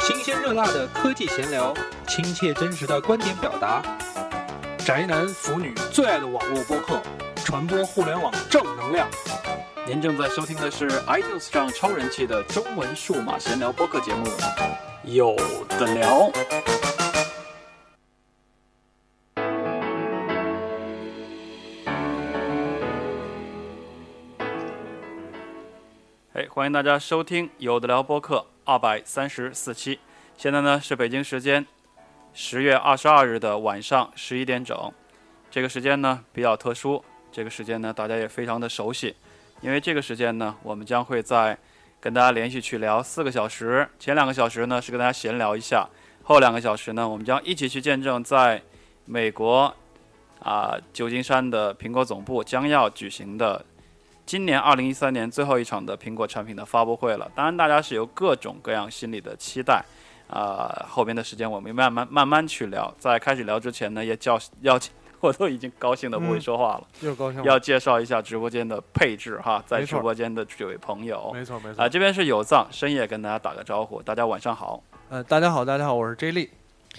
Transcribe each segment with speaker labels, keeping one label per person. Speaker 1: 新鲜热辣的科技闲聊，亲切真实的观点表达，宅男腐女最爱的网络播客，传播互联网正能量。
Speaker 2: 您正在收听的是 iTunes 上超人气的中文数码闲聊播客节目，有的聊。哎，欢迎大家收听有的聊播客二百三十四期。现在呢是北京时间十月二十二日的晚上十一点整。这个时间呢比较特殊，这个时间呢大家也非常的熟悉，因为这个时间呢我们将会在跟大家连续去聊四个小时，前两个小时呢是跟大家闲聊一下，后两个小时呢我们将一起去见证在美国啊、旧金山的苹果总部将要举行的今年二零一三年最后一场的苹果产品的发布会了。当然，大家是有各种各样心理的期待。啊、后边的时间我们慢慢慢慢去聊。在开始聊之前呢，也叫 要我都已经高兴的不会说话了。
Speaker 3: 又高兴了，
Speaker 2: 要介绍一下直播间的配置哈，在
Speaker 3: 没
Speaker 2: 直
Speaker 3: 错
Speaker 2: 播间的这位朋友
Speaker 3: 没错没错
Speaker 2: 啊、这边是有藏，深夜跟大家打个招呼，大家晚上好。
Speaker 3: 呃，大家好，大家好，我是 J 莉，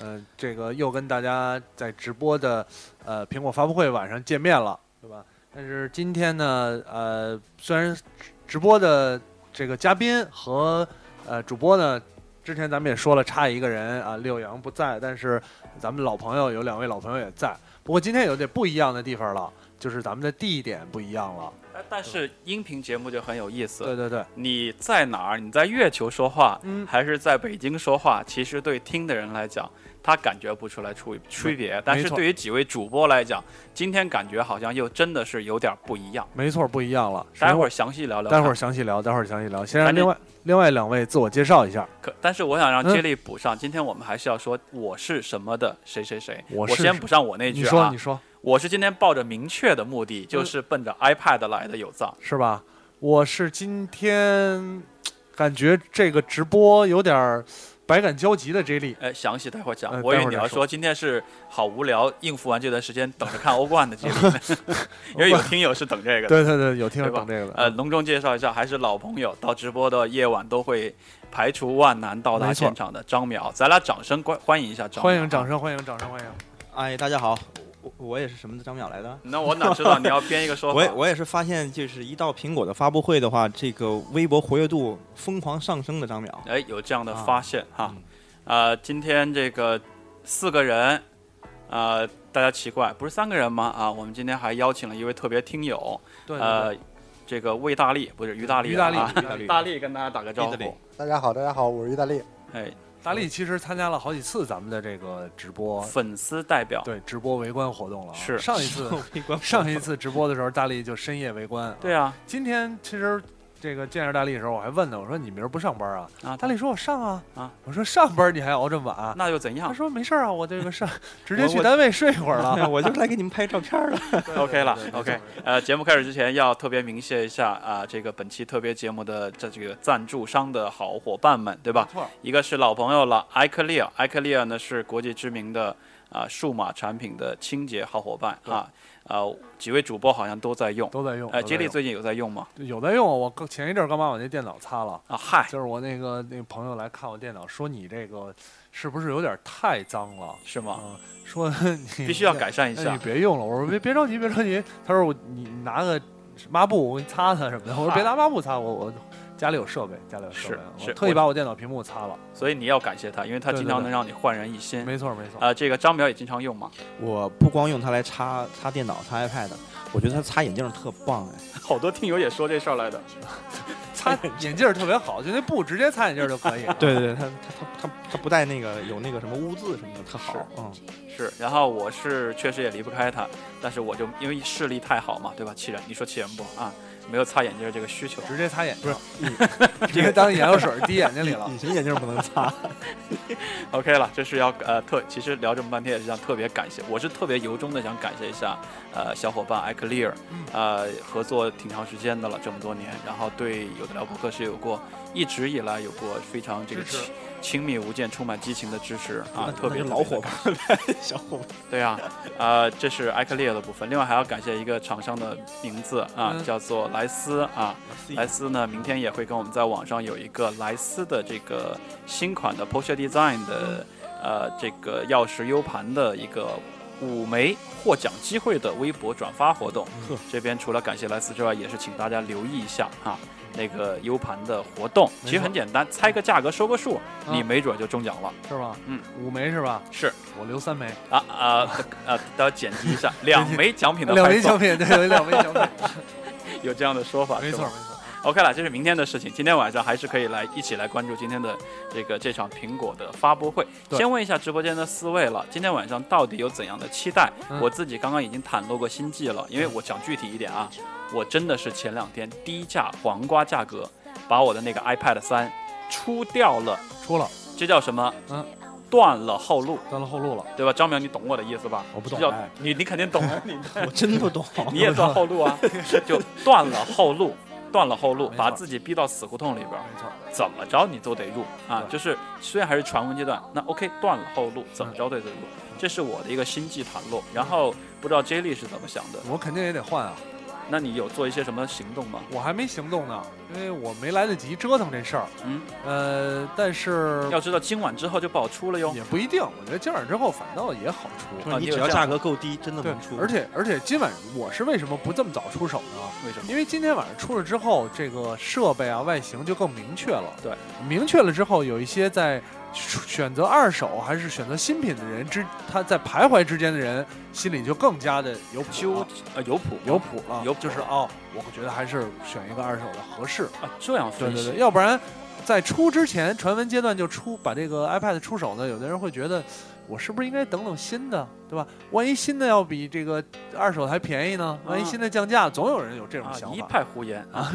Speaker 3: 呃，这个又跟大家在直播的呃苹果发布会晚上见面了，对吧？但是今天呢，呃，虽然直直播的这个嘉宾和呃主播呢，之前咱们也说了差一个人啊，六阳不在，但是咱们老朋友有两位老朋友也在。不过今天有点不一样的地方了，就是咱们的地点不一样了。
Speaker 2: 哎但是音频节目就很有意思，
Speaker 3: 对对对，
Speaker 2: 你在哪儿？你在月球说话，
Speaker 3: 嗯
Speaker 2: 还是在北京说话？其实对听的人来讲，他感觉不出来出区别，但是
Speaker 3: 错
Speaker 2: 对于几位主播来讲，今天感觉好像又真的是有点不一样。
Speaker 3: 没错，不一样了。
Speaker 2: 待会儿详细聊聊看。
Speaker 3: 待会儿详细聊，待会儿详细聊。先
Speaker 2: 反正
Speaker 3: 让另外另外两位自我介绍一下。
Speaker 2: 可，但是我想让
Speaker 3: 嗯
Speaker 2: 接力补上，今天我们还是要说我是什么的谁谁谁。
Speaker 3: 我是
Speaker 2: 先补上我那
Speaker 3: 你
Speaker 2: 句
Speaker 3: 说，
Speaker 2: 啊
Speaker 3: 你，说
Speaker 2: 我是今天抱着明确的目的，就是奔着 iPad 来的有藏。
Speaker 3: 是吧？我是今天感觉这个直播有点儿百感交集的 J 莉，
Speaker 2: 哎，详细待会儿讲。
Speaker 3: 呃
Speaker 2: 我以为
Speaker 3: 待会儿
Speaker 2: 你
Speaker 3: 再
Speaker 2: 要
Speaker 3: 说
Speaker 2: 说今天是好无聊，应付完这段时间等着看欧冠的接力， 因为有听友是等这个的。
Speaker 3: 对对对，有听
Speaker 2: 对
Speaker 3: 友
Speaker 2: 吧
Speaker 3: 懂这个
Speaker 2: 呃，
Speaker 3: 的，
Speaker 2: 隆重介绍一下，还是老朋友，到直播的夜晚都会排除万难到达
Speaker 3: 没错
Speaker 2: 现场的张淼，咱俩掌声欢欢迎一下张淼。啊
Speaker 3: 欢迎掌。声，欢迎掌声，欢迎。
Speaker 4: 哎，大家好，我我也是什么的张淼来的。
Speaker 2: 那我哪知道你要编一个说法？
Speaker 4: 我也我也是发现，就是一到苹果的发布会的话，这个微博活跃度疯狂上升的张淼。
Speaker 2: 哎，有这样的
Speaker 4: 啊
Speaker 2: 发现哈。
Speaker 4: 嗯
Speaker 2: 呃，今天这个四个人，呃，大家奇怪，不是三个人吗？啊，我们今天还邀请了一位特别听友，
Speaker 3: 对，
Speaker 2: 呃，这个魏大力不是于大力
Speaker 3: 于
Speaker 2: 啊，
Speaker 3: 大力，
Speaker 2: 啊
Speaker 3: 于大 力，
Speaker 2: 大力跟大家打个招
Speaker 4: 于大力
Speaker 2: 呼。
Speaker 5: 大家好，大家好，我是于大力。
Speaker 2: 哎，
Speaker 3: 大力其实参加了好几次咱们的这个直 播，
Speaker 2: 粉丝代表，
Speaker 3: 对直播围观活动了啊。
Speaker 2: 是
Speaker 3: 上一次 上一次直播的时候，大力就深夜围观啊。
Speaker 2: 对啊，
Speaker 3: 今天其实这个见着大力的时候，我还问他，我说你明儿不上班啊？
Speaker 2: 啊，
Speaker 3: 大力说我上啊
Speaker 2: 啊，
Speaker 3: 我说上班你还熬这么晚？
Speaker 2: 那又怎样
Speaker 3: 他说没事儿啊，我这个 上直接
Speaker 4: 我
Speaker 3: 去
Speaker 4: 我
Speaker 3: 单位睡一会儿了。
Speaker 4: 啊我就是来给你们拍照片儿的。
Speaker 2: ？OK 了
Speaker 3: 对对对
Speaker 2: ，OK。呃，节目开始之前要特别鸣谢一下啊、这个本期特别节目的这这个赞助商的好伙伴们，对吧？
Speaker 3: 错，
Speaker 2: 一个是老朋友了 i c l e a i c l e a 呢是国际知名的啊、数码产品的清洁好伙伴
Speaker 3: 对
Speaker 2: 啊，呃，几位主播好像都在用。
Speaker 3: 都在用。
Speaker 2: 呃，
Speaker 3: 都在
Speaker 2: 接力
Speaker 3: 用
Speaker 2: 最近有在用吗？
Speaker 3: 有在用，啊我刚前一阵儿刚把我那电脑擦了，
Speaker 2: 啊，嗨，
Speaker 3: 就是我那个那个朋友来看我电脑，说你这个是不是有点太脏了？
Speaker 2: 是吗？
Speaker 3: 嗯，哎说 你
Speaker 2: 必须要改善一
Speaker 3: 那
Speaker 2: 下
Speaker 3: 你。别用了。我说别别着急，别着急。他说我你你拿个抹布，我给你擦擦什么的。我说
Speaker 2: 嗨
Speaker 3: 别拿抹布擦，我我家里有设备，家里有设备，
Speaker 2: 啊
Speaker 3: 啊
Speaker 2: 是是
Speaker 3: 我特意把我电脑屏幕擦了。
Speaker 2: 所以你要感谢他，因为他
Speaker 3: 对
Speaker 2: 经
Speaker 3: 对
Speaker 2: 常
Speaker 3: 对
Speaker 2: 能让你焕然一新。
Speaker 3: 没错没错，
Speaker 2: 啊、这个张淼也经常用嘛，
Speaker 4: 我不光用它来擦擦电脑、擦 iPad，我觉得它擦眼镜儿特棒哎。
Speaker 2: 好多听友也说这事儿来的。
Speaker 3: 擦 眼镜儿特别好，就那布直接擦眼镜儿就可以。
Speaker 4: 对对对，它它它它它不带那个有那个什么污渍什么的，特好
Speaker 2: 是。
Speaker 4: 嗯，
Speaker 2: 是，然后我是确实也离不开他，但是我就因为视力太好嘛，对吧？气人，你说气人不啊？没有擦眼镜儿这个需求。
Speaker 3: 直接擦眼睛，
Speaker 4: 不是
Speaker 3: 直接当眼药水儿滴眼睛里了。
Speaker 4: 隐形眼镜儿不能擦。
Speaker 2: OK 了，这是要呃特，其实聊这么半天也是想特别感谢，我是特别由衷的想感谢一下呃小伙伴 iClear，呃合作挺长时间的了，这么多年，然后对有的聊播客是有过一直以来有过非常这个
Speaker 3: 支持
Speaker 2: 期亲密无间、充满激情的支持啊，特
Speaker 4: 特别
Speaker 2: 别
Speaker 4: 老伙
Speaker 2: 伴。
Speaker 4: 伴，小伙 伴，
Speaker 2: 对啊，呃，这是艾克利尔的部分。另外还要感谢一个厂商的名字啊，
Speaker 3: 嗯
Speaker 2: 叫做莱斯啊。
Speaker 4: 哎
Speaker 2: 莱斯呢，明天也会跟我们在网上有一个莱斯的这个新款的 Porsche Design 的呃这个钥匙 U 盘的一个五枚获奖机会的微博转发活动。
Speaker 4: 呵
Speaker 2: 这边除了感谢莱斯之外，也是请大家留意一下啊。那个 U 盘的活动
Speaker 3: 没错
Speaker 2: 其实很简单，猜个价格，收个数，
Speaker 3: 嗯
Speaker 2: 你没准就中奖了。
Speaker 3: 是吧？
Speaker 2: 嗯，
Speaker 3: 五枚是吧？
Speaker 2: 是
Speaker 3: 我留三枚，
Speaker 2: 啊啊啊！都要剪辑一 下，两枚奖品的
Speaker 3: 两
Speaker 2: 派
Speaker 3: 枚
Speaker 2: 送
Speaker 3: 奖，品，对，有两枚奖品，
Speaker 2: 有这样的说法，
Speaker 3: 没
Speaker 2: 是
Speaker 3: 错
Speaker 2: 吧
Speaker 3: 没错。
Speaker 2: OK 了，这是明天的事情。今天晚上还是可以来一起来关注今天的这个这场苹果的发布会。
Speaker 3: 对
Speaker 2: 先问一下直播间的四位了，今天晚上到底有怎样的期待？
Speaker 3: 嗯
Speaker 2: 我自己刚刚已经袒露过心迹了，因为我讲具体一点啊，我真的是前两天低价黄瓜价格把我的那个 iPad 三出掉了，
Speaker 3: 出了，
Speaker 2: 这叫什么？
Speaker 3: 嗯，
Speaker 2: 断了后路，
Speaker 3: 断了后路了。
Speaker 2: 对吧？张淼，你懂我的意思吧？
Speaker 4: 我不
Speaker 2: 这叫
Speaker 4: 懂哎
Speaker 2: 你你肯定懂，你
Speaker 4: 我真不懂，
Speaker 2: 你也断后路啊，就断了后路，断了后路，
Speaker 3: 没错
Speaker 2: 把自己逼到死胡同里边儿，
Speaker 3: 没错，
Speaker 2: 怎么着你都得入啊！
Speaker 3: 对
Speaker 2: 就是虽然还是传闻阶段，那 OK 断了后路，怎么着都得入，
Speaker 3: 嗯
Speaker 2: 这是我的一个心计袒露。然后不知道 J 莉是怎么想的，
Speaker 3: 我肯定也得换啊，
Speaker 2: 那你有做一些什么行动吗？
Speaker 3: 我还没行动呢，因为我没来得及折腾这事儿。
Speaker 2: 嗯，
Speaker 3: 呃，但是
Speaker 2: 要知道今晚之后就不好出了哟。
Speaker 3: 也不一定，我觉得今晚之后反倒也好出。
Speaker 2: 啊
Speaker 4: 你
Speaker 2: 你有
Speaker 4: 只要
Speaker 2: 这样
Speaker 4: 价格够低，真的
Speaker 3: 对
Speaker 4: 能出，，
Speaker 3: 而且而且今晚我是为什么不这么早出手呢？
Speaker 2: 为什么？
Speaker 3: 因为今天晚上出了之后，这个设备啊、外形就更明确了。
Speaker 2: 对，
Speaker 3: 明确了之后，有一些在选择二手还是选择新品的人之，他在徘徊之间的人心里就更加的有谱
Speaker 2: 纠
Speaker 3: 了，啊
Speaker 2: 呃有谱
Speaker 3: 有谱了，
Speaker 2: 有谱
Speaker 3: 就是哦，我觉得还是选一个二手的合适。
Speaker 2: 啊这样
Speaker 3: 对
Speaker 2: 分
Speaker 3: 对对，
Speaker 2: 析
Speaker 3: 要不然在出之前，传闻阶段就出把这个 iPad 出手呢，有的人会觉得我是不是应该等等新的，对吧？万一新的要比这个二手还便宜呢？万一
Speaker 2: 啊
Speaker 3: 新的降价，总有人有这种
Speaker 2: 啊
Speaker 3: 想
Speaker 2: 一
Speaker 3: 法。
Speaker 2: 派胡言啊。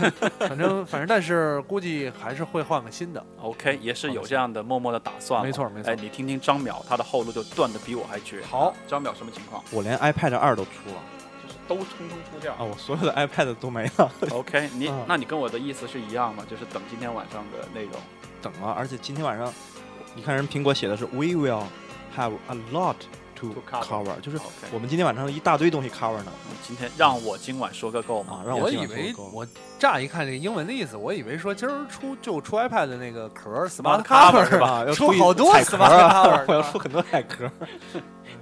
Speaker 3: 反正反正，但是估计还是会换个新的。
Speaker 2: OK 也是有这样的默默的打算嘛。
Speaker 3: 没错没错
Speaker 2: 哎，你听听张淼，他的后路就断的比我还绝。
Speaker 3: 好，
Speaker 2: 张淼什么情况？
Speaker 4: 我连 iPad 二都出了
Speaker 2: 就是都通通出掉
Speaker 4: 啊，。我所有的 iPad 都没了，
Speaker 2: OK，你
Speaker 4: 嗯
Speaker 2: 那你跟我的意思是一样吗？就是等今天晚上的内容。
Speaker 4: 等啊，而且今天晚上，你看人苹果写的是 We will have a lot to
Speaker 2: To cover
Speaker 4: cover，就是。
Speaker 2: OK，
Speaker 4: 我们今天晚上一大堆东西 cover 呢
Speaker 2: 嗯今天让我今晚说个够吗？
Speaker 4: 啊，让我
Speaker 3: 以
Speaker 4: 今晚
Speaker 3: 为
Speaker 4: 说够
Speaker 3: 我乍一看这个英文的意思，我以为说今儿出就出 iPad 的那个壳儿
Speaker 2: Smart
Speaker 3: Smart
Speaker 2: cover
Speaker 3: Cover
Speaker 2: 是
Speaker 3: 是
Speaker 2: 吧
Speaker 3: 吧？
Speaker 4: 啊，要
Speaker 3: 出
Speaker 4: 一
Speaker 3: 好多
Speaker 4: 彩壳啊
Speaker 3: smart cover，
Speaker 4: 我要出很多彩壳。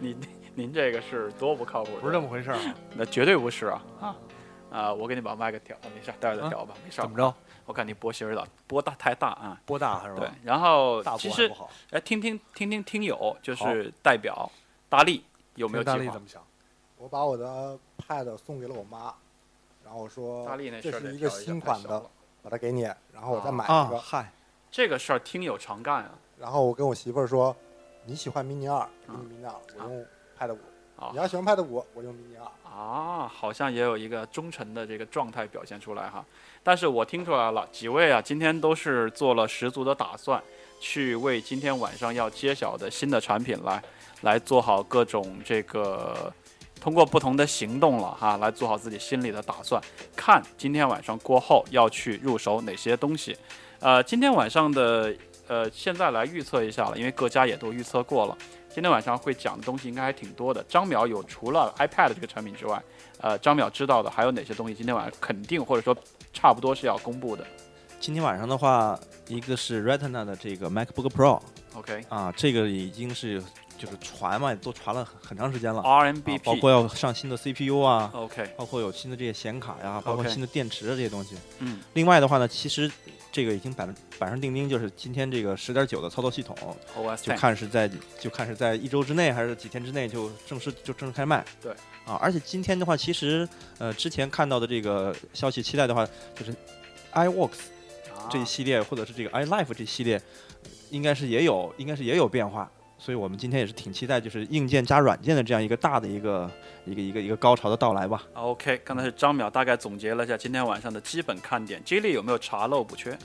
Speaker 2: 您您这个是多不靠谱，
Speaker 3: 不是这么，回事儿啊，
Speaker 2: 那绝对不是啊啊啊！我给你把麦给调，没事儿，待会儿再聊吧，没事儿
Speaker 3: 怎。么着？
Speaker 2: 我看你波形有点波大太大啊。
Speaker 3: 嗯波大是
Speaker 2: 对
Speaker 3: 吧？，
Speaker 2: 然后
Speaker 3: 大
Speaker 4: 啊
Speaker 2: 其
Speaker 3: 波还
Speaker 2: 实
Speaker 3: 不好。
Speaker 2: 哎，听听听听听友，就
Speaker 3: 好
Speaker 2: 是代表大力有没有计
Speaker 3: 大力
Speaker 2: 划
Speaker 3: 怎？么想？
Speaker 5: 我把我的 Pad 送给了我妈，然后我说
Speaker 2: 大力那事
Speaker 5: 这
Speaker 2: 儿
Speaker 5: 是
Speaker 2: 得
Speaker 5: 一个
Speaker 2: 调
Speaker 5: 新
Speaker 2: 太
Speaker 5: 款
Speaker 2: 小
Speaker 5: 的
Speaker 2: 了，
Speaker 5: 把它给你，然后我再买
Speaker 4: 啊
Speaker 5: 一个。
Speaker 4: 嗨，
Speaker 2: 这个事儿听友常干啊。
Speaker 5: 然后我跟我媳妇儿说，你喜欢 mini 二，给你 mini 二，我用 Pad 五
Speaker 2: 啊。
Speaker 5: 你要喜欢 Pad 五，我用 mini 二。
Speaker 2: 啊，好像也有一个忠诚的这个状态表现出来哈。但是我听出来了，几位啊，今天都是做了十足的打算，去为今天晚上要揭晓的新的产品来来做好各种这个，通过不同的行动了哈，来做好自己心里的打算，看今天晚上过后要去入手哪些东西。呃，今天晚上的呃，现在来预测一下了，因为各家也都预测过了。今天晚上会讲的东西应该还挺多的。张淼有除了 iPad 这个产品之外，呃，张淼知道的还有哪些东西？今天晚上肯定或者说差不多是要公布的。
Speaker 4: 今天晚上的话，一个是 Retina 的这个 MacBook Pro
Speaker 2: OK。
Speaker 4: 啊，这个已经是就是传嘛，都传了很很长时间了，啊
Speaker 2: RMBP，、
Speaker 4: 包括要上新的 CPU 啊，
Speaker 2: OK，
Speaker 4: 包括有新的这些显卡呀，包括
Speaker 2: OK
Speaker 4: 新的电池啊这些东西。
Speaker 2: 嗯，
Speaker 4: 另外的话呢，其实这个已经板板上钉钉，就是今天这个十点九的操作系统，
Speaker 2: ，OS
Speaker 4: 就
Speaker 2: Ten，
Speaker 4: 看是在就看是在一周之内还是几天之内就正式就正式开卖。
Speaker 2: 对
Speaker 4: 啊，而且今天的话，其实呃之前看到的这个消息，期待的话就是 iWorks 这一系列、或者是这个 iLife 这系列，应该是也有应该是也有变化。所以我们今天也是挺期待，就是硬件加软件的这样一个大的一个一个一个一个高潮的到来吧。
Speaker 2: OK，刚才是张淼大概总结了一下今天晚上的基本看点。J 莉有没有查漏补缺？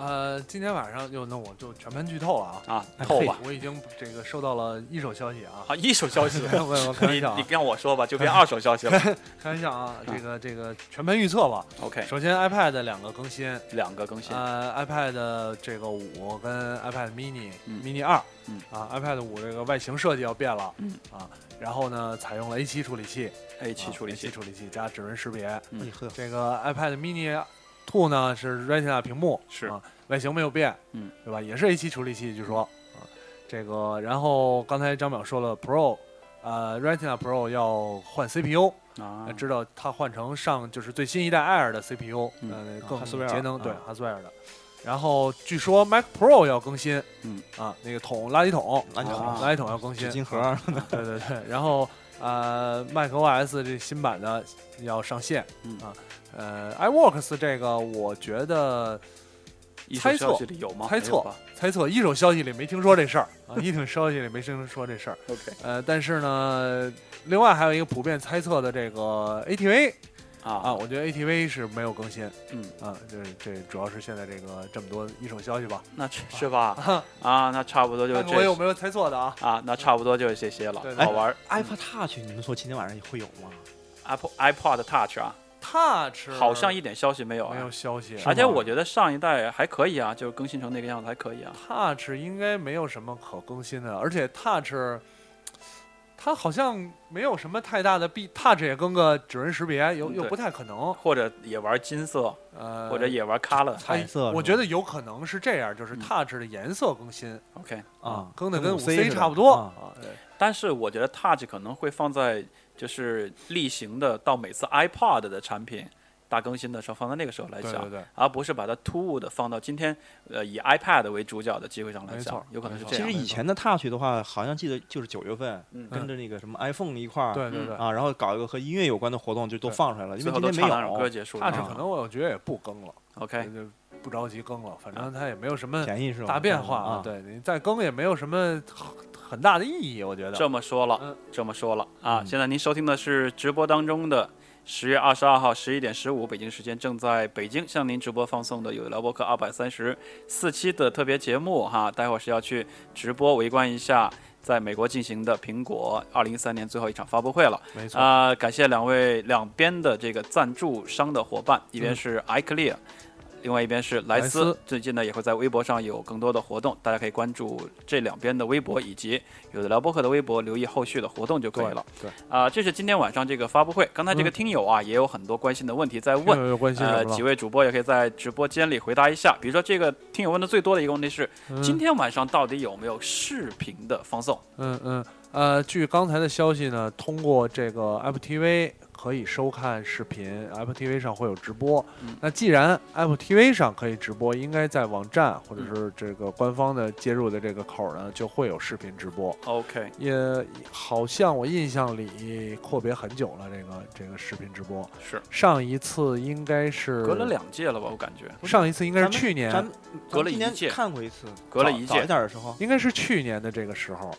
Speaker 3: 呃，今天晚上就那我就全盘剧 透了啊，
Speaker 2: 啊，透吧
Speaker 3: 我已经这个收到了一手消息 啊，
Speaker 2: 啊，一手消息，
Speaker 3: 没有没有，开玩
Speaker 2: 你
Speaker 3: 笑啊
Speaker 2: 你，让我说吧，就变二手消息了。
Speaker 3: 开玩笑啊，这个这个全盘预测吧。
Speaker 2: OK，
Speaker 3: 首先 iPad 的两个更新，
Speaker 2: 两个更新，
Speaker 3: 呃，iPad 这个五跟 iPad mini、
Speaker 2: 嗯
Speaker 3: mini 二、
Speaker 2: 嗯
Speaker 3: 啊，iPad 五这个外形设计要变了，
Speaker 2: 嗯
Speaker 3: 啊，然后呢，采用了 A 7处理器
Speaker 2: A 七处理
Speaker 3: 啊，A
Speaker 2: 器
Speaker 3: 7，处理器加指纹识别。
Speaker 2: 嗯
Speaker 4: 你喝
Speaker 3: 这个 iPad mini two 呢是 Retina 屏幕，
Speaker 2: 是
Speaker 3: 啊，外形没有变，
Speaker 2: 嗯，
Speaker 3: 对吧？也是 A 7处理器，据说啊，这个然后刚才张淼说了 Pro，呃，Retina Pro 要换 CPU，
Speaker 2: 啊
Speaker 3: 呃，知道它换成上就是最新一代 Air 的 CPU，
Speaker 2: 嗯
Speaker 3: 呃，
Speaker 4: 哈
Speaker 3: 更
Speaker 4: 斯威尔
Speaker 3: 节能，
Speaker 4: 啊
Speaker 3: 对，哈斯威尔的。然后据说 Mac Pro 要更新，
Speaker 2: 嗯
Speaker 3: 啊，那个桶垃圾桶，
Speaker 4: 垃圾桶
Speaker 3: 啊垃圾桶要更
Speaker 4: 纸
Speaker 3: 新，
Speaker 4: 巾盒儿，
Speaker 3: 对对对。然后呃，Mac OS 这新版的要上线，
Speaker 2: 嗯
Speaker 3: 啊，呃，iWorks 这个我觉得
Speaker 2: 一手
Speaker 3: 猜测
Speaker 2: 消息里有吗？
Speaker 3: 猜
Speaker 2: 没有
Speaker 3: 测
Speaker 2: 吧
Speaker 3: 猜测一手消息里没听说这事儿啊，一手消息里没听说这事儿，
Speaker 2: ，OK
Speaker 3: 呃，但是呢，另外还有一个普遍猜测的这个 ATV 啊，
Speaker 2: 啊，
Speaker 3: 我觉得 ATV 是没有更新，
Speaker 2: 嗯
Speaker 3: 啊，这这主要是现在这个这么多一手消息吧，
Speaker 2: 那这是吧？
Speaker 3: 啊，
Speaker 2: 啊，那差不多就
Speaker 3: 看看我
Speaker 2: 这
Speaker 3: 有没有猜错的啊？
Speaker 2: 啊，那差不多就是这些了
Speaker 3: 对，对
Speaker 2: 好玩儿。
Speaker 4: iPod Touch，你们说今天晚上会有吗？
Speaker 2: Apple iPod Touch 啊，
Speaker 3: Touch
Speaker 2: 好像一点消息没有
Speaker 3: 没有
Speaker 2: 啊。
Speaker 3: 消息，
Speaker 2: 而且我觉得上一代还可以啊，就是更新成那个样子还可以啊。
Speaker 3: Touch 应该没有什么可更新的，而且 Touch 它好像没有什么太大的弊，Touch 也更个指纹识别，又
Speaker 2: 嗯
Speaker 3: 又
Speaker 2: 对
Speaker 3: 不太可能，
Speaker 2: 或者也玩金色，
Speaker 3: 呃，
Speaker 2: 或者也玩 color。
Speaker 3: 它
Speaker 4: 彩色是吧
Speaker 3: 我觉得有可能是这样，就是
Speaker 2: 嗯
Speaker 3: Touch 的颜色更新
Speaker 2: OK，
Speaker 4: 啊，
Speaker 3: 更的跟五
Speaker 4: 五
Speaker 3: C
Speaker 4: 似的
Speaker 3: 差不多
Speaker 4: 啊
Speaker 3: 啊，对
Speaker 2: 但是我觉得 Touch 可能会放在就是例行的到每次 iPod 的产品大更新的时候放在那个时候来
Speaker 3: 对
Speaker 2: 讲
Speaker 3: 对，对。
Speaker 2: 而不是把它突兀的放到今天呃以 iPad 为主角的机会上来
Speaker 3: 没
Speaker 2: 讲
Speaker 3: 错，
Speaker 2: 有可能是
Speaker 3: 没
Speaker 2: 这
Speaker 4: 其
Speaker 2: 样
Speaker 4: 实
Speaker 2: 的。
Speaker 4: 以前的 Touch 的话，好像记得就是九月份
Speaker 2: 嗯
Speaker 4: 跟着那个什么 iPhone 一块儿
Speaker 3: 对对对，
Speaker 4: 啊，然后搞一个和音乐有关的活动，就都
Speaker 3: 对
Speaker 4: 放出来了，因
Speaker 2: 最
Speaker 4: 为
Speaker 2: 后
Speaker 4: 今
Speaker 2: 都
Speaker 4: 天
Speaker 2: 唱
Speaker 4: 没
Speaker 2: 两首歌
Speaker 4: 有，
Speaker 2: 结束
Speaker 3: 大致
Speaker 2: 了。啊
Speaker 3: 可能我觉得也不更了，
Speaker 2: OK，
Speaker 3: 就不着急更了，反
Speaker 2: 嗯
Speaker 3: 正它也没有什么
Speaker 4: 便宜是吧？
Speaker 3: 大变化
Speaker 4: 啊，
Speaker 3: 对你再更也没有什么很大的意义，我觉得。
Speaker 2: 这么说了
Speaker 3: 嗯，
Speaker 2: 这么说了啊！
Speaker 4: 嗯
Speaker 2: 现在您收听的是直播当中的十月二十二号十一点十五北京时间，正在北京向您直播放送的有聊播客二百三十四期的特别节目哈。待会儿是要去直播围观一下在美国进行的苹果二零一三年最后一场发布会了。
Speaker 3: 没错，
Speaker 2: 啊、感谢两位两边的这个赞助商的伙伴，一边是 iClear，、另外一边是莱斯。
Speaker 3: 嗯莱斯
Speaker 2: 最近呢，也会在微博上有更多的活动，大家可以关注这两边的微博以及有的聊播客的微博，留意后续的活动就可以了。
Speaker 3: 对对
Speaker 2: 啊、这是今天晚上这个发布会。刚才这个
Speaker 3: 嗯
Speaker 2: 听友啊，也有很多关心的问题在问。
Speaker 3: 有关心
Speaker 2: 呃
Speaker 3: 什，么
Speaker 2: 几位主播也可以在直播间里回答一下。比如说，这个听友问的最多的一个问题是：
Speaker 3: 了？
Speaker 2: 今天晚上到底有没有视频的放送？
Speaker 3: 嗯嗯呃，据刚才的消息呢，通过这个 Apple TV 可以收看视频，Apple TV 上会有直播。
Speaker 2: 嗯
Speaker 3: 那既然 Apple TV 上可以直播，应该在网站或者
Speaker 2: 嗯
Speaker 3: 是这个官方的接入的这个口儿呢，就会有视频直播。
Speaker 2: OK，
Speaker 3: 也好像我印象里阔别很久了，这个这个视频直播，
Speaker 2: 是
Speaker 3: 上一次应该是
Speaker 2: 隔了，两届了吧？我感觉
Speaker 3: 上一次应该是去
Speaker 4: 咱
Speaker 3: 年，
Speaker 4: 们
Speaker 2: 隔了一
Speaker 4: 今年
Speaker 2: 届
Speaker 4: 看过一次，
Speaker 2: 隔了
Speaker 4: 早
Speaker 2: 一
Speaker 4: 早
Speaker 2: 届
Speaker 4: 一点的时候，
Speaker 3: 应该是去年的这个时候，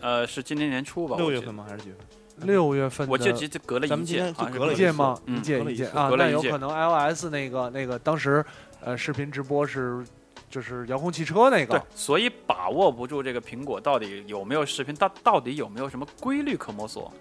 Speaker 2: 呃，是今年年初吧？
Speaker 4: 六
Speaker 2: 我
Speaker 4: 月
Speaker 2: 记得
Speaker 4: 份吗？还是几月份？
Speaker 3: 六月份的
Speaker 2: 我就记得隔了
Speaker 4: 咱
Speaker 2: 一
Speaker 4: 们今
Speaker 2: 届，
Speaker 4: 天
Speaker 2: 好像
Speaker 4: 就是隔了
Speaker 3: 一
Speaker 4: 一
Speaker 3: 届
Speaker 4: 次
Speaker 3: 吗？
Speaker 2: 嗯
Speaker 3: 一届
Speaker 4: 隔了一
Speaker 3: 届
Speaker 4: 次
Speaker 3: 啊，
Speaker 2: 隔了
Speaker 3: 那
Speaker 2: 一
Speaker 3: 有
Speaker 2: 届
Speaker 3: 可能 iOS 那个那个当时呃视频直播是就是遥控汽车那
Speaker 2: 对
Speaker 3: 个，，
Speaker 2: 所以把握不住这个苹果到底有没有视频，它到底有没有什么规律可摸索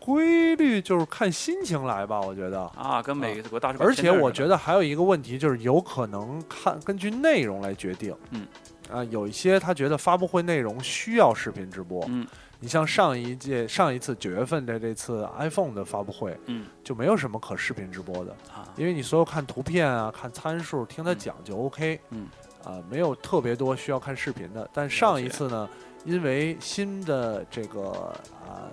Speaker 3: 规律就是看心情来吧，我觉得。
Speaker 2: 啊？跟美国大使馆
Speaker 3: 而
Speaker 2: 签
Speaker 3: 且
Speaker 2: 证似的，
Speaker 3: 我觉得还有一个问题就是，有可能看根据内容来决定。
Speaker 2: 嗯，
Speaker 3: 啊，有一些他觉得发布会内容需要视频直播。
Speaker 2: 嗯，
Speaker 3: 你像上一届、上一次九月份的这次 iPhone 的发布会，
Speaker 2: 嗯
Speaker 3: 就没有什么可视频直播的。
Speaker 2: 啊，
Speaker 3: 因为你所有看图片啊、看参数、听他
Speaker 2: 嗯
Speaker 3: 讲就 OK，
Speaker 2: 嗯，
Speaker 3: 啊，没有特别多需要看视频的。但
Speaker 2: 解
Speaker 3: 上一次呢，因为新的这个啊、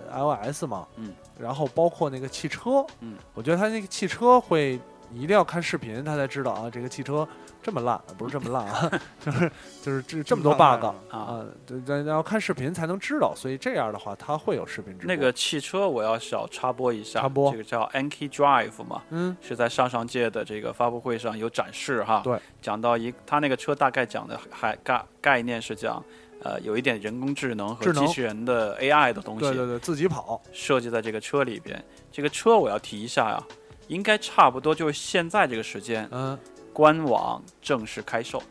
Speaker 3: iOS 嘛，
Speaker 2: 嗯，
Speaker 3: 然后包括那个汽车，
Speaker 2: 嗯，
Speaker 3: 我觉得他那个汽车会你一定要看视频，他才知道啊，这个汽车这么烂，不是这么烂 啊，就是就是这这么多 bug
Speaker 4: 啊
Speaker 2: 啊，
Speaker 3: 啊，对，咱要看视频才能知道，所以这样的话，他会有视频直播。
Speaker 2: 那个，汽车我要小插播一下，
Speaker 3: 插播
Speaker 2: 这个叫 Anki Drive 嘛，
Speaker 3: 嗯，
Speaker 2: 是在上上届的这个发布会上有展示哈。
Speaker 3: 对，
Speaker 2: 讲到一，它那个车大概讲的还概概念是讲，呃，有一点人工智能和
Speaker 3: 智能
Speaker 2: 机器人的 AI 的东西
Speaker 3: 对，对对，自己跑，
Speaker 2: 设计在这个车啊里边。这个车我要提一下呀、应该差不多就是现在这个时间，
Speaker 3: 嗯，
Speaker 2: 官网正式开售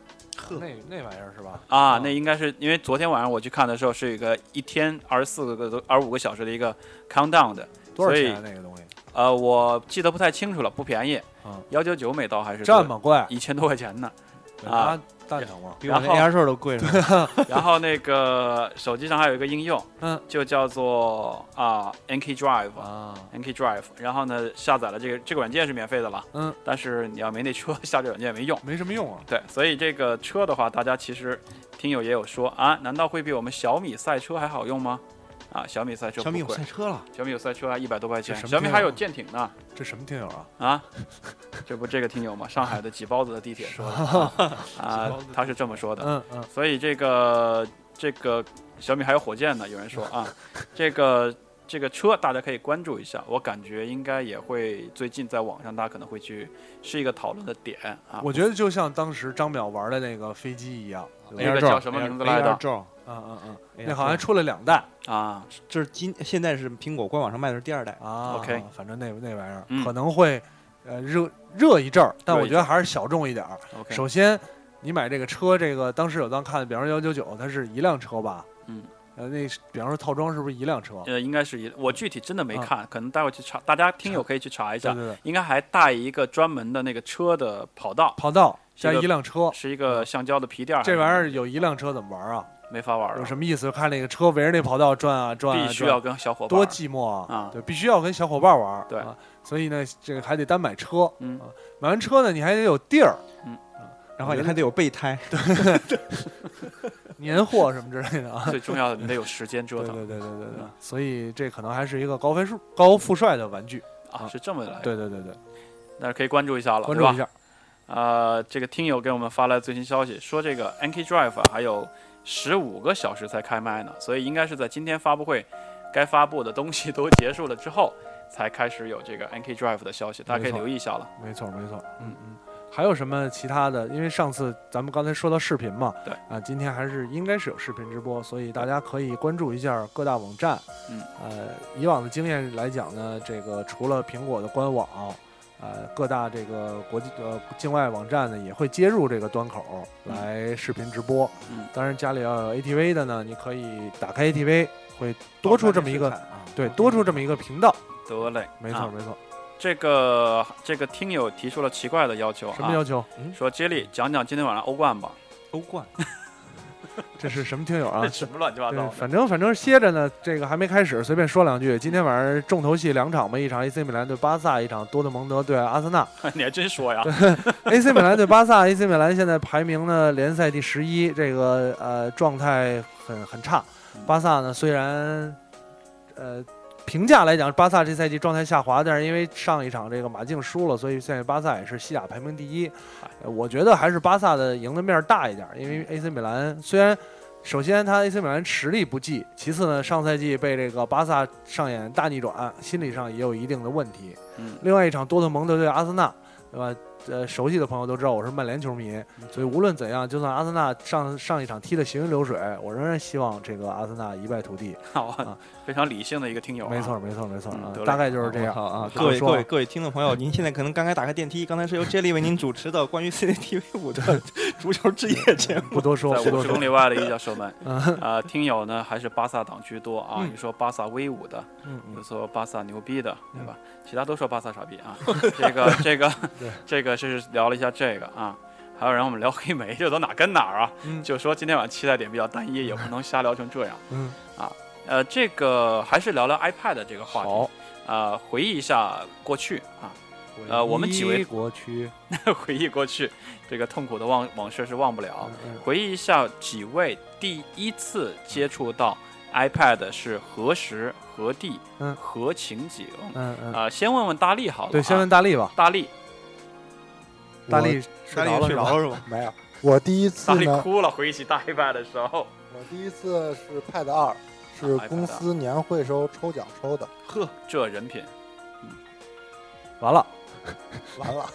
Speaker 3: 那那玩意儿是吧？
Speaker 2: 啊
Speaker 3: 哦！
Speaker 2: 那应该是因为昨天晚上我去看的时候是有一个一天二十四个二十五个小时的一个 countdown 的，
Speaker 3: 多少
Speaker 2: 所以
Speaker 3: 钱啊那个东西？
Speaker 2: 呃，我记得不太清楚了，不便宜
Speaker 3: 嗯，
Speaker 2: 幺九九美刀还是
Speaker 3: 这么贵
Speaker 2: 一千多块钱呢。啊
Speaker 3: 啊？蛋疼吗？
Speaker 4: 比我那
Speaker 2: 然后
Speaker 4: AR 兽都贵是吧？
Speaker 2: 然后那个手机上还有一个应用，
Speaker 3: 嗯，
Speaker 2: 就叫做啊 NK Drive
Speaker 3: 啊，
Speaker 2: NK Drive，然后呢下载了这个这个软件是免费的了，
Speaker 3: 嗯，
Speaker 2: 但是你要没那车下这软件也没用，
Speaker 3: 没什么用啊。
Speaker 2: 对，所以这个车的话，大家其实听友也有说啊，难道会比我们小米赛车还好用吗？啊，小米赛车
Speaker 4: 小米
Speaker 2: 不贵
Speaker 4: 有赛车了，
Speaker 2: 小米有赛车啊，一百多块钱
Speaker 3: 这，什么
Speaker 2: 小米
Speaker 3: 车
Speaker 2: 还
Speaker 3: 啊
Speaker 2: 有舰艇呢
Speaker 3: 这什么听友啊？
Speaker 2: 啊，这不这个听友吗？上海的挤包子的地铁说的
Speaker 4: 挤
Speaker 2: 啊
Speaker 4: 包子，
Speaker 2: 他是这么说的，
Speaker 3: 嗯嗯，
Speaker 2: 所以这个这个小米还有火箭呢，有人说 啊，这个这个车大家可以关注一下，我感觉应该也会最近在网上大家可能会去是一个讨论的点啊。
Speaker 3: 我觉得就像当时张淼玩的那个飞机一样。
Speaker 2: 那个
Speaker 4: AR
Speaker 2: 叫
Speaker 4: 罩
Speaker 2: 什么名字来着
Speaker 4: ？AR 罩，
Speaker 3: 嗯嗯嗯，
Speaker 2: 哎
Speaker 4: AR
Speaker 3: 那好像
Speaker 4: 罩
Speaker 3: 出了两代
Speaker 2: 啊，
Speaker 4: 这是今现在是苹果官网上卖的是第二代，
Speaker 3: 啊。
Speaker 2: OK
Speaker 3: 反正那那玩意儿
Speaker 2: 嗯
Speaker 3: 可能会呃热热一阵儿，但
Speaker 2: 热
Speaker 3: 我
Speaker 2: 一
Speaker 3: 觉得还是小众一点儿。
Speaker 2: OK，
Speaker 3: 首先，你买这个车，这个当时有当看的，比方说幺九九，它是一辆车吧？
Speaker 2: 嗯，
Speaker 3: 呃，那是比方说套装是不是一辆车？
Speaker 2: 呃，应该是一，我具体真的没看，可能待会去查，大家听友可以去查一
Speaker 3: 对
Speaker 2: 下，
Speaker 3: 对对，
Speaker 2: 应该还带一个专门的那个车的跑道，
Speaker 3: 跑道
Speaker 2: 是
Speaker 3: 加
Speaker 2: 一个
Speaker 3: 一辆车，
Speaker 2: 是一个橡胶的皮垫儿还是
Speaker 3: 这
Speaker 2: 什么
Speaker 3: 玩
Speaker 2: 的，
Speaker 3: 意儿有一辆车怎么玩啊？
Speaker 2: 没法啊玩儿
Speaker 3: 有
Speaker 2: 啊，
Speaker 3: 什么意思？看那个车围着那跑道转啊转啊，
Speaker 2: 必须
Speaker 3: 转
Speaker 2: 要
Speaker 3: 啊
Speaker 2: 跟小伙伴
Speaker 3: 多
Speaker 2: 儿，
Speaker 3: 寂寞
Speaker 2: 啊
Speaker 3: 对，必须要跟小伙伴玩儿。
Speaker 2: 对
Speaker 3: 啊，所以呢，这个还得单买车。
Speaker 2: 嗯
Speaker 3: 啊，买完车呢，你还得有地儿，啊
Speaker 4: 然后你还得有备胎，
Speaker 3: 年货什么之类的啊。
Speaker 2: 最重要的你得有时间折
Speaker 3: 对
Speaker 2: 腾
Speaker 3: 对对对对对
Speaker 2: 嗯，
Speaker 3: 所以这可能还是一个高分数、高富帅的玩具。
Speaker 2: 啊，是这么来的，
Speaker 3: 对对对对，
Speaker 2: 但是可以关注一下了，
Speaker 3: 关
Speaker 2: 对吧
Speaker 3: 注一下。
Speaker 2: 呃，这个听友给我们发来最新消息，说这个 NK Drive 啊还有十五个小时才开卖呢，所以应该是在今天发布会该发布的东西都结束了之后，才开始有这个 NK Drive 的消息，大家可以
Speaker 3: 没错
Speaker 2: 留意一下了。
Speaker 3: 没错，没错，嗯嗯。还有什么其他的？因为上次咱们刚才说到视频嘛，
Speaker 2: 对
Speaker 3: 啊，今天还是应该是有视频直播，所以大家可以关注一下各大网站。
Speaker 2: 嗯，
Speaker 3: 呃，以往的经验来讲呢，这个除了苹果的官网，呃，各大这个国际呃境外网站呢也会接入这个端口
Speaker 2: 嗯
Speaker 3: 来视频直播。
Speaker 2: 嗯，
Speaker 3: 当然家里要有 ATV 的呢，你可以打开 ATV，会多出这么一个
Speaker 4: 啊
Speaker 3: 对多出这么一个频道。
Speaker 2: 得嘞，
Speaker 3: 没错，
Speaker 2: 啊
Speaker 3: 没错。
Speaker 2: 这个这个听友提出了奇怪的要求啊，
Speaker 3: 什么要求？
Speaker 2: 说 Jelly 讲讲今天晚上欧冠吧，
Speaker 4: 欧冠，
Speaker 3: 这是什么听 友啊？
Speaker 2: 什么乱七八
Speaker 3: 对，
Speaker 2: 糟的
Speaker 3: 反正反正歇着呢，这个还没开始，随便说两句。今天晚上重头戏两场吧，一场 AC 米兰对巴萨，一场多特蒙德对阿森纳。
Speaker 2: 你还真说呀？
Speaker 3: AC 米兰对巴萨，AC 米兰现在排名呢联赛第十一，这个呃状态很很差。巴萨呢虽然呃评价来讲，巴萨这赛季状态下滑，但是因为上一场这个马竞输了，所以现在巴萨也是西甲排名第一。呃我觉得还是巴萨的赢的面儿大一点儿，因为 AC 米兰虽然。首先，他 AC 米兰实力不济，其次呢，上赛季被这个巴萨上演大逆转，心理上也有一定的问题。
Speaker 2: 嗯
Speaker 3: 另外一场多特蒙德对阿森纳，对吧？呃，熟悉的朋友都知道我是曼联球迷，所以无论怎样，就算阿森纳上上一场踢得行云流水，我仍然希望这个阿森纳一败涂地。
Speaker 2: 好啊，非常理性的一个听友、啊，
Speaker 3: 没错，没错，没错
Speaker 2: 嗯
Speaker 3: 啊
Speaker 2: 得，嘞
Speaker 3: 大概就是这
Speaker 4: 我
Speaker 3: 样
Speaker 4: 靠啊！
Speaker 3: 这
Speaker 4: 各
Speaker 3: 么
Speaker 4: 位各
Speaker 3: 说
Speaker 4: 位各位听众朋友，您现在可能刚刚打开电梯，刚才是由 Jelly 为您主持的关于 CCTV 五的 足球之夜节目。
Speaker 3: 不多说，
Speaker 2: 在五
Speaker 3: 不多
Speaker 2: 十
Speaker 3: 说
Speaker 2: 公。里外的一脚射门
Speaker 3: 。嗯
Speaker 2: 啊，听友呢还是巴萨党居多啊，
Speaker 3: 嗯
Speaker 2: 有说巴萨威武的，
Speaker 3: 嗯
Speaker 2: 有
Speaker 3: 嗯，
Speaker 2: 说巴萨牛逼的，对吧？其他都说巴萨傻逼 啊。这个这个
Speaker 3: 对
Speaker 2: 这个是聊了一下这个啊，还有让我们聊黑莓，这都哪跟哪儿啊？
Speaker 3: 嗯
Speaker 2: 就说今天晚上期待点比较单一，也不能瞎聊成这样。
Speaker 3: 嗯
Speaker 2: 啊，呃，这个还是聊聊 iPad 这个话题
Speaker 3: 好，
Speaker 2: 啊，回忆一下过去啊，呃我们几位
Speaker 3: 一国区，
Speaker 2: 回忆过去这个痛苦的往往事是忘不了
Speaker 3: 嗯。嗯
Speaker 2: 回忆一下几位第一次接触到 iPad 是何时、何地、
Speaker 3: 嗯
Speaker 2: 何情景？
Speaker 3: 嗯嗯，
Speaker 2: 啊，先问问大力好了啊。
Speaker 3: 对，先问大力吧，
Speaker 2: 大力，
Speaker 3: 大力睡着了是吧？
Speaker 4: 了是吧？
Speaker 5: 没有，我第一
Speaker 2: 大
Speaker 5: 次
Speaker 2: 力
Speaker 5: 呢，
Speaker 2: 哭了，回忆起大 iPad 的时候。
Speaker 5: 我第一次是 Pad 二，是公司年会时候抽奖抽的，
Speaker 2: 呵，这人品
Speaker 3: 完了，
Speaker 5: 完了，
Speaker 2: 啊，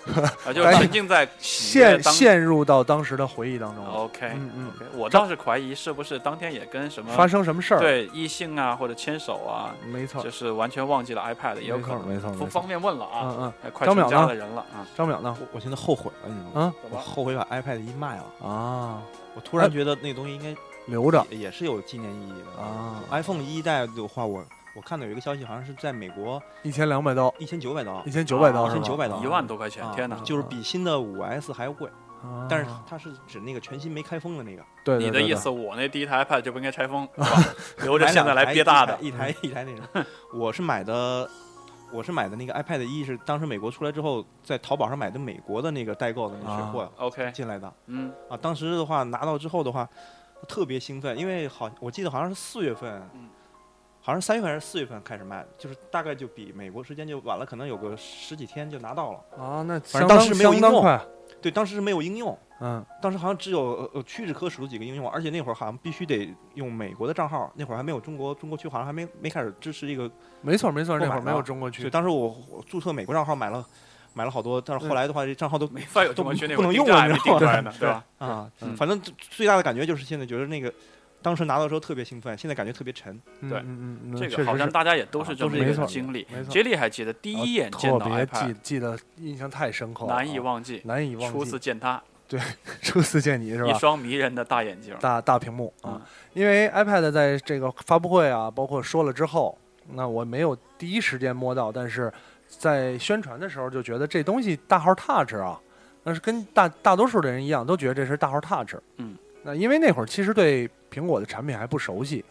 Speaker 3: 哎
Speaker 2: 就是沉浸在喜悦
Speaker 3: 陷
Speaker 2: 当哦哎
Speaker 3: 陷入到当时的回忆当中了。
Speaker 2: OK，
Speaker 3: 嗯嗯，
Speaker 2: 我倒是怀疑是不是当天也跟什么
Speaker 3: 发生什么事儿？，
Speaker 2: 嗯对异性啊或者牵手啊，
Speaker 3: 没错
Speaker 2: 就，是完全忘记了 iPad，也有
Speaker 3: 没
Speaker 2: 可
Speaker 3: 错，
Speaker 2: 能
Speaker 3: 没错，
Speaker 2: 不
Speaker 3: 没错
Speaker 2: 方。便问了啊，
Speaker 3: 嗯嗯，
Speaker 2: 哎快
Speaker 3: 张
Speaker 2: 成
Speaker 3: 淼
Speaker 2: 家
Speaker 3: 呢
Speaker 2: 的人了啊，
Speaker 3: 张淼呢？
Speaker 4: 我我现在后悔了，你知
Speaker 2: 怎
Speaker 3: 啊
Speaker 4: 道吗？嗯我
Speaker 2: 么
Speaker 4: 后悔把 iPad 一卖了，
Speaker 3: 啊，
Speaker 4: 我突然觉得那个东西应该
Speaker 3: 留着
Speaker 4: 也也是有纪念意义的。
Speaker 3: 啊，
Speaker 4: iPhone 一代的话，我我看到有一个消息，好像是在美国
Speaker 3: 一千两百刀，
Speaker 4: 一千九百刀
Speaker 3: 一，千九百刀
Speaker 4: 一
Speaker 3: 是
Speaker 4: 千
Speaker 3: 吧？
Speaker 4: 九百刀，
Speaker 2: 啊一万多块钱
Speaker 4: 啊，
Speaker 2: 天哪！
Speaker 4: 就是比新的五 S 还要贵，
Speaker 3: 啊，
Speaker 4: 但是它是指那个全新没开封的那个，
Speaker 3: 对
Speaker 2: 你
Speaker 3: 对
Speaker 2: 的
Speaker 3: 对
Speaker 2: 意
Speaker 3: 对
Speaker 2: 思，我那第一台 iPad 就不应该拆封，是 吧留着
Speaker 4: 买
Speaker 2: 现在
Speaker 4: 两
Speaker 2: 来
Speaker 4: 台
Speaker 2: 憋大的。
Speaker 4: 一台一台一台那 种。我是买的，我是买的那个 iPad 一是当时美国出来之后，在淘宝上买的美国的那个代购的那水货
Speaker 2: OK，
Speaker 4: 进来的
Speaker 2: 嗯，
Speaker 4: 啊。当时的话拿到之后的话，特别兴奋，因为好我记得好像是四月份
Speaker 2: 嗯。
Speaker 4: 好像是三月份还是四月份开始卖，就是大概就比美国时间就晚了，可能有个十几天就拿到了。
Speaker 3: 啊，那相
Speaker 4: 反正
Speaker 3: 当
Speaker 4: 当时没有
Speaker 3: 相当
Speaker 4: 应用
Speaker 3: 快，
Speaker 4: 对，当时是没有应用，
Speaker 3: 嗯
Speaker 4: 当时好像只有呃呃屈指可数的几个应用，而且那会儿好像必须得用美国的账号，那会儿还没有中国中国区，好像还没没开始支持这个。，
Speaker 3: 没错没错，
Speaker 4: 购
Speaker 3: 那
Speaker 4: 买
Speaker 3: 会儿没
Speaker 4: 了
Speaker 3: 有中国
Speaker 4: 所以
Speaker 3: 区，
Speaker 4: 当时我我注册美国账号买了买了好多，但是后来的话，这账号都
Speaker 2: 没法有中国
Speaker 4: 不
Speaker 2: 区那
Speaker 4: 不
Speaker 2: 种
Speaker 4: 能
Speaker 2: 定
Speaker 4: 用了
Speaker 2: 价
Speaker 4: 你
Speaker 2: 还没
Speaker 4: 知
Speaker 2: 定
Speaker 4: 道
Speaker 2: 出
Speaker 4: 吗
Speaker 2: 来呢，对吧？
Speaker 4: 啊
Speaker 2: 嗯，
Speaker 4: 反正最最大的感觉就是现在觉得那个当时拿到时候特别兴奋，现在感觉特别沉。
Speaker 3: 嗯
Speaker 2: 对
Speaker 3: 嗯嗯嗯，
Speaker 2: 这
Speaker 3: 确
Speaker 2: 个好
Speaker 3: 实
Speaker 2: 像
Speaker 3: 是
Speaker 2: 大家也都是
Speaker 4: 啊
Speaker 2: 这
Speaker 4: 都
Speaker 2: 么
Speaker 4: 是
Speaker 2: 一
Speaker 3: 没
Speaker 2: 个
Speaker 3: 错
Speaker 2: 经历。
Speaker 3: 没错
Speaker 2: J 莉还记得第一眼见到
Speaker 3: 特别
Speaker 2: iPad，
Speaker 3: 记记得印象太深刻了啊，
Speaker 2: 难以忘记，
Speaker 3: 难以忘记，
Speaker 2: 初次见他，
Speaker 3: 初次见你是
Speaker 2: 一
Speaker 3: 吧？
Speaker 2: 双迷人的大眼睛。
Speaker 3: 大大屏幕啊
Speaker 2: 嗯，
Speaker 3: 因为 iPad 在这个发布会啊，包括说了之后，那我没有第一时间摸到，但是在宣传的时候就觉得这东西大号 Touch 啊，但是跟大大多数的人一样，都觉得这是大号 Touch。
Speaker 2: 嗯，
Speaker 3: 那因为那会儿其实对苹果的产品还不熟悉，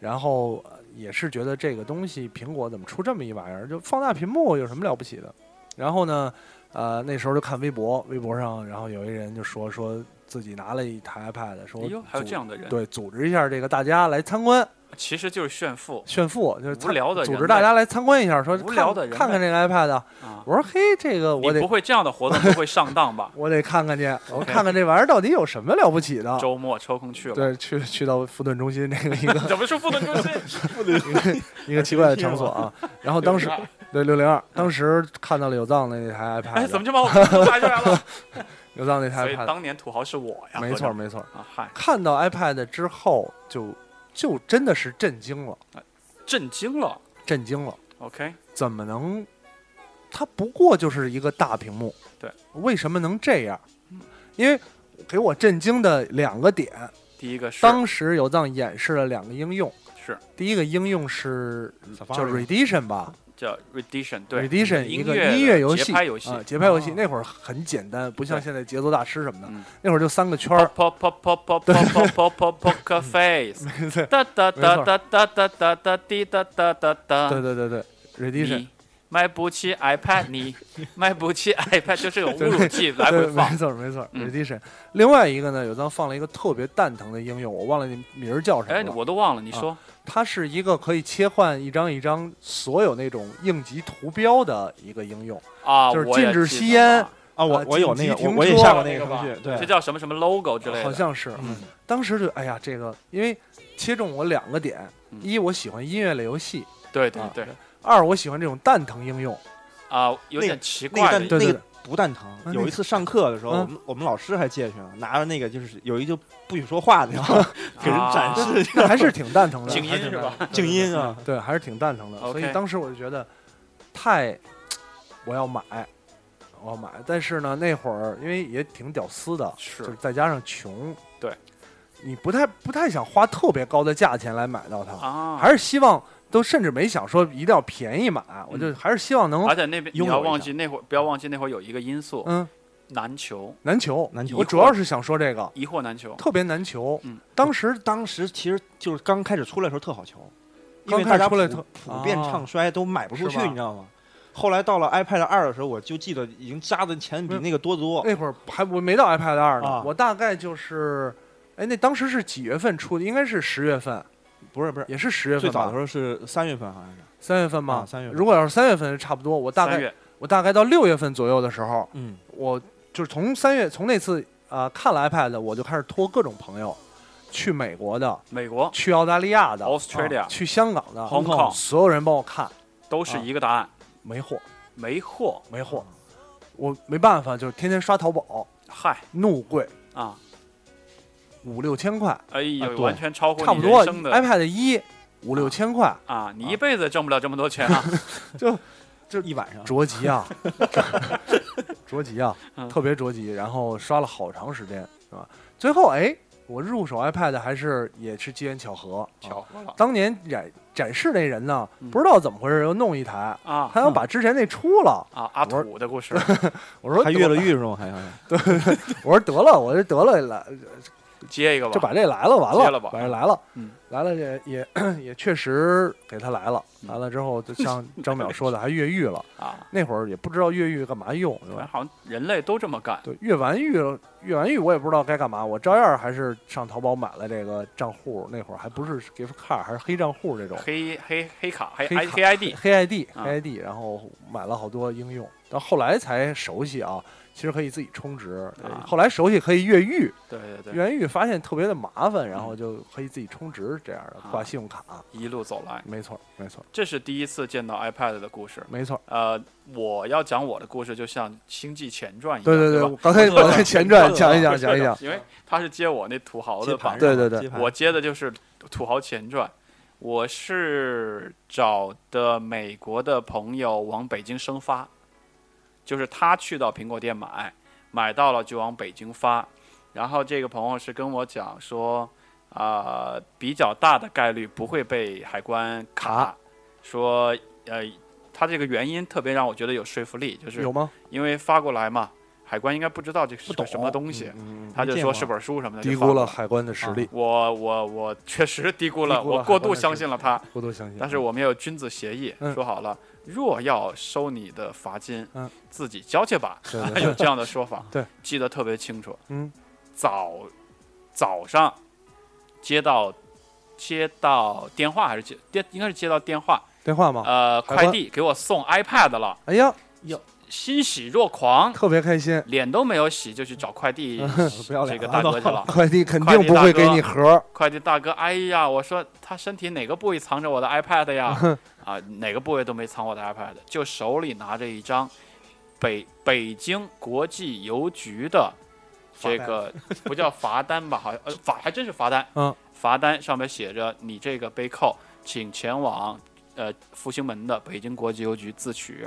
Speaker 3: 然后呃也是觉得这个东西苹果怎么出这么一玩意儿，就放大屏幕有什么了不起的？然后呢，呃，那时候就看微博，微博上然后有一人就说说自己拿了一台 iPad，说
Speaker 2: 哎呦，还有
Speaker 3: 组
Speaker 2: 这样的人，
Speaker 3: 对，组织一下这个大家来参观
Speaker 2: 其实就是炫富
Speaker 3: 炫富，就是参
Speaker 2: 无聊的人
Speaker 3: 组织大家来参观一下，说
Speaker 2: 无聊的人类
Speaker 3: 看看看这个 iPad 啊。
Speaker 2: 啊！
Speaker 3: 我说嘿，这个
Speaker 2: 你不
Speaker 3: 我得？
Speaker 2: 会这样的活动不会上当吧
Speaker 3: 我得看看去，我 看看这玩意儿到底有什么了不起的。
Speaker 2: 周末抽空去了，
Speaker 3: 啊对，去去到富顿中心这个一个
Speaker 2: 怎么说富顿 中心？
Speaker 3: 一个奇怪的场 所啊，然后当时对六零二，当时看到了有藏的那台 iPad，
Speaker 2: 哎，怎么就把我 拿出来了？
Speaker 3: 有藏那台
Speaker 2: 所以
Speaker 3: iPad，
Speaker 2: 当年土豪是我呀，
Speaker 3: 没
Speaker 2: 合
Speaker 3: 错
Speaker 2: 着
Speaker 3: 没错。
Speaker 2: 啊，嗨，
Speaker 3: 看到 iPad 之后，就就真的是震惊了，
Speaker 2: 震惊了。
Speaker 3: 震惊了。
Speaker 2: OK，
Speaker 3: 怎么能？它不过就是一个大屏幕，
Speaker 2: 对，
Speaker 3: 为什么能这样
Speaker 2: 嗯？
Speaker 3: 因为给我震惊的两个点，
Speaker 2: 第一个是
Speaker 3: 当时有藏演示了两个应用，
Speaker 2: 是
Speaker 3: 第一个应用是嗯叫
Speaker 4: Safari
Speaker 3: Redition 吧
Speaker 2: 叫 Redition，对
Speaker 3: ，Redition 一
Speaker 2: 音
Speaker 3: 个
Speaker 2: 乐
Speaker 3: 音乐
Speaker 2: 的
Speaker 3: 游
Speaker 2: 节
Speaker 3: 戏
Speaker 2: 拍游戏
Speaker 3: 啊，节拍游戏
Speaker 4: 哦
Speaker 3: 那会儿很简单，不像
Speaker 2: 对
Speaker 3: 现在节奏大师什么的
Speaker 2: 嗯，
Speaker 3: 那会儿就三个圈儿，
Speaker 2: Pop pop pop pop pop pop pop poker face，
Speaker 3: 对
Speaker 2: 哒哒哒哒哒哒哒哒滴哒哒哒哒。
Speaker 3: 对对对对，Redition
Speaker 2: 哦啊你买不起 iPad，你买不起 iPad 就这种侮辱器来
Speaker 3: 对，
Speaker 2: 回
Speaker 3: 没
Speaker 2: 放。
Speaker 3: 错没错
Speaker 2: 嗯
Speaker 3: ，Redition。另外一个呢，有藏放了一个特别蛋疼的应用，我忘了你名儿叫什么
Speaker 2: 哎，
Speaker 3: 了。
Speaker 2: 我都忘了，你说
Speaker 3: 它是一个可以切换一张一张所有那种应急图标的一个应用，
Speaker 2: 啊？
Speaker 3: 就是
Speaker 2: 我也
Speaker 3: 禁止
Speaker 2: 记
Speaker 3: 吸
Speaker 2: 得了
Speaker 3: 烟，
Speaker 4: 啊，我
Speaker 3: 呃
Speaker 4: 我有那个，
Speaker 3: 紧急
Speaker 4: 我
Speaker 3: 停
Speaker 4: 我也
Speaker 3: 车
Speaker 4: 下过
Speaker 2: 那
Speaker 4: 那
Speaker 2: 个
Speaker 4: 个
Speaker 2: 吧
Speaker 4: 程序，对
Speaker 2: 这，叫什么什么 logo 之类的？
Speaker 3: 好像是。
Speaker 4: 嗯，
Speaker 3: 当时就哎呀，这个因为切中我两个点：
Speaker 2: 嗯
Speaker 3: 一，我喜欢音乐类游戏；
Speaker 2: 对对
Speaker 3: 啊
Speaker 2: 对
Speaker 3: 二，我喜欢这种蛋疼应用。
Speaker 2: 啊，有
Speaker 4: 那
Speaker 2: 点
Speaker 4: 个
Speaker 2: 奇
Speaker 4: 那个
Speaker 2: 怪
Speaker 4: 蛋
Speaker 2: 的
Speaker 3: 对
Speaker 4: 那
Speaker 3: 对啊
Speaker 4: 个不蛋
Speaker 3: 那
Speaker 4: 疼。
Speaker 3: 个
Speaker 4: 有一次上课的时候，
Speaker 3: 嗯
Speaker 4: 我们我们老师还借去了，拿着那个就是有一就不许说话，你知 道吗？给人展示这
Speaker 3: 那还是挺蛋疼的，
Speaker 2: 静音
Speaker 3: 还挺蛋疼的
Speaker 4: 静音啊，
Speaker 3: 啊对，还是挺蛋疼的。所
Speaker 2: OK
Speaker 3: 以当时我就觉得太，我要买，我要买。但是呢，那会儿因为也挺屌丝的，
Speaker 2: 是
Speaker 3: 就是再加上穷，
Speaker 2: 对，
Speaker 3: 你不太不太想花特别高的价钱来买到它，
Speaker 2: 啊，
Speaker 3: 还是希望都甚至没想说一定要便宜买，我
Speaker 2: 嗯
Speaker 3: 就还是希望能
Speaker 2: 而且那边你
Speaker 4: 拥有
Speaker 2: 要
Speaker 4: 一下
Speaker 2: 忘记那会儿，不要忘记那会儿有一个因素，
Speaker 3: 嗯
Speaker 2: 难求，
Speaker 3: 难求。
Speaker 4: 难求
Speaker 3: 我主要是想说这个
Speaker 2: 疑惑难求。
Speaker 3: 特别难求
Speaker 2: 嗯。
Speaker 3: 当时
Speaker 4: 当时其实就是刚开始出来的时候特好求，因
Speaker 3: 刚
Speaker 4: 为
Speaker 3: 开
Speaker 4: 大
Speaker 3: 始
Speaker 4: 家
Speaker 3: 出来
Speaker 4: 普
Speaker 3: 特
Speaker 4: 普遍唱衰都买不出去
Speaker 3: 哦是，吧
Speaker 4: 你知道吗？后来到了 iPad 二的时候，我就记得已经扎的钱
Speaker 3: 嗯
Speaker 4: 比那个多得多。
Speaker 3: 那会儿还我没到 iPad 二呢
Speaker 4: 啊，
Speaker 3: 我大概就是，哎，那当时是几月份出的？应该是十月份，
Speaker 4: 不是不是，
Speaker 3: 也是十月份
Speaker 4: 最早
Speaker 3: 吧
Speaker 4: 的时？候是三月份，好像是。
Speaker 3: 三月份吧
Speaker 4: 啊，三月份
Speaker 3: 如果要是三月份，差不多。我大
Speaker 2: 三
Speaker 3: 概
Speaker 2: 月
Speaker 3: 我大概到六月份左右的时候，
Speaker 4: 嗯，
Speaker 3: 我就是从三月从那次啊、呃看了 iPad，我就开始托各种朋友，去美国的，
Speaker 2: 美国
Speaker 3: 去澳大利亚的
Speaker 2: Australia
Speaker 3: 啊去香港的
Speaker 2: Hong Kong
Speaker 3: 所有人帮我看，
Speaker 2: 都是一个答案，
Speaker 3: 没货，
Speaker 2: 没货。
Speaker 3: 没货。我没办法，就是天天刷淘宝，
Speaker 2: 嗨
Speaker 3: 怒贵
Speaker 2: 啊，
Speaker 3: 五六千块，
Speaker 2: 哎
Speaker 4: 啊
Speaker 2: 呦，
Speaker 4: 对
Speaker 2: 完全超
Speaker 3: 差
Speaker 2: 乎你
Speaker 3: 不多哎
Speaker 2: 人生的
Speaker 3: iPad 一五六千块，
Speaker 2: 啊，你一辈子挣不了这么多钱 啊
Speaker 4: 就一晚上。
Speaker 3: 着急啊， 着急啊
Speaker 2: 嗯，
Speaker 3: 特别着急，然后刷了好长时间，是吧？最后哎，我入手 iPad 还是也是机缘巧合，
Speaker 2: 巧
Speaker 3: 啊
Speaker 2: 合了
Speaker 3: 当年展展示那人呢
Speaker 2: 嗯，
Speaker 3: 不知道怎么回事又弄一台，
Speaker 2: 啊
Speaker 3: 他要把之前那出了，
Speaker 2: 啊！阿
Speaker 3: 我说
Speaker 2: 土的故事
Speaker 3: 我说
Speaker 4: 还
Speaker 3: 得
Speaker 4: 越了，越是吗？还还
Speaker 3: 我说得了，我就得了来
Speaker 2: 接一个吧，
Speaker 3: 就把这来了，完
Speaker 2: 接
Speaker 3: 了，
Speaker 2: 了吧
Speaker 3: 把这来了，
Speaker 2: 嗯
Speaker 3: 来了也也 也确实给他来了，
Speaker 2: 嗯
Speaker 3: 来了之后就 像张淼说的，还越狱了。
Speaker 2: 啊，
Speaker 3: 那会儿也不知道越狱干嘛用，
Speaker 2: 反
Speaker 3: 对
Speaker 2: 正
Speaker 3: 吧？
Speaker 2: 好像人类都这么干
Speaker 3: 对，越完狱了，越完狱我也不知道该干嘛，我照样还是上淘宝买了这个账户，那会儿还不是 gift card，还是黑账户这种
Speaker 2: 黑黑黑卡，黑
Speaker 3: 黑
Speaker 2: I
Speaker 3: 卡
Speaker 2: 黑 ID
Speaker 3: 黑 ID
Speaker 2: 啊
Speaker 3: 黑 ID，然后买了好多应用，到后来才熟悉啊，其实可以自己充值
Speaker 2: 啊，
Speaker 3: 后来熟悉可以越狱，
Speaker 2: 对对对，
Speaker 3: 越狱发现特别的麻烦，然后就可以自己充值这样的
Speaker 2: 啊
Speaker 3: 挂信用卡，
Speaker 2: 一路走来，
Speaker 3: 没错，没错，
Speaker 2: 这是第一次见到 iPad 的故事。
Speaker 3: 没错。
Speaker 2: 呃，我要讲我的故事，就像《星际前传》一样，
Speaker 3: 对对
Speaker 2: 嗯对
Speaker 3: 对，
Speaker 2: 吧
Speaker 3: 我刚才我在前传讲一讲，
Speaker 2: 不是
Speaker 3: 讲一讲。
Speaker 2: 因为他是接我那土豪的榜，
Speaker 3: 上对对对
Speaker 4: 啊
Speaker 2: 我接的就是土豪前传。我是找的美国的朋友往北京生发，就是他去到苹果店买，买到了就往北京发。然后这个朋友是跟我讲说，啊、比较大的概率不会被海关卡，说呃，他这个原因特别让我觉得有说服力，就是
Speaker 3: 有吗？
Speaker 2: 因为发过来嘛，海关应该不知道这是
Speaker 4: 不懂
Speaker 2: 个什么东西，
Speaker 4: 嗯
Speaker 2: 他就
Speaker 4: 没见
Speaker 2: 说
Speaker 4: 过
Speaker 2: 是本书什么的，
Speaker 3: 低
Speaker 2: 就发
Speaker 3: 估
Speaker 2: 过来。
Speaker 3: 了海关的实力，
Speaker 2: 我我我确实低估了，
Speaker 3: 低估了
Speaker 2: 我过
Speaker 3: 海
Speaker 2: 度
Speaker 3: 关的
Speaker 2: 相
Speaker 3: 实
Speaker 2: 信了他。
Speaker 3: 我都相
Speaker 2: 啊
Speaker 3: 信。啊
Speaker 2: 但是我们有君子协议，
Speaker 3: 嗯
Speaker 2: 说好了，若要收你的罚金，
Speaker 3: 嗯
Speaker 2: 自己交去吧。
Speaker 3: 对对，
Speaker 2: 有这样的说法
Speaker 3: 对，
Speaker 2: 记得特别清楚。
Speaker 3: 嗯，
Speaker 2: 早早上接到接到电话还是接电应该是接到电话，
Speaker 3: 电话吗？
Speaker 2: 呃，
Speaker 3: 海
Speaker 2: 快
Speaker 3: 关
Speaker 2: 递给我送 iPad 了，
Speaker 3: 哎呀，
Speaker 2: 欣喜若狂，
Speaker 3: 特别开心，
Speaker 2: 脸都没有洗就去找快递
Speaker 3: 不要
Speaker 2: 嗯这
Speaker 3: 脸啊
Speaker 2: 个大。哥
Speaker 3: 了
Speaker 2: 去了。
Speaker 3: 快递肯定不会给你盒，
Speaker 2: 快递大哥，哎呀，我说他身体哪个部位藏着我的 iPad 呀？啊，哪个部位都没藏我的 iPad，就手里拿着一张北北京国际邮局的这个不叫罚单吧，好像呃罚还真是罚单，
Speaker 3: 嗯，
Speaker 2: 罚单上面写着你这个被扣，请前往呃复兴门的北京国际邮局自取，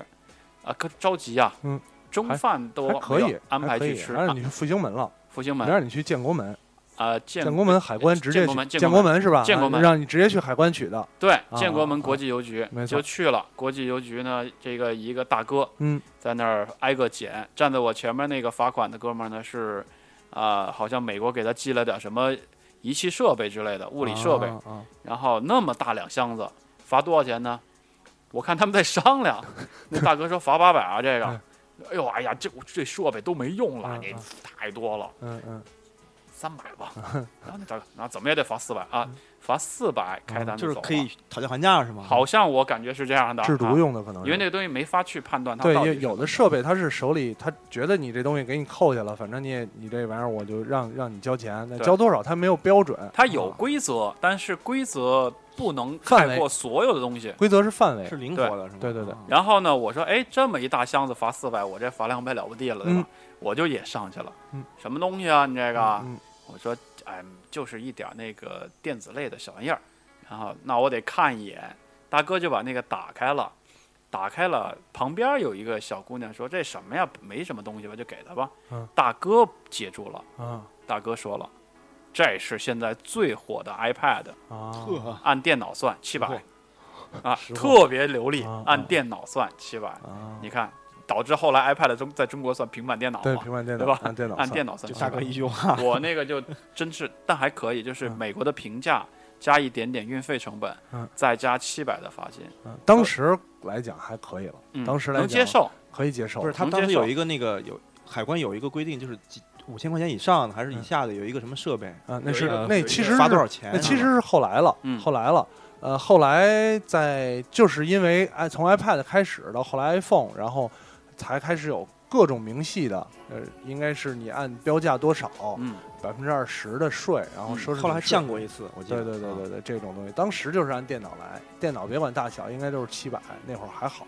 Speaker 2: 啊，可着急呀、
Speaker 3: 嗯，
Speaker 2: 中
Speaker 3: 还
Speaker 2: 饭都
Speaker 3: 还可
Speaker 2: 没有
Speaker 3: 以，
Speaker 2: 安排
Speaker 3: 还可以
Speaker 2: 去吃，
Speaker 3: 还
Speaker 2: 啊
Speaker 3: 让你去复兴门了，
Speaker 2: 复兴
Speaker 3: 没
Speaker 2: 门
Speaker 3: 让你去建国门，
Speaker 2: 啊，建
Speaker 3: 建国门海关直接
Speaker 2: 建国门
Speaker 3: 去
Speaker 2: 建
Speaker 3: 建
Speaker 2: 国
Speaker 3: 国
Speaker 2: 门
Speaker 3: 门是吧？
Speaker 2: 建国门
Speaker 3: 啊让你直接去海关取的，
Speaker 2: 对，
Speaker 3: 啊
Speaker 2: 建国
Speaker 3: 啊
Speaker 2: 门
Speaker 3: 啊
Speaker 2: 国际邮局
Speaker 3: 没错
Speaker 2: 就去了。国际邮局呢，这个一个大哥，
Speaker 3: 嗯，
Speaker 2: 在那儿挨个检。站在我前面那个罚款的哥们儿呢，是啊、好像美国给他寄了点什么仪器设备之类的物理设备。
Speaker 3: 啊啊
Speaker 2: 然后那么大两箱子，罚多少钱呢？我看他们在商 量，那大哥说罚八百啊，这个。哎呦，哎呀，这这设备都没用了，
Speaker 3: 嗯啊
Speaker 2: 你
Speaker 3: 啊
Speaker 2: 太多了。
Speaker 3: 嗯嗯，
Speaker 2: 三百 吧，然后那大哥，那怎么也得罚四百
Speaker 3: 嗯
Speaker 2: 啊，罚四百开
Speaker 3: 啊
Speaker 2: 单
Speaker 4: 就是
Speaker 2: 走
Speaker 4: 可
Speaker 2: 了
Speaker 4: 以讨价还价是吗？
Speaker 2: 好像我感觉是这样的，
Speaker 3: 制毒
Speaker 2: 啊，
Speaker 3: 用的可能是
Speaker 2: 因为那个东西没法去判断它
Speaker 3: 对
Speaker 2: 到底
Speaker 3: 有
Speaker 2: 是
Speaker 3: 有的设备它是手里他觉得你这东西给你扣下了，反正你也你这玩意儿我就让让你交钱，那
Speaker 2: 对
Speaker 3: 交多少它没有标准，
Speaker 2: 它有
Speaker 3: 啊
Speaker 2: 规则，但是规则不能
Speaker 3: 范
Speaker 2: 概
Speaker 3: 围
Speaker 2: 括所有的东西。
Speaker 3: 规则是范围嗯
Speaker 4: 是，灵活的是吗？
Speaker 3: 对对对
Speaker 4: 啊
Speaker 2: 然后呢，我说，哎，这么一大箱子罚四百，我这罚两百了不地了，对吧？
Speaker 3: 嗯
Speaker 2: 我就也上去了，
Speaker 3: 嗯
Speaker 2: 什么东西啊？你这个，
Speaker 3: 嗯
Speaker 2: 我说，哎，就是一点那个电子类的小玩意儿。然后，那我得看一眼。大哥就把那个打开了，打开了，旁边有一个小姑娘说：“这什么呀？没什么东西吧，就给她吧。
Speaker 3: 嗯
Speaker 2: 大哥接住了。
Speaker 3: 啊
Speaker 2: 大哥说了，这是现在最火的 iPad，
Speaker 3: 啊，
Speaker 4: 呵
Speaker 2: 按电脑算七百
Speaker 4: 货，
Speaker 2: 啊，
Speaker 3: 实货
Speaker 2: 特别流利
Speaker 3: 啊，
Speaker 2: 按
Speaker 3: 啊
Speaker 2: 电脑算七百。
Speaker 3: 啊
Speaker 2: 你看，导致后来 iPad 中在中国算平板电脑
Speaker 3: 对
Speaker 2: 嘛，
Speaker 3: 平板电脑
Speaker 2: 对吧
Speaker 3: 按电脑
Speaker 2: 按
Speaker 3: 算
Speaker 2: 电脑算
Speaker 4: 就
Speaker 2: 七
Speaker 4: 大
Speaker 2: 百。
Speaker 4: 哥一句话，
Speaker 2: 我那个就真是，但还可以，就是
Speaker 3: 嗯
Speaker 2: 美国的平价加一点点运费成本
Speaker 3: 嗯，
Speaker 2: 再加七百的罚金，
Speaker 3: 嗯当时来讲还可以了，
Speaker 2: 嗯
Speaker 3: 当时来
Speaker 2: 能
Speaker 3: 讲
Speaker 2: 接受，
Speaker 3: 可以接受，
Speaker 4: 不是他
Speaker 2: 能
Speaker 4: 当时
Speaker 2: 接受
Speaker 4: 有一个那个有海关有一个规定，就是几五千块钱以上的还是以下的有一个什么设备，
Speaker 3: 嗯啊，那
Speaker 2: 有一
Speaker 3: 是
Speaker 2: 个
Speaker 3: 那
Speaker 2: 有一
Speaker 3: 其
Speaker 2: 个
Speaker 3: 实
Speaker 4: 罚
Speaker 3: 是
Speaker 4: 多少钱？啊
Speaker 3: 那其实是后来了，
Speaker 2: 嗯
Speaker 3: 后来了。呃，后来在就是因为哎，从 iPad 开始到后来 iPhone，然后才开始有各种明细的，呃，应该是你按标价多少，
Speaker 2: 嗯，
Speaker 3: 百分之二十的税，然后
Speaker 2: 嗯
Speaker 3: 奢侈
Speaker 4: 后来还
Speaker 3: 品税
Speaker 4: 降过一次，我记
Speaker 3: 对
Speaker 4: 得。
Speaker 3: 对对
Speaker 4: 啊
Speaker 3: 对对，这种东西当时就是按电脑来，电脑别管大小，应该就是七百，那会儿还好。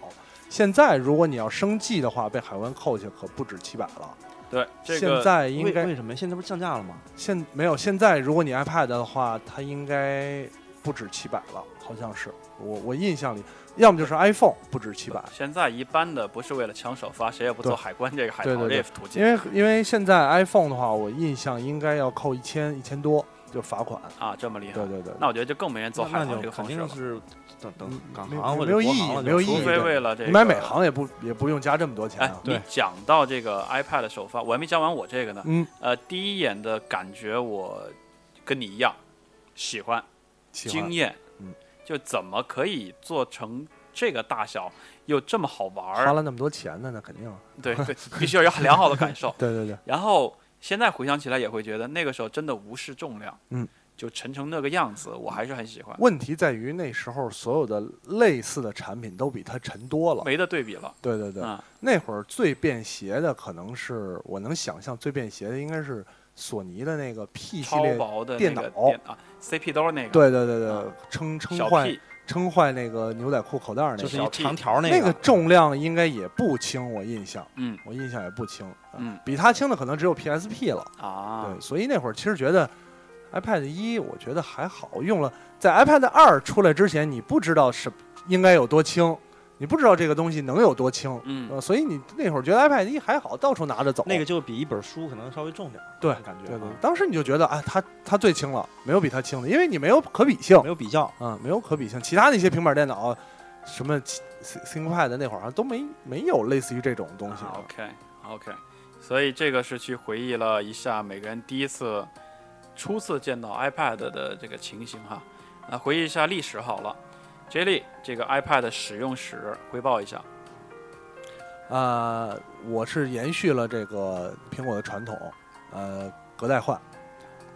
Speaker 3: 现在如果你要升级的话，被海关扣去可不止七百了。
Speaker 2: 对，这
Speaker 3: 现
Speaker 2: 个
Speaker 3: 在应
Speaker 4: 为
Speaker 3: 该
Speaker 4: 为什么现在不是降价了吗？
Speaker 3: 现没有现在，如果你 iPad 的话，它应该不止七百了，好像是我我印象里，要么就是 iPhone 不止七百，
Speaker 2: 现在一般的不是为了抢首发，谁也不
Speaker 3: 对
Speaker 2: 做海关这个海
Speaker 3: 对
Speaker 2: 淘
Speaker 3: 对
Speaker 2: 这
Speaker 3: 对
Speaker 2: 途
Speaker 3: 因
Speaker 2: 径
Speaker 3: 为因为现在 iPhone 的话，我印象应该要扣一千一千多，就罚款。
Speaker 2: 啊，这么厉害
Speaker 3: 对。对对，
Speaker 2: 那我觉得就更没人走海淘
Speaker 4: 那那
Speaker 2: 这
Speaker 4: 就
Speaker 2: 个方
Speaker 4: 肯
Speaker 2: 式
Speaker 4: 定
Speaker 2: 了，
Speaker 4: 是等等港
Speaker 3: 没
Speaker 4: 行或
Speaker 3: 没
Speaker 4: 者
Speaker 3: 有
Speaker 4: 国
Speaker 3: 意义
Speaker 4: 行了就
Speaker 3: 没有意
Speaker 4: 出
Speaker 3: 义
Speaker 2: 除
Speaker 4: 了
Speaker 2: 非
Speaker 3: 对
Speaker 2: 为了这个。
Speaker 3: 你买美行也不也不用加这么多钱
Speaker 2: 哎
Speaker 3: 啊，。
Speaker 4: 对
Speaker 2: 你讲到这个 iPad 首发，我还没讲完我这个呢。
Speaker 3: 嗯，
Speaker 2: 呃，第一眼的感觉我跟你一样，喜欢，
Speaker 3: 喜欢
Speaker 2: 惊艳，
Speaker 3: 嗯，
Speaker 2: 就怎么可以做成这个大小又这么好玩
Speaker 3: 花
Speaker 2: 儿？
Speaker 3: 了那么多钱呢，那肯定。
Speaker 2: 对对，必须要有良好的感受。
Speaker 3: 对对对，
Speaker 2: 然后现在回想起来也会觉得那个时候真的无视重量，
Speaker 3: 嗯，
Speaker 2: 就沉成那个样子，我还是很喜欢，
Speaker 3: 问题在于那时候所有的类似的产品都比它沉多了。
Speaker 2: 没得对比了。
Speaker 3: 对对对，
Speaker 2: 啊，
Speaker 3: 那会儿最便携的可能是我能想象最便携的应该是索尼的那个 P 系
Speaker 2: 超
Speaker 3: 列。
Speaker 2: 薄的那
Speaker 3: 电
Speaker 2: 个
Speaker 3: 脑
Speaker 2: 电啊，CP 兜那个，，
Speaker 3: 对对对对
Speaker 2: 啊，
Speaker 3: 撑撑
Speaker 2: 小
Speaker 3: 坏
Speaker 2: P
Speaker 3: 撑坏那个牛仔裤口袋儿那
Speaker 4: 就是
Speaker 3: 个，
Speaker 4: 一
Speaker 2: 小 P
Speaker 4: 长条
Speaker 3: 那
Speaker 4: 个
Speaker 3: 个重量应该也不轻，我印象，
Speaker 2: 嗯
Speaker 3: 我印象也不轻，啊
Speaker 2: 嗯
Speaker 3: 比它轻的可能只有 PSP 了。
Speaker 2: 啊
Speaker 3: 对，，所以那会儿其实觉得 iPad 一，我觉得还好用了。在 iPad 二出来之前，你不知道是应该有多轻，你不知道这个东西能有多轻，
Speaker 2: 嗯，
Speaker 3: 呃，所以你那会儿觉得 iPad 一还好，到处拿着走。
Speaker 4: 那个就比一本书可能稍微重点儿，
Speaker 3: 对
Speaker 4: 感觉
Speaker 3: 对对
Speaker 4: 啊，
Speaker 3: 当时你就觉得啊，它它最轻了，没有比它轻的，因为你没有可比性
Speaker 4: 没有比较，
Speaker 3: 啊、没有可比性。其他那些平板电脑，什么 ThinkPad 那会儿好像都没没有类似于这种东西。
Speaker 2: 啊，OK OK，所以这个是去回忆了一下每个人第一次、初次见到 iPad 的这个情形哈。啊，回忆一下历史好了。J 莉，这个 iPad 使用史汇报一下。
Speaker 3: 呃，我是延续了这个苹果的传统，呃，隔代换，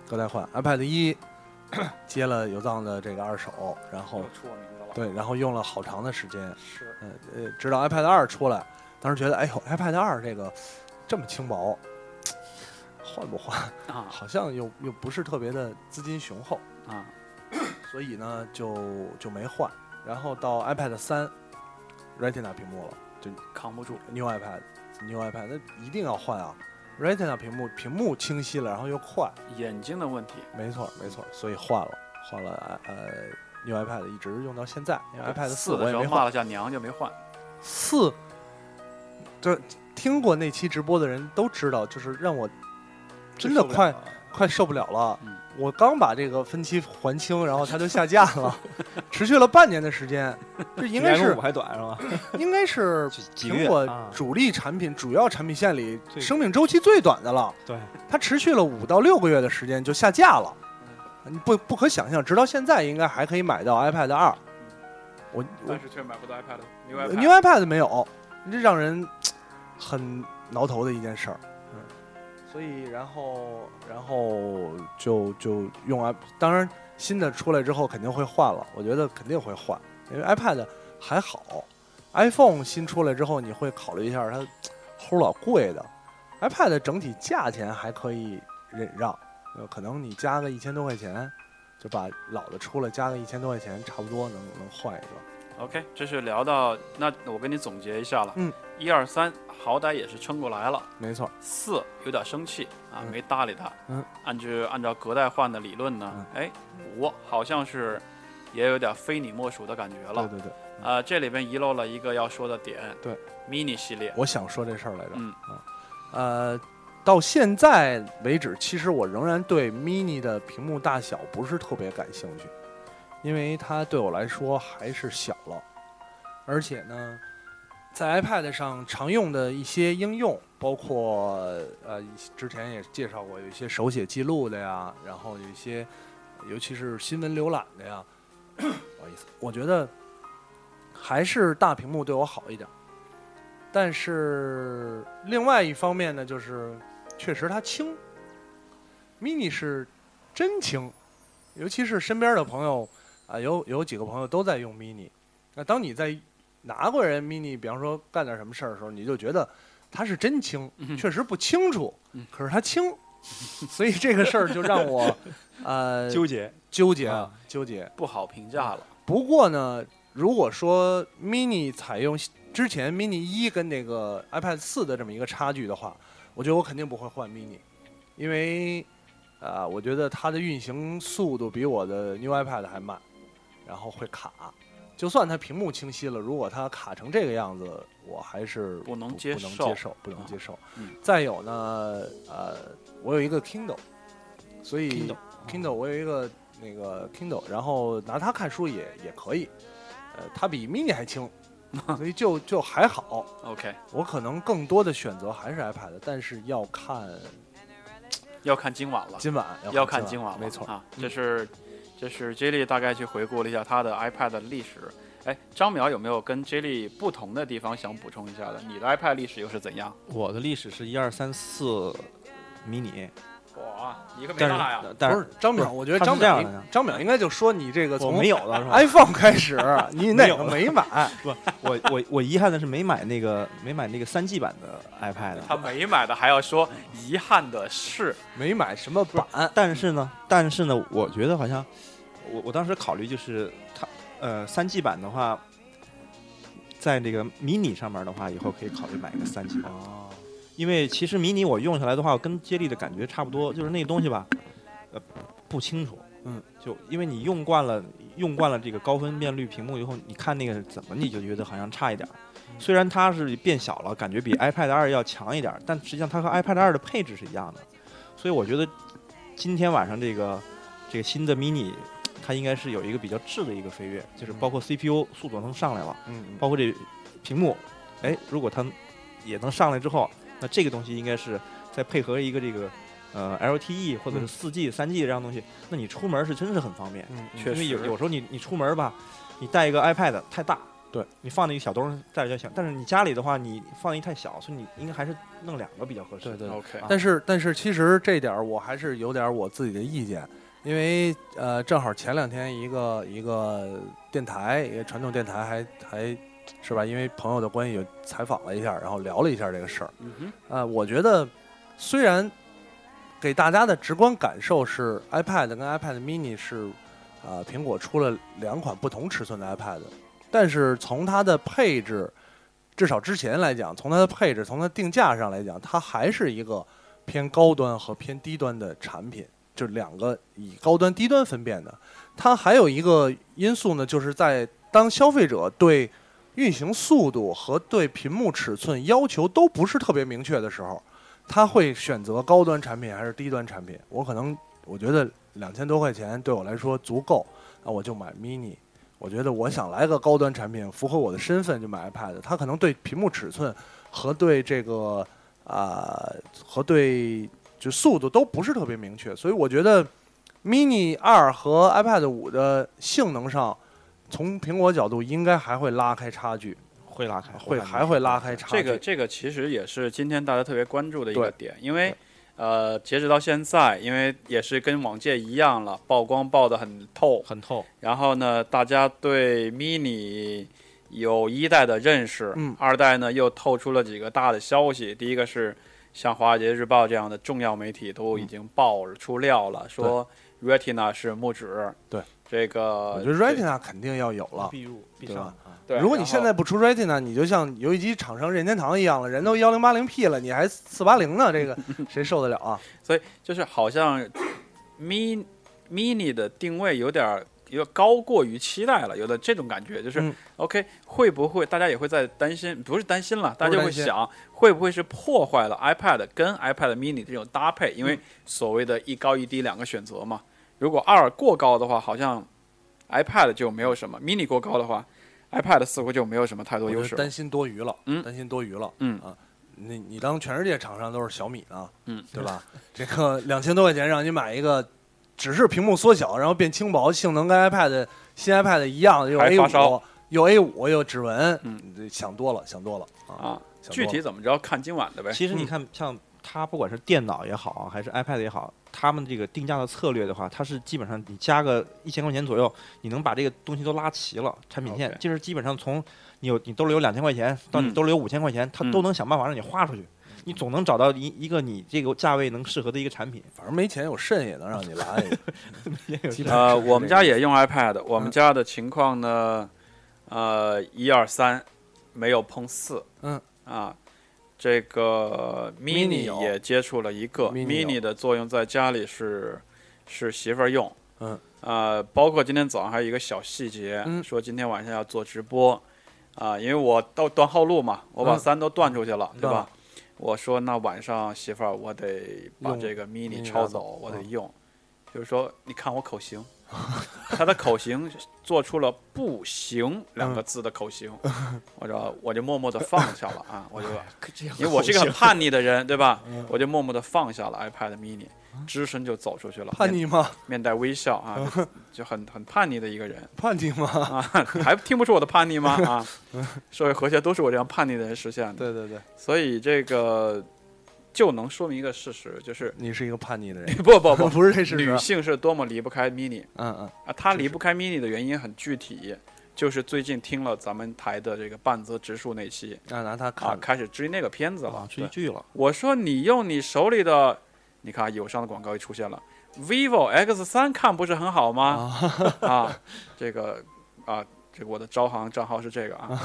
Speaker 3: 隔代换 iPad 一 接了有藏的这个二手，然后
Speaker 2: 出我名字了，
Speaker 3: 对，然后用了好长的时间，
Speaker 2: 是
Speaker 3: 呃呃，直到 iPad 二出来，当时觉得哎呦 iPad 二这个这么轻薄，换不换？
Speaker 2: 啊
Speaker 3: 好像又又不是特别的资金雄厚，
Speaker 2: 啊，
Speaker 3: 所以呢就就没换。然后到 iPad 三，Retina 屏幕了。
Speaker 2: 扛不住。
Speaker 3: new iPad，new iPad，那一定要换啊！Retina 屏幕屏幕清晰了，然后又快，
Speaker 2: 眼睛的问题，
Speaker 3: 没错没错，所以换了，换了呃 new iPad 一直用到现在，因为 iPad
Speaker 2: 四
Speaker 3: 我
Speaker 2: 的
Speaker 3: 也
Speaker 2: 时候
Speaker 3: 没
Speaker 2: 骂
Speaker 3: 换
Speaker 2: 了下娘就没换。
Speaker 3: 四，这听过那期直播的人都知道，就是让我真的快
Speaker 4: 啊
Speaker 3: 快受不了了。
Speaker 2: 嗯
Speaker 3: 我刚把这个分期还清，然后它就下架 了，持续了半年的时间，这应该
Speaker 4: 比
Speaker 3: 是
Speaker 4: 我还短是吧？
Speaker 3: 应该是
Speaker 4: 几几个
Speaker 3: 苹
Speaker 4: 月
Speaker 3: 果
Speaker 4: 啊
Speaker 3: 主力产品、主要产品线里
Speaker 4: 最
Speaker 3: 生命周期最短的了。
Speaker 4: 对，
Speaker 3: 它持续了五到六个月的时间就下架了，
Speaker 4: 嗯
Speaker 3: 你不不可想象，直到现在应该还可以买到 iPad 二。我我
Speaker 2: 是却买不到 iPad。New
Speaker 3: new iPad 没有，这让人很挠头的一件事儿。嗯，所以然后然后就就用 i，当然新的出来之后肯定会换了，我觉得肯定会换，因为 iPad 还好，iPhone 新出来之后你会考虑一下它齁老贵的，iPad 整体价钱还可以忍让，呃可能你加个一千多块钱。就把老的出了，加个一千多块钱，差不多能能换一个。
Speaker 2: OK，这是聊到那我跟你总结一下了。
Speaker 3: 嗯，
Speaker 2: 一二三，好歹也是撑过来了。
Speaker 3: 没错，
Speaker 2: 四有点生气啊，
Speaker 3: 嗯
Speaker 2: 没搭理他。
Speaker 3: 嗯，
Speaker 2: 按据按照隔代换的理论呢，哎，五好像是也有点非你莫属的感觉
Speaker 3: 对
Speaker 2: 了。
Speaker 3: 对对，
Speaker 2: 啊，这里边遗漏了一个要说的点。
Speaker 3: 对
Speaker 2: ，mini 系列，
Speaker 3: 我想说这事儿来着。
Speaker 2: 嗯
Speaker 3: 呃，到现在为止，其实我仍然对 mini 的屏幕大小不是特别感兴趣，因为它对我来说还是小了，而且呢，在 iPad 上常用的一些应用，包括呃之前也介绍过，有一些手写记录的呀，然后有一些尤其是新闻浏览的呀， 不好意思，我觉得还是大屏幕对我好一点。但是另外一方面呢，就是确实它轻，mini 是真轻，尤其是身边的朋友啊、有有几个朋友都在用 mini。那当你在拿过人 mini，比方说干点什么事儿的时候，你就觉得它是真轻，
Speaker 2: 嗯
Speaker 3: 确实不清楚
Speaker 2: 嗯，
Speaker 3: 可是它轻，所以这个事儿就让我呃
Speaker 4: 纠结
Speaker 3: 纠结
Speaker 4: 啊
Speaker 3: 纠结。
Speaker 2: 不好评价了。
Speaker 3: 不过呢，如果说 mini 采用之前 mini 一跟那个 iPad 四的这么一个差距的话，我觉得我肯定不会换 mini，因为呃，我觉得它的运行速度比我的 new iPad 还慢，然后会卡。就算它屏幕清晰了，如果它卡成这个样子，我还是
Speaker 2: 不能接
Speaker 3: 接不能
Speaker 2: 受
Speaker 3: 受，不能接受。
Speaker 2: 嗯
Speaker 3: 再有呢，呃，我有一个 Kindle，所以
Speaker 4: Kindle
Speaker 3: Kindle 我有一个那个 Kindle，然后拿它看书也也可以，呃，它比 Mini 还轻，所以就就还好。
Speaker 2: OK，
Speaker 3: 我可能更多的选择还是 iPad，但是要看
Speaker 2: 要看今晚了，
Speaker 3: 今晚，
Speaker 2: 要
Speaker 3: 看
Speaker 2: 看今晚了，
Speaker 3: 没错。
Speaker 2: 啊，这是这是 J 莉大概去回顾了一下他的 iPad 的历史。哎，张淼有没有跟 J 莉不同的地方想补充一下的？你的 iPad 历史又是怎样？
Speaker 4: 我的历史是一二三四迷你，
Speaker 2: 哇，啊一个没
Speaker 4: 但
Speaker 2: 大呀！
Speaker 4: 是但
Speaker 3: 不是张淼，
Speaker 4: 不是
Speaker 3: 我觉得
Speaker 4: 他
Speaker 3: 张
Speaker 4: 是
Speaker 3: 淼
Speaker 4: 这样
Speaker 3: 应
Speaker 4: 的
Speaker 3: 张淼应该就说你这个
Speaker 4: 我
Speaker 3: 从哎
Speaker 4: 没有了是吧？
Speaker 3: iPhone 开始，你哪个没买？
Speaker 4: 我我我遗憾的是没买那个没买那个三 G 版的 iPad，
Speaker 2: 他没买的还要说，遗憾的是，
Speaker 3: 没买什么版？
Speaker 4: 但是呢，但是呢，我觉得好像我我当时考虑就是它呃三 G 版的话，在这个迷你上面的话，以后可以考虑买一个三 G 版，
Speaker 3: 哦，
Speaker 4: 因为其实迷你我用下来的话，我跟接力的感觉差不多，就是那个东西吧，呃不清楚，
Speaker 3: 嗯，
Speaker 4: 就因为你用惯了用惯了这个高分辨率屏幕以后，你看那个怎么你就觉得好像差一点儿。虽然它是变小了，感觉比 iPad 二要强一点儿，但实际上它和 iPad 二的配置是一样的，所以我觉得今天晚上这个这个新的 mini，它应该是有一个比较质的一个飞跃，就是包括 CPU 速度能上来了，
Speaker 3: 嗯，
Speaker 4: 包括这屏幕，哎，如果它也能上来之后，那这个东西应该是再配合一个这个呃 LTE 或者是
Speaker 3: 嗯
Speaker 4: 4 G、3 G 这样东西，那你出门是真是很方便，
Speaker 3: 嗯，
Speaker 2: 确
Speaker 4: 因为有
Speaker 2: 实
Speaker 4: 有时候你你出门吧，你带一个 iPad 太大。
Speaker 3: 对
Speaker 4: 你放那个小兜儿带着就行，但是你家里的话，你放一太小，所以你应该还是弄两个比较合适。
Speaker 3: 对对
Speaker 2: OK，
Speaker 4: 啊
Speaker 3: 但是但是其实这点儿我还是有点儿我自己的意见，因为呃，正好前两天一个一个电台，一个传统电台还还是吧，因为朋友的关系有采访了一下，然后聊了一下这个事儿。
Speaker 2: 嗯哼，
Speaker 3: 呃，我觉得虽然给大家的直观感受是 iPad 跟 iPad mini 是呃苹果出了两款不同尺寸的 iPad，但是从它的配置，至少之前来讲，从它的配置，从它定价上来讲，它还是一个偏高端和偏低端的产品，就两个以高端低端分辨的。它还有一个因素呢，就是在当消费者对运行速度和对屏幕尺寸要求都不是特别明确的时候，他会选择高端产品还是低端产品。我可能我觉得两千多块钱对我来说足够，那我就买 mini。我觉得我想来个高端产品，符合我的身份就买 iPad。它可能对屏幕尺寸和对这个啊、和对就速度都不是特别明确，所以我觉得 mini 二和 iPad 五的性能上，从苹果角度应该还会拉开差距。
Speaker 4: 会拉开，
Speaker 3: 会
Speaker 4: 感觉
Speaker 3: 还会拉开差距。
Speaker 2: 这个这个其实也是今天大家特别关注的一个
Speaker 3: 对
Speaker 2: 点，因为呃，截止到现在，因为也是跟往届一样了，曝光曝得很透，
Speaker 4: 很透。
Speaker 2: 然后呢，大家对 mini 有一代的认识，
Speaker 3: 嗯
Speaker 2: 二代呢又透出了几个大的消息。第一个是像《华尔街日报》这样的重要媒体都已经爆了出料了，说 Retina 是木指，
Speaker 3: 对
Speaker 2: 呃这个
Speaker 3: 我觉得 Retina 肯定要有了。
Speaker 4: 必入必
Speaker 3: 对吧
Speaker 4: 上。
Speaker 2: 对，
Speaker 3: 如果你
Speaker 2: 然后
Speaker 3: 现在不出 Retina，你就像游戏机厂商任天堂一样了，
Speaker 2: 嗯
Speaker 3: 人都幺零八零 P 了，你还四八零呢，这个谁受得了啊？
Speaker 2: 所以就是好像 mini mini 的定位有点儿有点高过于期待了，有的这种感觉，就是、
Speaker 3: 嗯
Speaker 2: OK 会不会大家也会在担心，不是担心了，大家就会
Speaker 3: 担心
Speaker 2: 想会不会是破坏了 iPad 跟 iPad mini 这种搭配，因
Speaker 3: 嗯
Speaker 2: 为所谓的一高一低两个选择嘛。如果二过高的话，好像 iPad 就没有什么；mini 过高的话，iPad 似乎就 没有什么太多
Speaker 3: 我
Speaker 2: 优
Speaker 3: 就
Speaker 2: 势了。
Speaker 3: 担心多余了，
Speaker 2: 嗯
Speaker 3: 担心多余了，
Speaker 2: 嗯
Speaker 3: 啊，你你当全世界厂商都是小米呢，
Speaker 2: 嗯，
Speaker 3: 对吧？ 这个两千多块钱让你买一个，只是屏幕缩小，然后变轻薄，性能跟 iPad 新 iPad 一样，又
Speaker 2: 还
Speaker 3: A
Speaker 2: 发烧
Speaker 3: 五又 A 五又指纹，
Speaker 2: 嗯
Speaker 3: 你这想多了，想多了啊，
Speaker 2: 啊，
Speaker 3: 想多
Speaker 2: 具
Speaker 3: 了
Speaker 2: 体怎么着看今晚的呗。
Speaker 4: 其实你看，像它不管是电脑也好啊，还是 iPad 也好，他们这个定价的策略的话，它是基本上你加个一千块钱左右，你能把这个东西都拉齐了，产品线
Speaker 2: OK
Speaker 4: 就是基本上从你有你兜里有两千块钱到你
Speaker 2: 嗯
Speaker 4: 兜里有五千块钱，它
Speaker 2: 嗯
Speaker 4: 都能想办法让你花出去。你总能找到一一个你这个价位能适合的一个产 品，
Speaker 3: 反正没钱有肾也能让你 拉一个。基本上嗯
Speaker 2: 呃，
Speaker 3: 是这
Speaker 2: 我们家
Speaker 3: 个
Speaker 2: 也用 iPad，我们
Speaker 3: 嗯
Speaker 2: 家的情况呢，呃，一二三没有碰四，
Speaker 3: 嗯
Speaker 2: 啊，这个
Speaker 3: Mini
Speaker 2: mini
Speaker 3: 有
Speaker 2: 也接触了一个
Speaker 3: Mini 有
Speaker 2: mini 的作用在家里是是媳妇儿用，
Speaker 3: 嗯，
Speaker 2: 呃，包括今天早上还有一个小细节，
Speaker 3: 嗯
Speaker 2: 说今天晚上要做直播，啊，因为我到断后路嘛，我把
Speaker 3: 嗯
Speaker 2: 三都断出去了，对
Speaker 3: 断
Speaker 2: 吧
Speaker 3: 了？
Speaker 2: 我说那晚上媳妇儿，我得把
Speaker 3: 用
Speaker 2: 这个 mini
Speaker 3: mini
Speaker 2: 抄
Speaker 3: 拿
Speaker 2: 走，
Speaker 3: 走
Speaker 2: 我得
Speaker 3: 嗯
Speaker 2: 用，就是说你看我口型， 他的口型做出了“不行”两个字的口型，
Speaker 3: 嗯
Speaker 2: 我就我就默默的放下了 啊，我就因为我是一个很叛逆的人，对吧？
Speaker 3: 嗯
Speaker 2: 我就默默的放下了 iPad mini，只身就走出去了，
Speaker 3: 叛逆嗯吗？
Speaker 2: 面，面带微笑啊，就 就很很叛逆的一个人
Speaker 3: 叛逆吗？
Speaker 2: 啊，还听不出我的叛逆吗？啊，社会和谐都是我这样叛逆的人实现的，
Speaker 3: 嗯对对对，
Speaker 2: 所以这个就能说明一个事实，就是
Speaker 3: 你是一个叛逆的人，
Speaker 2: 不不不，
Speaker 3: 不是这事
Speaker 2: 女
Speaker 3: 实。
Speaker 2: 性是多么离不开 mini。
Speaker 3: 嗯嗯，
Speaker 2: 啊，他
Speaker 3: 就
Speaker 2: 离
Speaker 3: 是
Speaker 2: 不开 mini 的原因很具体，就是最近听了咱们台的这个半泽直树那期
Speaker 3: 那拿它
Speaker 2: 啊，
Speaker 3: 看
Speaker 2: 开始追那个片子了。
Speaker 4: 啊，追
Speaker 2: 对
Speaker 4: 剧了，
Speaker 2: 我说你用你手里的，你看友商的广告又出现了，vivo X 三看不是很好吗？啊这个啊，这个我的招行账号是这个啊，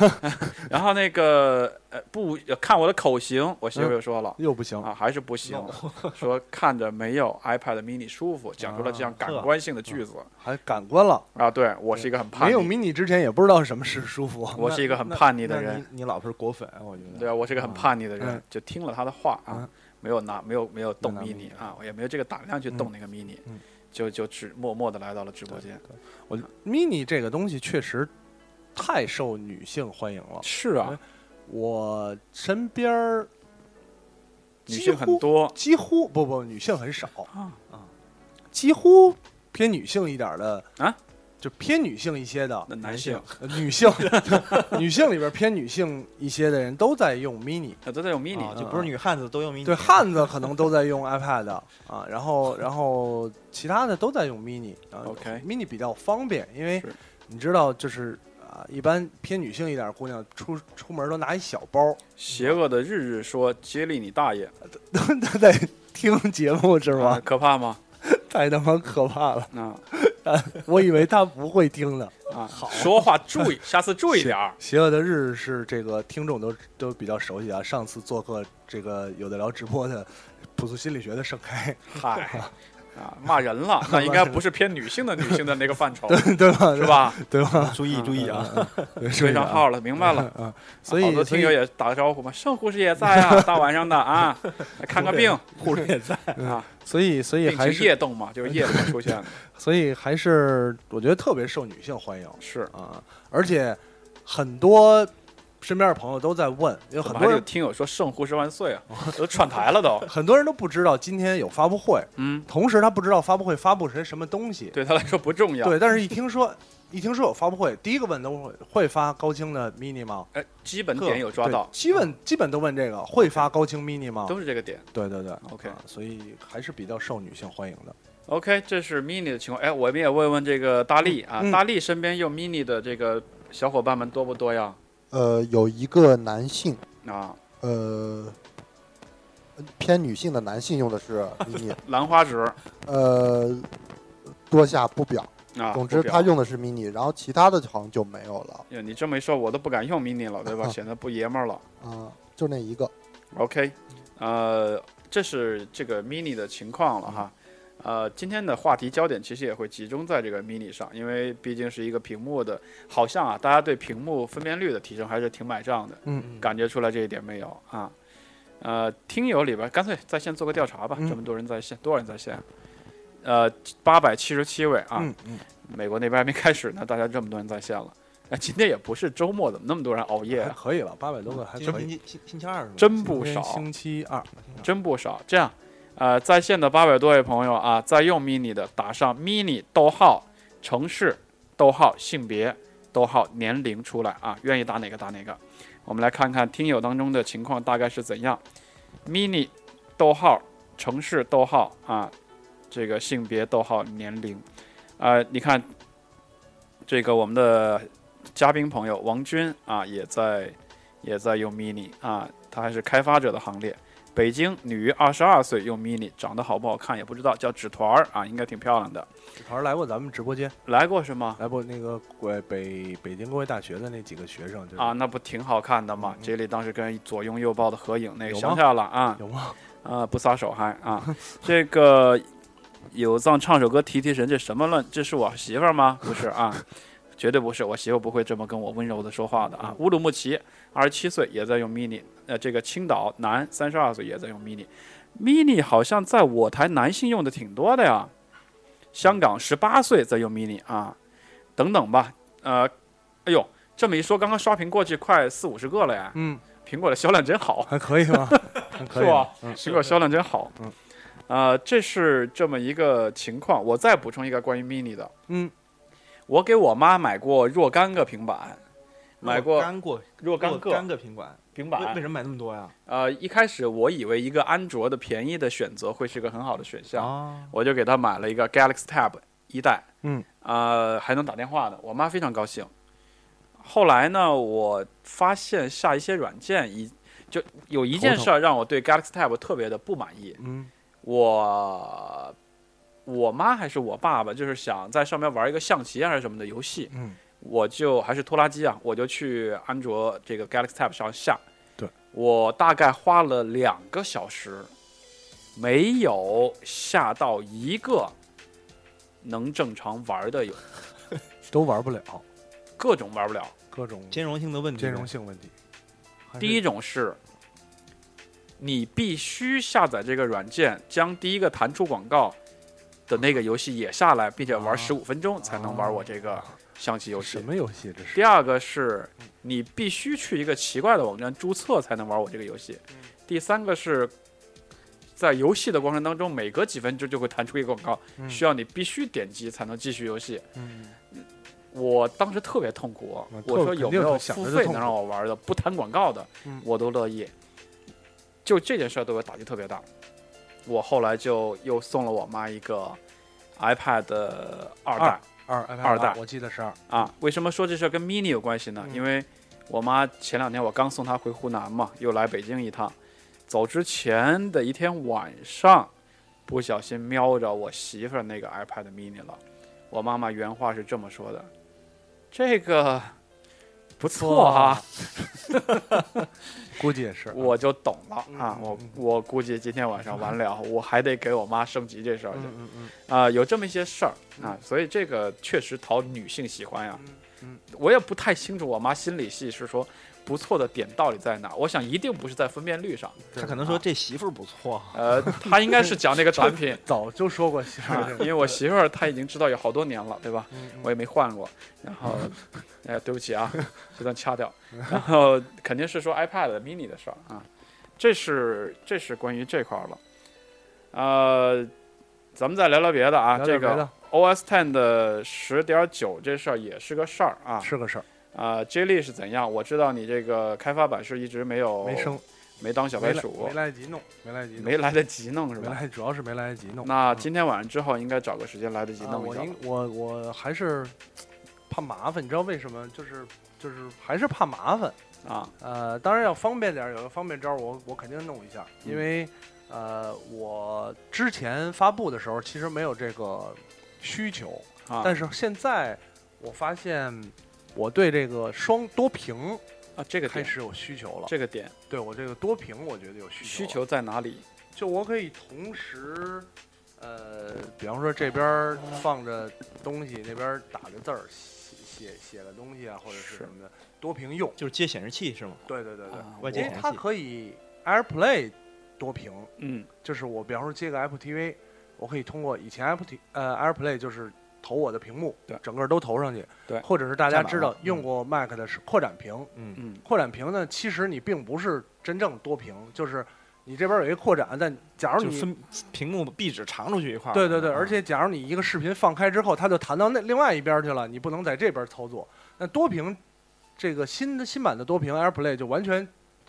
Speaker 2: 然后那个呃不看我的口型，我媳妇又说了。
Speaker 3: 又不行。
Speaker 2: 啊，还是不行， 说看着没有 iPad mini 舒服，讲出了这样感
Speaker 4: 呵
Speaker 2: 官性的句子
Speaker 3: 还感官了，
Speaker 2: 啊！对我是一个很叛
Speaker 3: 嗯没
Speaker 2: 逆
Speaker 3: 有 mini 之前也不知道什么是舒服。
Speaker 2: 我
Speaker 4: 那
Speaker 2: 是一个很
Speaker 4: 那
Speaker 2: 叛逆的
Speaker 4: 那
Speaker 2: 人，
Speaker 4: 你你老婆是果粉，我觉得。
Speaker 2: 对啊，我是一个很叛逆的人
Speaker 3: 嗯，
Speaker 2: 就听了他的话啊
Speaker 3: 嗯，
Speaker 2: 没有拿，没有没有动
Speaker 3: 没拿
Speaker 2: mini 啊，我也没有这个胆量去动那个 mini，
Speaker 3: 嗯
Speaker 2: 就就只默默的来到了直播间。
Speaker 3: 我 mini 这个东西确实太受女性欢迎了，
Speaker 2: 是啊，
Speaker 3: 我身边儿
Speaker 2: 女
Speaker 3: 几
Speaker 2: 性很
Speaker 3: 乎
Speaker 2: 多
Speaker 3: 几乎不不女性很少，
Speaker 2: 啊，
Speaker 3: 几乎偏女性一点儿的
Speaker 2: 啊，
Speaker 3: 就偏女性一些的
Speaker 2: 那男性
Speaker 3: 呃女性，女性里边偏女性一些的人都在用 mini，
Speaker 2: 啊都在用 mini，
Speaker 4: 啊，就不是女汉子都用 mini，
Speaker 3: 对汉子可能都在用 iPad 啊，然后然后其他的都在用 mini 啊
Speaker 2: OK
Speaker 3: mini 比较方便，因为
Speaker 2: 是
Speaker 3: 你知道就是啊，一般偏女性一点儿姑娘出出门都拿一小 包，
Speaker 2: 邪恶的日日说接力你大爷，
Speaker 3: 都都在听节目是
Speaker 2: 啊
Speaker 3: 吗？
Speaker 2: 可怕吗？
Speaker 3: 太他妈可怕了，
Speaker 2: 啊
Speaker 3: 我以为她不会听的。
Speaker 2: 啊，说话注意，下次注意点儿。
Speaker 3: 邪恶的日是这个听众都都比较熟悉啊，上次做客这个有的聊直播的朴素心理学的盛开，
Speaker 2: 嗨， 啊，骂人了，那应该不是偏女性的女性的那个范畴，
Speaker 3: 对吧？
Speaker 2: 是？吧？
Speaker 3: 对吧？嗯
Speaker 4: 注意注意啊，
Speaker 3: 对
Speaker 2: 对上号了，明白了。
Speaker 3: 啊， 所
Speaker 2: 好
Speaker 3: 以
Speaker 2: 多
Speaker 3: 所
Speaker 2: 听友
Speaker 3: 以
Speaker 2: 也打个招呼嘛，盛护士也在啊，大晚上的啊，来看个病，
Speaker 4: 护士也在，
Speaker 2: 啊，
Speaker 3: 所以所以
Speaker 2: 病
Speaker 3: 还
Speaker 2: 情
Speaker 3: 是
Speaker 2: 夜动嘛，就是夜里出现的，
Speaker 3: 所以还是我觉得特别受女性欢迎
Speaker 2: 是。
Speaker 3: 啊，而且很多身边的朋友都在问，有
Speaker 2: 怎
Speaker 3: 很
Speaker 2: 么还
Speaker 3: 多
Speaker 2: 有
Speaker 3: 人
Speaker 2: 听友说圣护士万岁啊？都串台了 都，
Speaker 3: 很多人都不知道今天有发布会，
Speaker 2: 嗯，
Speaker 3: 同时他不知道发布会发布谁什么东西，
Speaker 2: 对他来说不重要。
Speaker 3: 对，但是一听说一听说有发布会，第一个问都会会发高清的 mini 吗？
Speaker 2: 哎，基本点有抓
Speaker 3: 对
Speaker 2: 到，嗯
Speaker 3: 基本基本都问这个会发高清 mini 吗？
Speaker 2: 都是这个点。
Speaker 3: 对对对
Speaker 2: OK
Speaker 3: 啊所以还是比较受女性欢迎的。
Speaker 2: OK，这是 mini 的情况。哎，我们也问问这个大力啊，
Speaker 3: 嗯
Speaker 2: 大力身边用 mini 的这个小伙伴们多不多呀？
Speaker 5: 呃，有一个男性，
Speaker 2: 啊，
Speaker 5: 呃，偏女性的男性用的是 mini，
Speaker 2: 兰花指
Speaker 5: 呃，多下不表。
Speaker 2: 啊，
Speaker 5: 总
Speaker 2: 不
Speaker 5: 之，
Speaker 2: 表
Speaker 5: 他用的是 mini，然后其他的好像就没有了
Speaker 2: 哎呀你这么一说，我都不敢用 mini 了，对吧？显得不爷们儿了。
Speaker 5: 啊、就那一个。
Speaker 2: OK，呃，这是这个 mini 的情况了哈。呃，今天的话题焦点其实也会集中在这个 mini 上，因为毕竟是一个屏幕的，好像啊，大家对屏幕分辨率的提升还是挺买账的，
Speaker 3: 嗯，
Speaker 2: 感觉出来这一点没有啊？呃，听友里边干脆在线做个调查吧，
Speaker 3: 嗯
Speaker 2: 这么多人在线，多少人在线？呃，八百七十七位啊，
Speaker 3: 嗯嗯，
Speaker 2: 美国那边还没开始呢，大家这么多人在线了。那今天也不是周末，怎么那么多人熬夜
Speaker 3: 还
Speaker 2: 啊？
Speaker 3: 可以了，八百多个还
Speaker 4: 今
Speaker 3: 可
Speaker 4: 天
Speaker 3: 以。
Speaker 4: 星期星星期二是吧？
Speaker 2: 真不少，
Speaker 3: 星期二，
Speaker 2: 真不少。这样，呃，在线的八百多位朋友啊，在用 mini 的打上 mini 逗号城市逗号性别逗号年龄出来啊，愿意打哪个打哪个。我们来看看听友当中的情况大概是怎样。mini 逗号城市逗号啊，这个性别逗号年龄，呃，你看这个我们的嘉宾朋友王军啊，也在也在用 mini 啊，他还是开发者的行列。北京女，二十二岁，用 mini，长得好不好看也不知道，叫纸团儿啊，应该挺漂亮的。
Speaker 3: 纸团儿来过咱们直播间，
Speaker 2: 来过是吗？
Speaker 3: 来过那个国北北京工业大学的那几个学生，就是
Speaker 2: 啊，那不挺好看的吗？
Speaker 3: 嗯
Speaker 2: 这里当时跟左拥右抱的合影，那个
Speaker 3: 有
Speaker 2: 想
Speaker 3: 吗
Speaker 2: 起来了啊，
Speaker 3: 有吗？
Speaker 2: 啊，不撒手还啊， 这个有藏唱首歌提提神，这什么乱？这是我媳妇儿吗？不是啊，绝对不是，我媳妇儿不会这么跟我温柔的说话的啊。乌鲁木齐二十七岁也在用 mini，呃，这个青岛男三十二岁也在用 mini。mini 好像在我台男性用的挺多的呀，香港十八岁在用 mini 啊，等等吧，呃，哎呦，这么一说，刚刚刷屏过去快四五十个了呀，
Speaker 3: 嗯，
Speaker 2: 苹果的销量真好。
Speaker 3: 还可以 吗？还可以
Speaker 2: 是
Speaker 3: 吗
Speaker 2: 吧？
Speaker 3: 嗯
Speaker 2: 苹果销量真好。
Speaker 3: 嗯，
Speaker 2: 啊、这是这么一个情况。我再补充一个关于 mini 的。
Speaker 3: 嗯，
Speaker 2: 我给我妈买过若干个平板，买过
Speaker 4: 干过
Speaker 2: 若干
Speaker 4: 干
Speaker 2: 个
Speaker 4: 个平板，
Speaker 2: 平
Speaker 4: 为为
Speaker 2: 板。
Speaker 4: 什么买那么多呀？
Speaker 2: 呃，一开始我以为一个安卓的便宜的选择会是个很好的选项，
Speaker 4: 啊，
Speaker 2: 我就给她买了一个 Galaxy Tab 一代。
Speaker 3: 嗯，
Speaker 2: 呃，还能打电话的，我妈非常高兴。后来呢，我发现下一些软件一就有一件
Speaker 4: 头疼
Speaker 2: 事儿让我对 Galaxy Tab 特别的不满意。
Speaker 3: 嗯
Speaker 2: 我我妈还是我爸爸，就是想在上面玩一个象棋还是什么的游戏，
Speaker 3: 嗯，
Speaker 2: 我就还是拖拉机啊，我就去安卓这个 Galaxy Tab 上下。
Speaker 3: 对，
Speaker 2: 我大概花了两个小时，没有下到一个能正常玩的，有
Speaker 3: 都玩不了，
Speaker 2: 各种玩不了。
Speaker 3: 各种
Speaker 4: 兼容性的问题。
Speaker 3: 兼容性问题。
Speaker 2: 第一种是，你必须下载这个软件，将第一个弹出广告的那个游戏也下来，并且玩
Speaker 3: 啊
Speaker 2: 十五分钟才能玩我这个象棋游戏
Speaker 3: 什。么游戏？这是
Speaker 2: 第二个是你必须去一个奇怪的网站注册才能玩我这个游戏。
Speaker 3: 嗯
Speaker 2: 第三个是。在游戏的过程当中，每隔几分钟就会弹出一个广告，
Speaker 3: 嗯
Speaker 2: 需要你必须点击才能继续游戏。
Speaker 3: 嗯
Speaker 2: 我当时特别痛苦
Speaker 3: 嗯，
Speaker 2: 我说有没有
Speaker 3: 特肯定是想
Speaker 2: 付
Speaker 3: 着就
Speaker 2: 费
Speaker 3: 痛
Speaker 2: 能
Speaker 3: 苦
Speaker 2: 让我玩的，不弹广告的
Speaker 3: 嗯，
Speaker 2: 我都乐意。就这件事儿对我打击特别大，我后来就又送了我妈一个 iPad 二代
Speaker 3: 二 iPad
Speaker 2: 二代
Speaker 3: 我记得是二。
Speaker 2: 啊。为什么说这事儿跟 mini 有关系呢？
Speaker 3: 嗯
Speaker 2: 因为我妈前两天我刚送她回湖南嘛，又来北京一趟，走之前的一天晚上，不小心瞄着我媳妇儿那个 iPad mini 了。我妈妈原话是这么说的：“这个不错哈、
Speaker 3: 哇，估计也是。
Speaker 2: 我就懂了啊！
Speaker 3: 嗯
Speaker 2: 我
Speaker 3: 嗯
Speaker 2: 我估计今天晚上完了，我还得给我妈升级这事儿去
Speaker 3: 嗯嗯嗯，
Speaker 2: 啊、有这么一些事儿啊，所以这个确实讨女性喜欢呀、
Speaker 3: 嗯
Speaker 2: 我也不太清楚我妈心理系是说不错的点到底在哪儿，我想一定不是在分辨率上，
Speaker 4: 他可能
Speaker 3: 啊
Speaker 4: 说这媳妇儿不错，
Speaker 2: 呃，她应该是讲那个产品
Speaker 3: 早就说过媳妇
Speaker 2: 啊
Speaker 3: 儿这，
Speaker 2: 因
Speaker 3: 个。
Speaker 2: 为我媳妇儿她已经知道有好多年了，对吧？
Speaker 3: 嗯嗯
Speaker 2: 我也没换过。然后，哎、对不起 啊，这段掐掉。然后肯定是说 iPad mini 的事儿啊，这是这是关于这块儿了。呃，咱们再聊聊别的啊，
Speaker 3: 聊
Speaker 2: 这
Speaker 3: 点别
Speaker 2: 个
Speaker 3: 的
Speaker 2: OS Ten 的十点九这事儿也是个事儿啊。
Speaker 3: 是个事儿，
Speaker 2: 啊、j l 是怎样？我知道你这个开发版是一直没有
Speaker 3: 没生，
Speaker 2: 哦没当小白
Speaker 3: 没来
Speaker 2: 鼠
Speaker 3: 没，来得及弄，没来得及弄，
Speaker 2: 没来得及弄是
Speaker 3: 没
Speaker 2: 吧？
Speaker 3: 来，主要是没来得及弄。
Speaker 2: 那
Speaker 3: 嗯
Speaker 2: 今天晚上之后应该找个时间来得及
Speaker 3: 啊
Speaker 2: 弄一
Speaker 3: 我
Speaker 2: 下了。
Speaker 3: 应我我还是怕麻烦，你知道为什么？就是就是还是怕麻烦。
Speaker 2: 啊，
Speaker 3: 呃，当然要方便点儿，有个方便招儿我我肯定弄一下，
Speaker 2: 嗯
Speaker 3: 因为、呃我之前发布的时候其实没有这个需求，
Speaker 2: 啊
Speaker 3: 但是现在我发现我对这个双多屏
Speaker 2: 啊，这个
Speaker 3: 开
Speaker 2: 点，
Speaker 3: 始有需求了，
Speaker 2: 这个点
Speaker 3: 对我这个多屏我觉得有需求
Speaker 2: 需
Speaker 3: 了
Speaker 2: 求在哪里？
Speaker 3: 就我可以同时，呃，比方说这边儿放着东西，那边儿打个字儿，写写写个东西啊，或者
Speaker 2: 是
Speaker 3: 是什么的，多屏用。
Speaker 4: 就是接显示器是吗？
Speaker 3: 对对对对，
Speaker 2: 啊
Speaker 4: 外
Speaker 2: 我
Speaker 4: 接
Speaker 3: 因为
Speaker 4: 显示
Speaker 3: 它
Speaker 4: 器
Speaker 3: 可以 AirPlay 多屏，
Speaker 2: 嗯
Speaker 3: 就是我比方说接个 Apple TV，我可以通过以前 Apple T 呃 AirPlay 就是投我的屏幕，
Speaker 2: 对
Speaker 3: 整个都投上去，
Speaker 2: 对
Speaker 3: 或者是大家
Speaker 2: 占满
Speaker 3: 知道
Speaker 2: 了
Speaker 3: 用过 Mac 的是扩展屏，
Speaker 4: 嗯，
Speaker 2: 嗯
Speaker 3: 扩展屏呢，其实你并不是真正多屏，就是你这边有一个扩展，但假如
Speaker 4: 就
Speaker 3: 你
Speaker 4: 分屏幕壁纸长出去一块儿。
Speaker 3: 对对对，
Speaker 4: 嗯
Speaker 3: 而且假如你一个视频放开之后，它就弹到那另外一边儿去了，你不能在这边儿操作。那多屏这个新的新版的多屏 AirPlay 就完全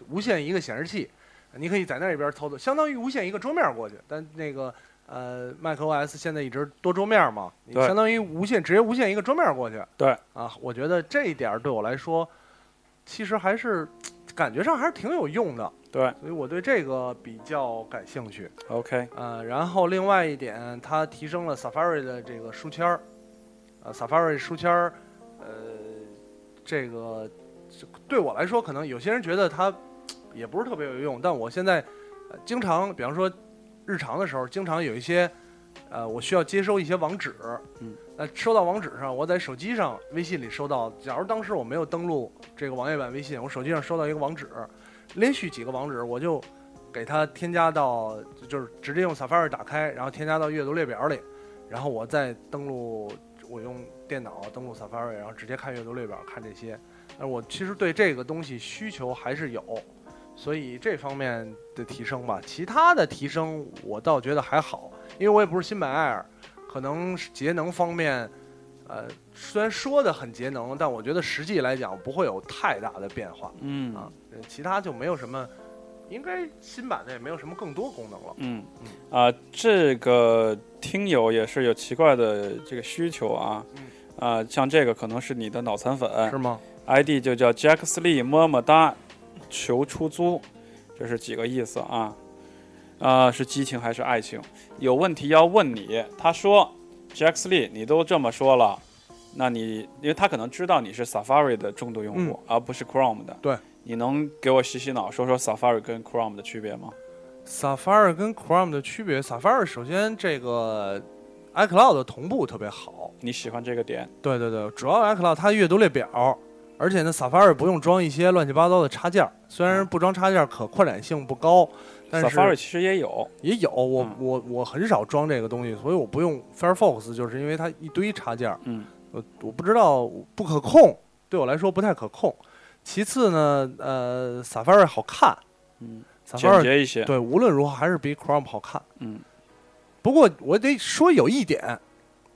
Speaker 3: 无线一个显示器，你可以在那一边儿操作，相当于无线一个桌面儿过去。但那个呃，macOS 现在一直多桌面儿嘛，你
Speaker 2: 对
Speaker 3: 相当于无线直接无线一个桌面儿过去。
Speaker 2: 对
Speaker 3: 啊，我觉得这一点儿对我来说，其实还是感觉上还是挺有用的。
Speaker 2: 对
Speaker 3: 所以我对这个比较感兴趣。
Speaker 2: ，OK，
Speaker 3: 呃，然后另外一点，它提升了 Safari 的这个书签儿，呃，Safari 书签儿，呃，这个这对我来说，可能有些人觉得它也不是特别有用，但我现在、呃经常，比方说日常的时候，经常有一些，呃，我需要接收一些网址，
Speaker 2: 嗯，
Speaker 3: 那收到网址上，我在手机上微信里收到，假如当时我没有登录这个网页版微信，我手机上收到一个网址，连续几个网址，我就给它添加到，就是直接用 Safari 打开，然后添加到阅读列表里，然后我再登录，我用电脑登录 Safari，然后直接看阅读列表，看这些。但是我其实对这个东西需求还是有，所以这方面的提升吧，其他的提升我倒觉得还好，因为我也不是新买爱尔，可能是节能方面。呃，虽然说的很节能，但我觉得实际来讲不会有太大的变化。
Speaker 2: 嗯
Speaker 3: 啊，呃其他就没有什么，应该新版的也没有什么更多功能了。
Speaker 2: 嗯啊、这个听友也是有奇怪的这个需求啊
Speaker 3: 嗯，
Speaker 2: 啊、像这个可能是你的脑残粉，
Speaker 3: 吗？
Speaker 2: ID 就叫 Jack Slee 么么哒，求出租，这是几个意思啊？啊、是激情还是爱情？有问题要问你。他说，Jack Slee，你都这么说了，那你因为他可能知道你是 Safari 的重度用户，而不是 Chrome 的。
Speaker 3: 嗯对，
Speaker 2: 你能给我洗洗脑，说说 Safari 跟 Chrome 的区别吗？
Speaker 3: Safari 跟 Chrome 的区别，Safari 首先这个 iCloud 的同步特别好，
Speaker 2: 你喜欢这个点？
Speaker 3: 对对对，主要 iCloud 它阅读列表，而且呢 Safari 不用装一些乱七八糟的插件儿，虽然不装插件儿可扩展性不高，但
Speaker 2: Safari
Speaker 3: 是
Speaker 2: 其实也有，
Speaker 3: 也有我、
Speaker 2: 嗯
Speaker 3: 我我很少装这个东西，所以我不用 Firefox，就是因为它一堆插件儿，
Speaker 2: 嗯，
Speaker 3: 我我不知道不可控，对我来说不太可控。其次呢，呃，Safari 好看
Speaker 2: 嗯，简
Speaker 3: ，Safari
Speaker 2: 洁一些，
Speaker 3: 对无论如何还是比 Chrome 好看。
Speaker 2: 嗯，
Speaker 3: 不过我得说有一点，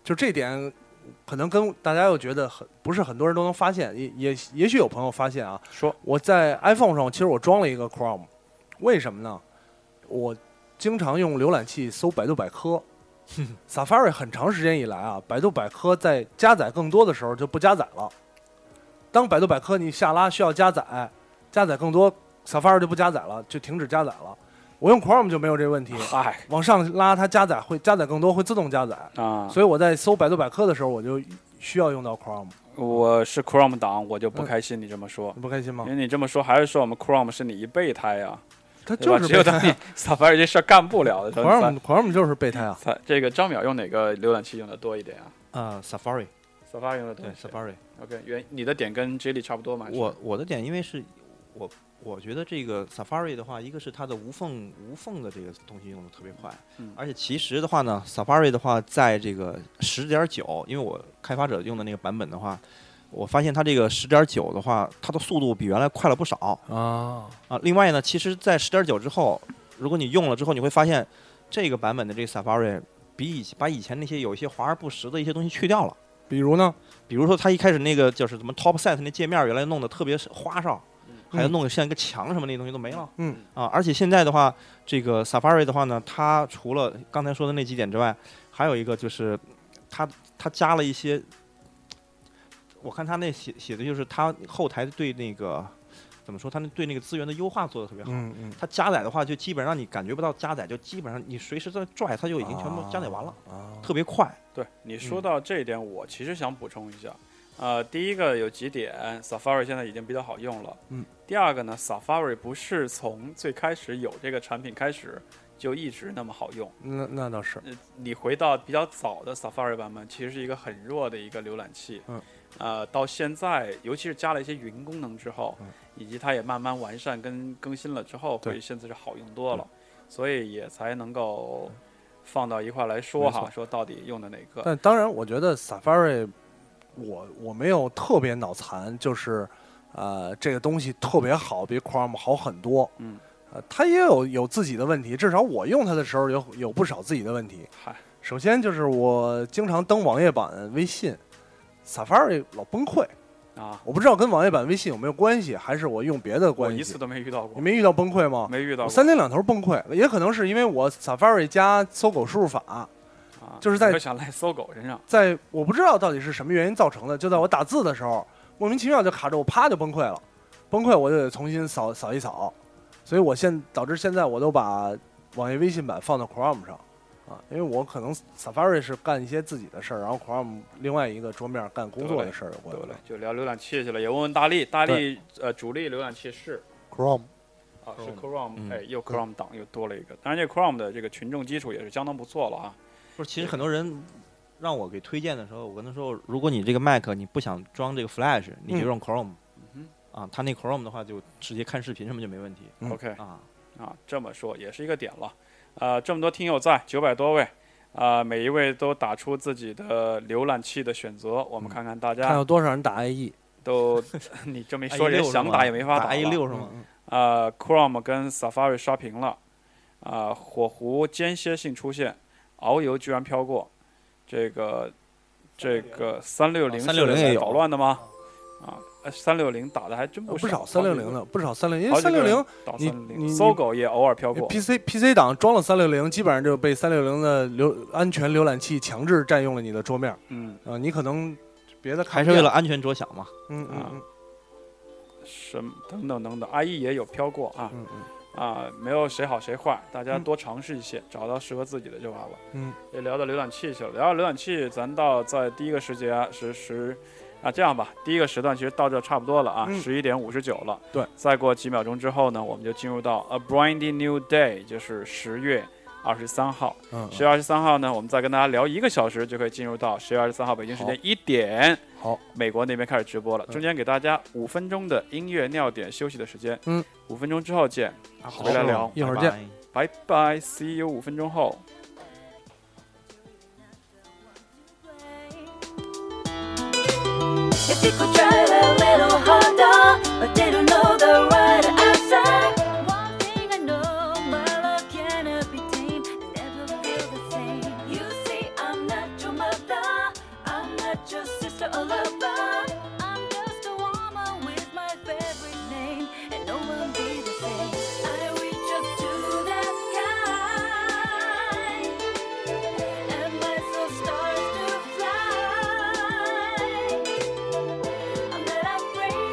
Speaker 3: 就这点可能跟大家又觉得很不是很多人都能发现，也也也许有朋友发现啊，
Speaker 2: 说
Speaker 3: 我在 iPhone 上其实我装了一个 Chrome，为什么呢？我经常用浏览器搜百度百科。Safari 很长时间以来啊，百度百科在加载更多的时候就不加载了。当百度百科你下拉需要加载，加载更多，Safari 就不加载了，就停止加载了。我用 Chrome 就没有这问题，
Speaker 2: 嗨
Speaker 3: 往上拉它加载会加载更多，会自动加载。
Speaker 2: 啊，
Speaker 3: 所以我在搜百度百科的时候，我就需要用到 Chrome。
Speaker 2: 我是 Chrome 党，我就
Speaker 3: 嗯
Speaker 2: 不开心你这么说。
Speaker 3: 你不开心吗
Speaker 2: 因？为你这么说，还是说我们 Chrome 是你一备胎呀、
Speaker 3: 它
Speaker 2: 对吧？
Speaker 3: 就是
Speaker 2: 只有
Speaker 3: 备
Speaker 2: 当
Speaker 3: 胎
Speaker 2: 你 Safari 这事儿干不了的时候，你才
Speaker 3: ，Chrome Chrome 就是备胎啊。
Speaker 2: 才这个张淼用哪个浏览器用的多一点啊
Speaker 4: 啊，Safari，
Speaker 2: ？Safari 用的多
Speaker 4: 对
Speaker 2: 一些。
Speaker 4: ，Safari。
Speaker 2: OK，原你的点跟 Jelly 差不多嘛？还是
Speaker 4: 我我的点，因为是我我觉得这个 Safari 的话，一个是它的无缝无缝的这个东西用的特别快，
Speaker 2: 嗯
Speaker 4: 而且其实的话呢，Safari 的话，在这个十点九，因为我开发者用的那个版本的话，我发现它这个十点九的话，它的速度比原来快了不少
Speaker 3: 啊，
Speaker 4: 啊。另外呢，其实，在十点九之后，如果你用了之后，你会发现这个版本的这个 Safari 比以把以前那些有一些华而不实的一些东西去掉了。
Speaker 3: 比如呢？
Speaker 4: 比如说他一开始那个就是什么 top set 那界面，原来弄得特别花哨
Speaker 2: 嗯，
Speaker 4: 还要弄得像一个墙什么那东西都没了。
Speaker 3: 嗯
Speaker 4: 啊，而且现在的话，这个 Safari 的话呢，它除了刚才说的那几点之外，还有一个就是它它加了一些，我看它那写写的就是它后台对那个怎么说，它那对那个资源的优化做的特别好。
Speaker 3: 嗯嗯，
Speaker 4: 它加载的话，就基本让你感觉不到加载，就基本上你随时在拽，它就已经全部加载完了，
Speaker 3: 啊。
Speaker 4: 特别快。
Speaker 2: 对你说到这一点，我其实想补充一下。呃，第一个有几点，Safari 现在已经比较好用了。
Speaker 3: 嗯。
Speaker 2: 第二个呢，Safari 不是从最开始有这个产品开始就一直那么好用。
Speaker 3: 那那倒是，
Speaker 2: 呃，你回到比较早的 Safari 版本，其实是一个很弱的一个浏览器。
Speaker 3: 嗯。
Speaker 2: 呃，到现在，尤其是加了一些云功能之后，
Speaker 3: 嗯
Speaker 2: 以及它也慢慢完善跟更新了之后，
Speaker 3: 对
Speaker 2: 会现在是好用多了，所以也才能够放到一块来说
Speaker 4: 没
Speaker 2: 哈，
Speaker 4: 错
Speaker 2: 说到底用的哪个？
Speaker 3: 嗯但当然，我觉得 Safari，我我没有特别脑残，就是呃，这个东西特别好，比 Chrome 好很多。
Speaker 2: 嗯，
Speaker 3: 呃，它也有有自己的问题，至少我用它的时候有有不少自己的问题。
Speaker 2: 嗨，
Speaker 3: 首先就是我经常登网页版微信，Safari 老崩溃，
Speaker 2: 啊，
Speaker 3: 我不知道跟网页版微信有没有关系，还是我用别的
Speaker 2: 我
Speaker 3: 关
Speaker 2: 一
Speaker 3: 系
Speaker 2: 次。都没遇到
Speaker 3: 你
Speaker 2: 过，
Speaker 3: 没遇到崩溃吗？
Speaker 2: 没遇到
Speaker 3: 我
Speaker 2: 过。
Speaker 3: 三天两头崩溃，也可能是因为我 Safari 加搜狗输入法，
Speaker 2: 啊，
Speaker 3: 就是在
Speaker 2: 你又想赖搜狗身上，
Speaker 3: 在我不知道到底是什么原因造成的，就在我打字的时候，莫名其妙就卡着我，啪就崩溃了，崩溃我就得重新扫扫一扫，所所以我现导致现在我都把网页微信版放到 Chrome 上啊，因为我可能 Safari 是干一些自己的事儿，然后 Chrome 另外一个桌面干工作的事儿有关
Speaker 2: 对了，就聊浏览器去了，也问问大力，大力呃主力浏览器是
Speaker 5: Chrome
Speaker 2: 啊是
Speaker 3: Chrome
Speaker 2: Chrome，
Speaker 4: 嗯
Speaker 2: 哎又 Chrome 档又多了一个，当然这 Chrome 的这个群众基础也是相当不错了啊。
Speaker 4: 不是，其实很多人让我给推荐的时候，我跟他说，如果你这个 Mac 你不想装这个 Flash，你就用 Chrome，、
Speaker 2: 嗯
Speaker 4: 啊，他那 Chrome 的话就直接看视频什么就没问题
Speaker 3: 嗯
Speaker 2: OK，
Speaker 4: 啊。
Speaker 2: 啊，这么说也是一个点了。呃，这么多听友在，九百多位，啊、每一位都打出自己的浏览器的选择，
Speaker 4: 嗯
Speaker 2: 我们看看大
Speaker 3: 看
Speaker 2: 家
Speaker 3: 有多少人打 E，IE，
Speaker 2: 都， 你这么一说，人
Speaker 4: 16
Speaker 2: 想
Speaker 4: 是吗
Speaker 2: 打也没法
Speaker 4: 打 A E
Speaker 2: 了
Speaker 4: 六是
Speaker 3: 嗯
Speaker 4: 吗？
Speaker 2: 呃，Chrome 跟 Safari 刷屏了，啊、火狐间歇性出现，遨游居然飘过，这个这个三六零
Speaker 3: 哦
Speaker 4: 360也有
Speaker 2: 捣乱的吗？啊，三六零打的还真
Speaker 3: 呃
Speaker 2: 不
Speaker 3: 不少
Speaker 2: 少，
Speaker 3: 三六零的，不少三六零，因
Speaker 2: 好
Speaker 3: 为
Speaker 2: 几个
Speaker 3: 三六
Speaker 2: 人
Speaker 3: 零
Speaker 2: 打
Speaker 3: 你
Speaker 2: 三
Speaker 3: 你
Speaker 2: 零，搜狗也偶尔飘过。
Speaker 3: PC PC 档装了三六零，基本上就被三六零的浏安全浏览器强制占用了你的桌面啊、
Speaker 2: 嗯，
Speaker 3: 呃你可能别的看
Speaker 4: 还
Speaker 3: 不
Speaker 4: 是为
Speaker 3: 见
Speaker 4: 了安全着想嘛。
Speaker 3: 嗯嗯
Speaker 2: 啊
Speaker 3: 嗯
Speaker 2: 什么等等等等，IE 也有飘过啊
Speaker 3: 嗯嗯
Speaker 2: 啊，没有谁好谁坏，大家
Speaker 3: 嗯
Speaker 2: 多尝试一些，找到适合自己的就完了。
Speaker 3: 嗯，
Speaker 2: 也聊到浏览器去了，聊到浏览器，咱到在第一个时节啊时时啊，这样吧，第一个时段其实到这差不多了啊，
Speaker 3: 嗯
Speaker 2: 十一、点五十九了。
Speaker 3: 对，
Speaker 2: 再过几秒钟之后呢，我们就进入到 A Brandy New Day，就是十月二十三号。
Speaker 3: 嗯
Speaker 2: 十月二十三号呢，我们再跟大家聊一个小时，就可以进入到十月二十三号北京时间一点，
Speaker 3: 嗯好，
Speaker 2: 美国那边开始直播了。
Speaker 3: 嗯
Speaker 2: 中间给大家五分钟的音乐尿点休息的时间，
Speaker 3: 嗯，
Speaker 2: 五分钟之后见，
Speaker 4: 好
Speaker 2: 回来聊
Speaker 3: 一会儿见。
Speaker 4: 拜拜
Speaker 2: 拜拜，see you，五分钟后。
Speaker 6: If you could drive a little harder, but they don't know the right answer. One thing I know, my love cannot be tamed. Never feel the same. You see, I'm not your mother, I'm not your sister or lover. I'm just a woman with my favorite name, and no one be the same. I reach up to the sky, and my soul starts to fly. I'm not afraid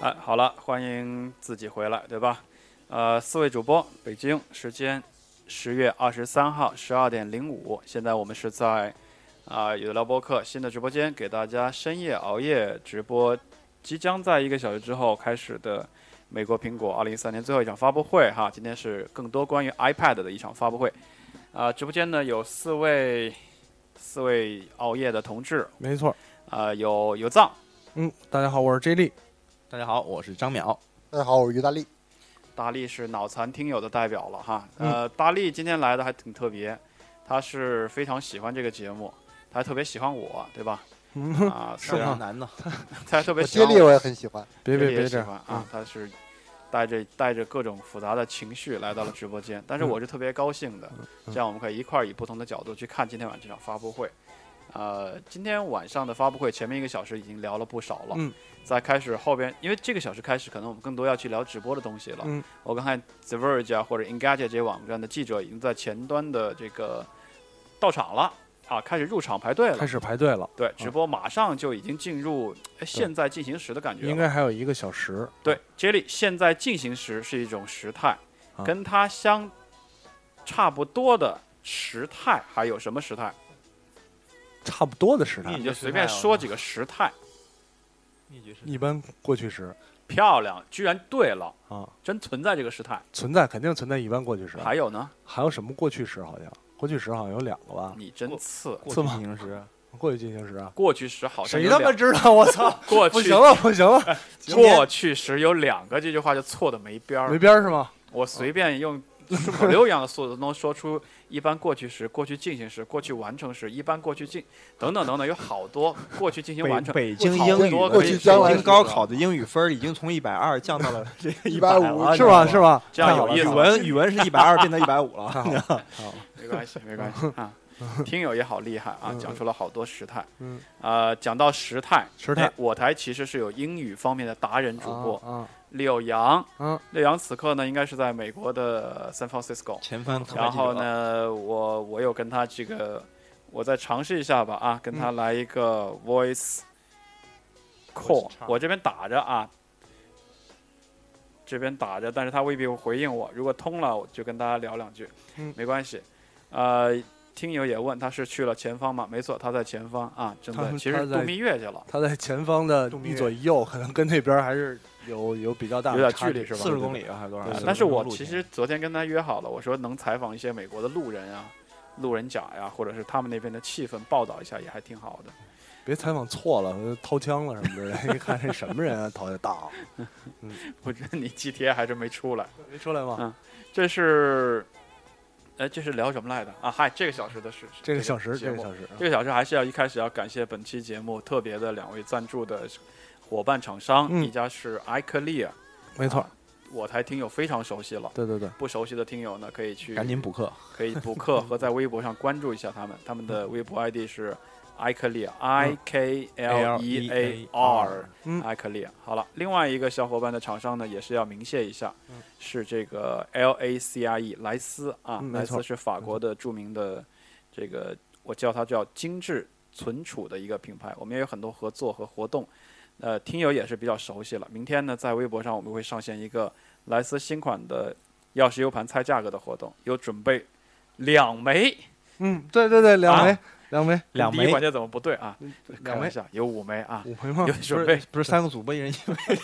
Speaker 2: 哎，好了，欢迎自己回来，对吧？呃，四位主播，北京时间十月二十三号十二点零五，现在我们是在啊、有聊播客新的直播间，给大家深夜熬夜直播，即将在一个小时之后开始的美国苹果二零一三年最后一场发布会哈，今天是更多关于 iPad 的一场发布会，啊、直播间呢有四位四位熬夜的同志，
Speaker 3: 没错。
Speaker 2: 啊，有有藏。
Speaker 3: 嗯，大家好，我是 J 莉。
Speaker 4: 大家好，我是张淼。
Speaker 5: 大家好，我是于大力。
Speaker 2: 大力是脑残听友的代表了哈。呃，大力今天来的还挺特别，他是非常喜欢这个节目，他还特别喜欢我，对吧？
Speaker 3: 嗯
Speaker 2: 啊，
Speaker 4: 是
Speaker 2: 虽然
Speaker 4: 难呢，
Speaker 2: 他还特别
Speaker 5: 我
Speaker 2: 喜
Speaker 5: 接
Speaker 2: 欢
Speaker 5: 力我也很喜欢，
Speaker 3: 别别
Speaker 2: 这也
Speaker 3: 别
Speaker 2: 喜
Speaker 3: 这
Speaker 2: 欢
Speaker 3: 样嗯
Speaker 2: 啊！！他是带着带着各种复杂的情绪来到了直播间，但是
Speaker 3: 嗯
Speaker 2: 我是特别高兴的，这样我们可以一块儿以不同的角度去看今天晚上这场发布会。呃，今天晚上的发布会前面一个小时已经聊了不少了，
Speaker 3: 嗯
Speaker 2: 在开始后边，因为这个小时开始，可能我们更多要去聊直播的东西了。
Speaker 3: 嗯
Speaker 2: 我刚才 The Verge 啊或者 Engadget 这些网站的记者已经在前端的这个到场了啊，开始入场排队
Speaker 3: 开
Speaker 2: 了。
Speaker 3: 始嗯排队了，
Speaker 2: 对，直播马上就已经进入哎现在进行时的感觉了。
Speaker 3: 应该还有一个小时。
Speaker 2: 对，Jelly 现在进行时是一种时态，
Speaker 3: 啊
Speaker 2: 跟它相差不多的时态还有什么时态？
Speaker 3: 差不多的啊时
Speaker 4: 嗯
Speaker 3: 态哦
Speaker 2: 你，就随便说几个时态。
Speaker 4: 秘诀是
Speaker 3: 一般过去时
Speaker 2: 漂亮，居然对了，
Speaker 3: 啊，
Speaker 2: 真存在这个时态。
Speaker 3: 存在肯定存在一般过去时。
Speaker 2: 还有呢，
Speaker 3: 还有什么过去时？好像过去时好像有两个吧？
Speaker 2: 你真次。
Speaker 3: 是
Speaker 4: 过去
Speaker 3: 吗
Speaker 4: 进行时，
Speaker 3: 过去进行时啊？
Speaker 2: 过去时好像
Speaker 3: 谁
Speaker 2: 有
Speaker 3: 他妈
Speaker 2: 两
Speaker 3: 知道？我 操！
Speaker 2: 过
Speaker 3: 不
Speaker 2: 去
Speaker 3: 行了，不行了，
Speaker 2: 过 去时有两个，这句话就错的没边
Speaker 3: 没
Speaker 2: 儿。
Speaker 3: 边儿是吗？
Speaker 2: 我随便用顺口溜一样的速度能说出一般过去时、过去进行时、过去完成时、一般过去进等等等等，有好多过去进行完
Speaker 4: 北
Speaker 2: 成。
Speaker 4: 北京
Speaker 2: 好
Speaker 4: 英语
Speaker 2: 多
Speaker 4: 的，
Speaker 2: 可
Speaker 5: 过
Speaker 2: 以
Speaker 5: 去
Speaker 4: 北
Speaker 5: 将来
Speaker 4: 京高考的英语分儿已经从一百二降到了这个
Speaker 5: 一
Speaker 4: 一
Speaker 5: 百
Speaker 4: 百
Speaker 2: 啊
Speaker 5: 五
Speaker 3: 是吗？是吗？
Speaker 2: 这样有
Speaker 3: 太好了
Speaker 2: 意
Speaker 4: 语
Speaker 2: 思吗
Speaker 4: 文语文是一百二变到一百五了，
Speaker 2: 没关系，没 关系啊。听友也好厉害
Speaker 4: 嗯
Speaker 2: 啊，讲出了好多时态。
Speaker 3: 嗯，
Speaker 2: 呃，讲到时态，
Speaker 3: 时态
Speaker 2: 哎我台其实是有英语方面的达人主播
Speaker 3: 啊
Speaker 2: 柳阳。
Speaker 3: 嗯，
Speaker 2: 柳阳此刻呢应该是在美国的 San Francisco。
Speaker 4: 前方
Speaker 2: 然后？呢，我我有跟他这个，我再尝试一下吧啊，跟
Speaker 3: 嗯
Speaker 2: 他来一个 voice call，、
Speaker 4: chat
Speaker 2: 我这边打着啊，这边打着，但是他未必会回应我。如果通了，我就跟大家聊两句，
Speaker 3: 嗯
Speaker 2: 没关系。呃，听友也问他是去了前方吗？没错，他在前方啊，正
Speaker 3: 他
Speaker 2: 在其实
Speaker 3: 他在
Speaker 2: 度蜜月去了，
Speaker 3: 他在前方的
Speaker 4: 东
Speaker 3: 一
Speaker 4: 岳
Speaker 3: 左一右，可能跟那边儿还是有有比较大
Speaker 2: 有
Speaker 3: 的
Speaker 2: 点
Speaker 3: 差
Speaker 2: 距离是吧
Speaker 4: 四十公里啊，还是多少
Speaker 3: 对
Speaker 2: 啊
Speaker 3: 对？
Speaker 2: 但是我其
Speaker 4: 实。
Speaker 2: 实昨天跟他约好了，我说能采访一些美国的路人啊、路人甲呀，或者是他们那边的气氛报道一下，也还挺好的。
Speaker 3: 别采访错了，掏枪了什么之类的。一 看这什么人啊，掏的大，
Speaker 2: 我觉得你 GTA 还真没出来。
Speaker 3: 没出来吗？
Speaker 2: 这是，哎，这是聊什么来的啊？嗨，这个小时的事，
Speaker 3: 这个小时，
Speaker 2: 节
Speaker 3: 这个
Speaker 2: 目
Speaker 3: 小时，
Speaker 2: 这个小时还是要一开始要感谢本期节目特别的两位赞助的伙伴厂商，
Speaker 3: 嗯
Speaker 2: 一家是 iClear，
Speaker 3: 没错
Speaker 2: 啊，我台听友非常熟悉了。
Speaker 3: 对对对，
Speaker 2: 不熟悉的听友呢，可以去
Speaker 4: 赶紧补课，
Speaker 2: 可以补课和在微博上关注一下他们，他们的
Speaker 3: 嗯
Speaker 2: 微博 ID 是 iClear I K L E A R
Speaker 3: 嗯
Speaker 2: iClear。好了，另外一个小伙伴的厂商呢，也是要鸣谢一下，是这个 L A C I E 莱斯啊
Speaker 3: 嗯，没
Speaker 2: 莱
Speaker 3: 错
Speaker 2: 斯是法国的著名的这个，我叫它叫精致存储的一个品牌，我们也有很多合作和活动。呃，听友也是比较熟悉了。明天呢，在微博上我们会上线一个莱斯新款的钥匙 U 盘猜价格的活动，有准备两枚，
Speaker 3: 嗯，对对对，两枚
Speaker 2: 啊，
Speaker 3: 两枚，
Speaker 4: 两
Speaker 2: 第一
Speaker 4: 枚
Speaker 2: 环节怎么不对啊？开
Speaker 3: 两
Speaker 2: 玩
Speaker 3: 枚，嗯
Speaker 2: 笑，有五枚啊，
Speaker 3: 五枚吗
Speaker 2: 有？准备，
Speaker 4: 不是三个主播一人一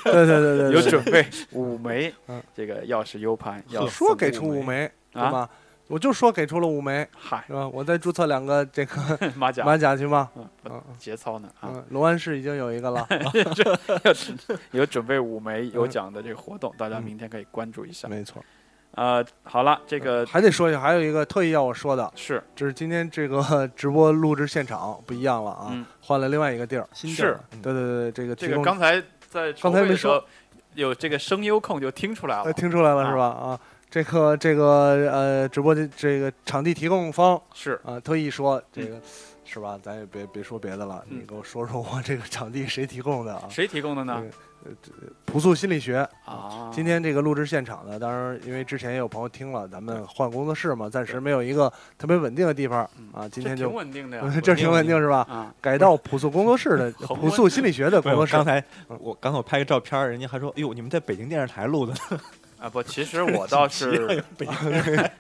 Speaker 3: 对对对对，
Speaker 2: 有
Speaker 3: 对
Speaker 2: 准备五枚
Speaker 3: 嗯
Speaker 2: 这个钥匙 U 盘，要
Speaker 3: 我说给出五枚，对
Speaker 2: 啊
Speaker 3: 吧？我就说给出了五枚，
Speaker 2: 嗨
Speaker 3: 是吧？我再注册两个这个
Speaker 2: 马甲
Speaker 3: 马甲去吗？
Speaker 2: 嗯不
Speaker 3: 嗯嗯
Speaker 2: 节操呢啊，
Speaker 3: 嗯，隆安市已经有一 个了，
Speaker 2: 有准备五枚有奖的这个活动，大家明天可以关注一下。
Speaker 3: 嗯没嗯错。
Speaker 2: 呃，好了，这个
Speaker 3: 还得说一下，还有一个特意要我说的，
Speaker 2: 是
Speaker 3: 就是今天这个 直播录制现场不一样了啊，
Speaker 2: 嗯
Speaker 3: 换了另外一个地儿。
Speaker 4: 新
Speaker 2: 是
Speaker 3: 对对对，这个
Speaker 2: 这
Speaker 3: 提
Speaker 2: 个
Speaker 3: 供
Speaker 2: 刚才在筹
Speaker 3: 刚才
Speaker 2: 备的
Speaker 3: 没说
Speaker 2: 时候，有这个声优控就听出来
Speaker 3: 呃
Speaker 2: 了，
Speaker 3: 听出来了
Speaker 2: 啊
Speaker 3: 是吧？啊，这个这个呃，直播间这个场地提供方
Speaker 2: 是
Speaker 3: 啊，特意说这个是吧？咱也别别说别的了，
Speaker 2: 嗯
Speaker 3: 你给我说说我这个场地谁提供的啊？
Speaker 2: 谁提供的呢
Speaker 3: 对？呃朴素心理学
Speaker 2: 啊，
Speaker 3: 今天这个录制现场呢，当然因为之前也有朋友听了，咱们换工作室嘛，暂时没有一个特别稳定的地方
Speaker 2: 嗯
Speaker 3: 啊。今
Speaker 2: 这
Speaker 3: 天
Speaker 2: 挺
Speaker 3: 就，
Speaker 2: 稳定的呀
Speaker 3: 这挺稳定是吧？
Speaker 2: 啊，
Speaker 3: 改到朴素工作室的
Speaker 2: 好
Speaker 3: 朴素心理学的
Speaker 4: 不
Speaker 3: 工
Speaker 4: 是，
Speaker 3: 作室
Speaker 4: 我刚，才我刚才我拍个照片儿，人家还说，哎呦，你们在北京电视台录的，
Speaker 2: 啊不，其实我 倒是
Speaker 4: 北京电视台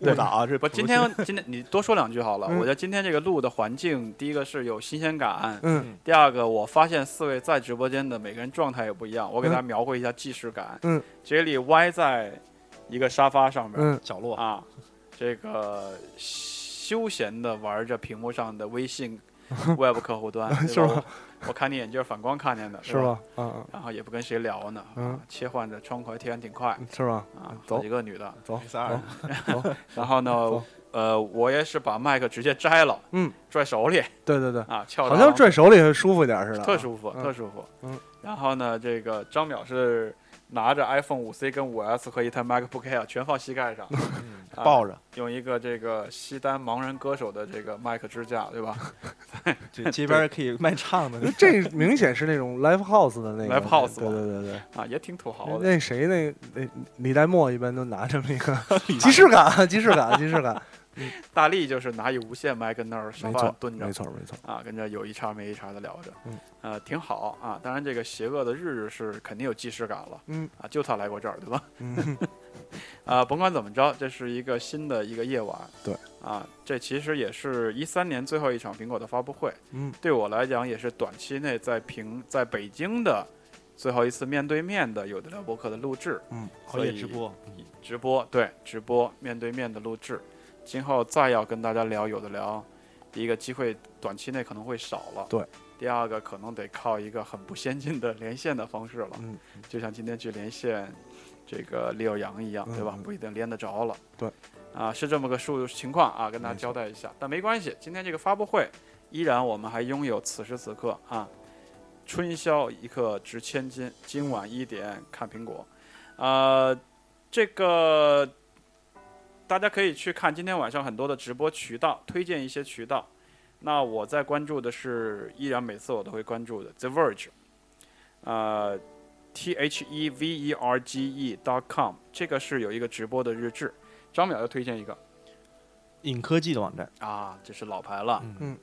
Speaker 3: 对
Speaker 4: 误导啊，这
Speaker 2: 不，今天今天你多说两句好了。
Speaker 3: 嗯
Speaker 2: 我觉得今天这个录的环境，第一个是有新鲜感，
Speaker 3: 嗯
Speaker 2: 第二个我发现四位在直播间的每个人状态也不一样，我给大家描绘一下既视感。
Speaker 3: 嗯
Speaker 2: 杰里歪在一个沙发上面、
Speaker 3: 嗯
Speaker 4: 角落
Speaker 2: 啊，这个休闲的玩着屏幕上的微 信 web 客户端，对
Speaker 3: 是
Speaker 2: 吧
Speaker 3: 吗
Speaker 2: 我我看你眼镜反光看见的，对
Speaker 3: 是？吧？嗯
Speaker 2: 然后也不跟谁聊呢，
Speaker 3: 嗯
Speaker 2: 切换着窗口，体验挺快
Speaker 3: 嗯，是吧？
Speaker 2: 啊，
Speaker 3: 走
Speaker 2: 好几个女的，
Speaker 3: 走
Speaker 4: S 二
Speaker 3: 走，
Speaker 2: 然后呢
Speaker 3: 走，
Speaker 2: 呃，我也是把麦克直接摘了，
Speaker 3: 嗯，
Speaker 2: 拽手里
Speaker 3: 对对对，
Speaker 2: 啊，翘着
Speaker 3: 好像拽手里会舒服一点似的啊，
Speaker 2: 特舒服，
Speaker 3: 嗯
Speaker 2: 特舒服。
Speaker 3: 嗯，
Speaker 2: 然后呢，这个张淼是拿着 iPhone 五 C 跟五 S 和一台 MacBook Air 全放膝盖 上，啊
Speaker 4: 抱着，
Speaker 2: 用一个这个西单盲人歌手的这个麦克支架，对 吧？
Speaker 4: 这街边儿可以卖唱的，
Speaker 3: 这明显是那种 live house 的那个
Speaker 2: Live house
Speaker 3: 对
Speaker 2: 吧
Speaker 3: 对对对。
Speaker 2: 啊，也挺土豪的。
Speaker 3: 那谁那那李代沫一般都拿这么 一个即视感，啊即视感，即视感，
Speaker 2: 大力就是拿一无线麦跟那儿沙
Speaker 3: 没
Speaker 2: 发
Speaker 3: 错
Speaker 2: 上，蹲着
Speaker 3: 没，错，没错，
Speaker 2: 啊，跟这有一茬没一茬的聊着，
Speaker 3: 嗯，
Speaker 2: 呃，挺好啊。当然，这个邪恶的日日是肯定有既视感了，
Speaker 3: 嗯
Speaker 2: 啊，就他来过这儿，对吧？
Speaker 3: 嗯，
Speaker 2: 啊，甭管怎么着，这是一个新的一个夜晚。
Speaker 3: 对，
Speaker 2: 啊，这其实也是一三年最后一场苹果的发布会。
Speaker 3: 嗯，
Speaker 2: 对我来讲也是短期内在平在北京的最后一次面对面的有的聊博客的录制，
Speaker 3: 嗯，
Speaker 4: 熬夜直播，
Speaker 2: 直播对直播面对面的录制，今后再要跟大家聊有的聊，第一个机会短期内可能会少了。
Speaker 3: 对。
Speaker 2: 第二个可能得靠一个很不先进的连线的方式了，
Speaker 3: 嗯，
Speaker 2: 就像今天去连线这个李友阳一样，对吧
Speaker 3: 嗯？嗯
Speaker 2: 不一定连得着了。
Speaker 3: 对，
Speaker 2: 啊，是这么个数情况啊，跟大家
Speaker 3: 没错
Speaker 2: 交代一下。但没关系，今天这个发布会依然我们还拥有此时此刻啊，春宵一刻值千金，今晚一点看苹果，呃，这个大家可以去看今天晚上很多的直播渠道，推荐一些渠道。那我在关注的是，依然每次我都会关注的 The Verge，呃，T H E V E R G E dot com，这个是有一个直播的日志。张淼又推荐一个
Speaker 4: 影科技的网站，
Speaker 2: 啊，这是老牌了，
Speaker 4: 嗯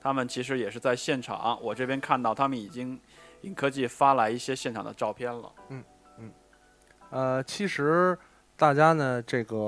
Speaker 2: 他们其实也是在现场，我这边看到他们已经影科技发来一些现场的照片了。
Speaker 3: 呃，其实大家呢，这个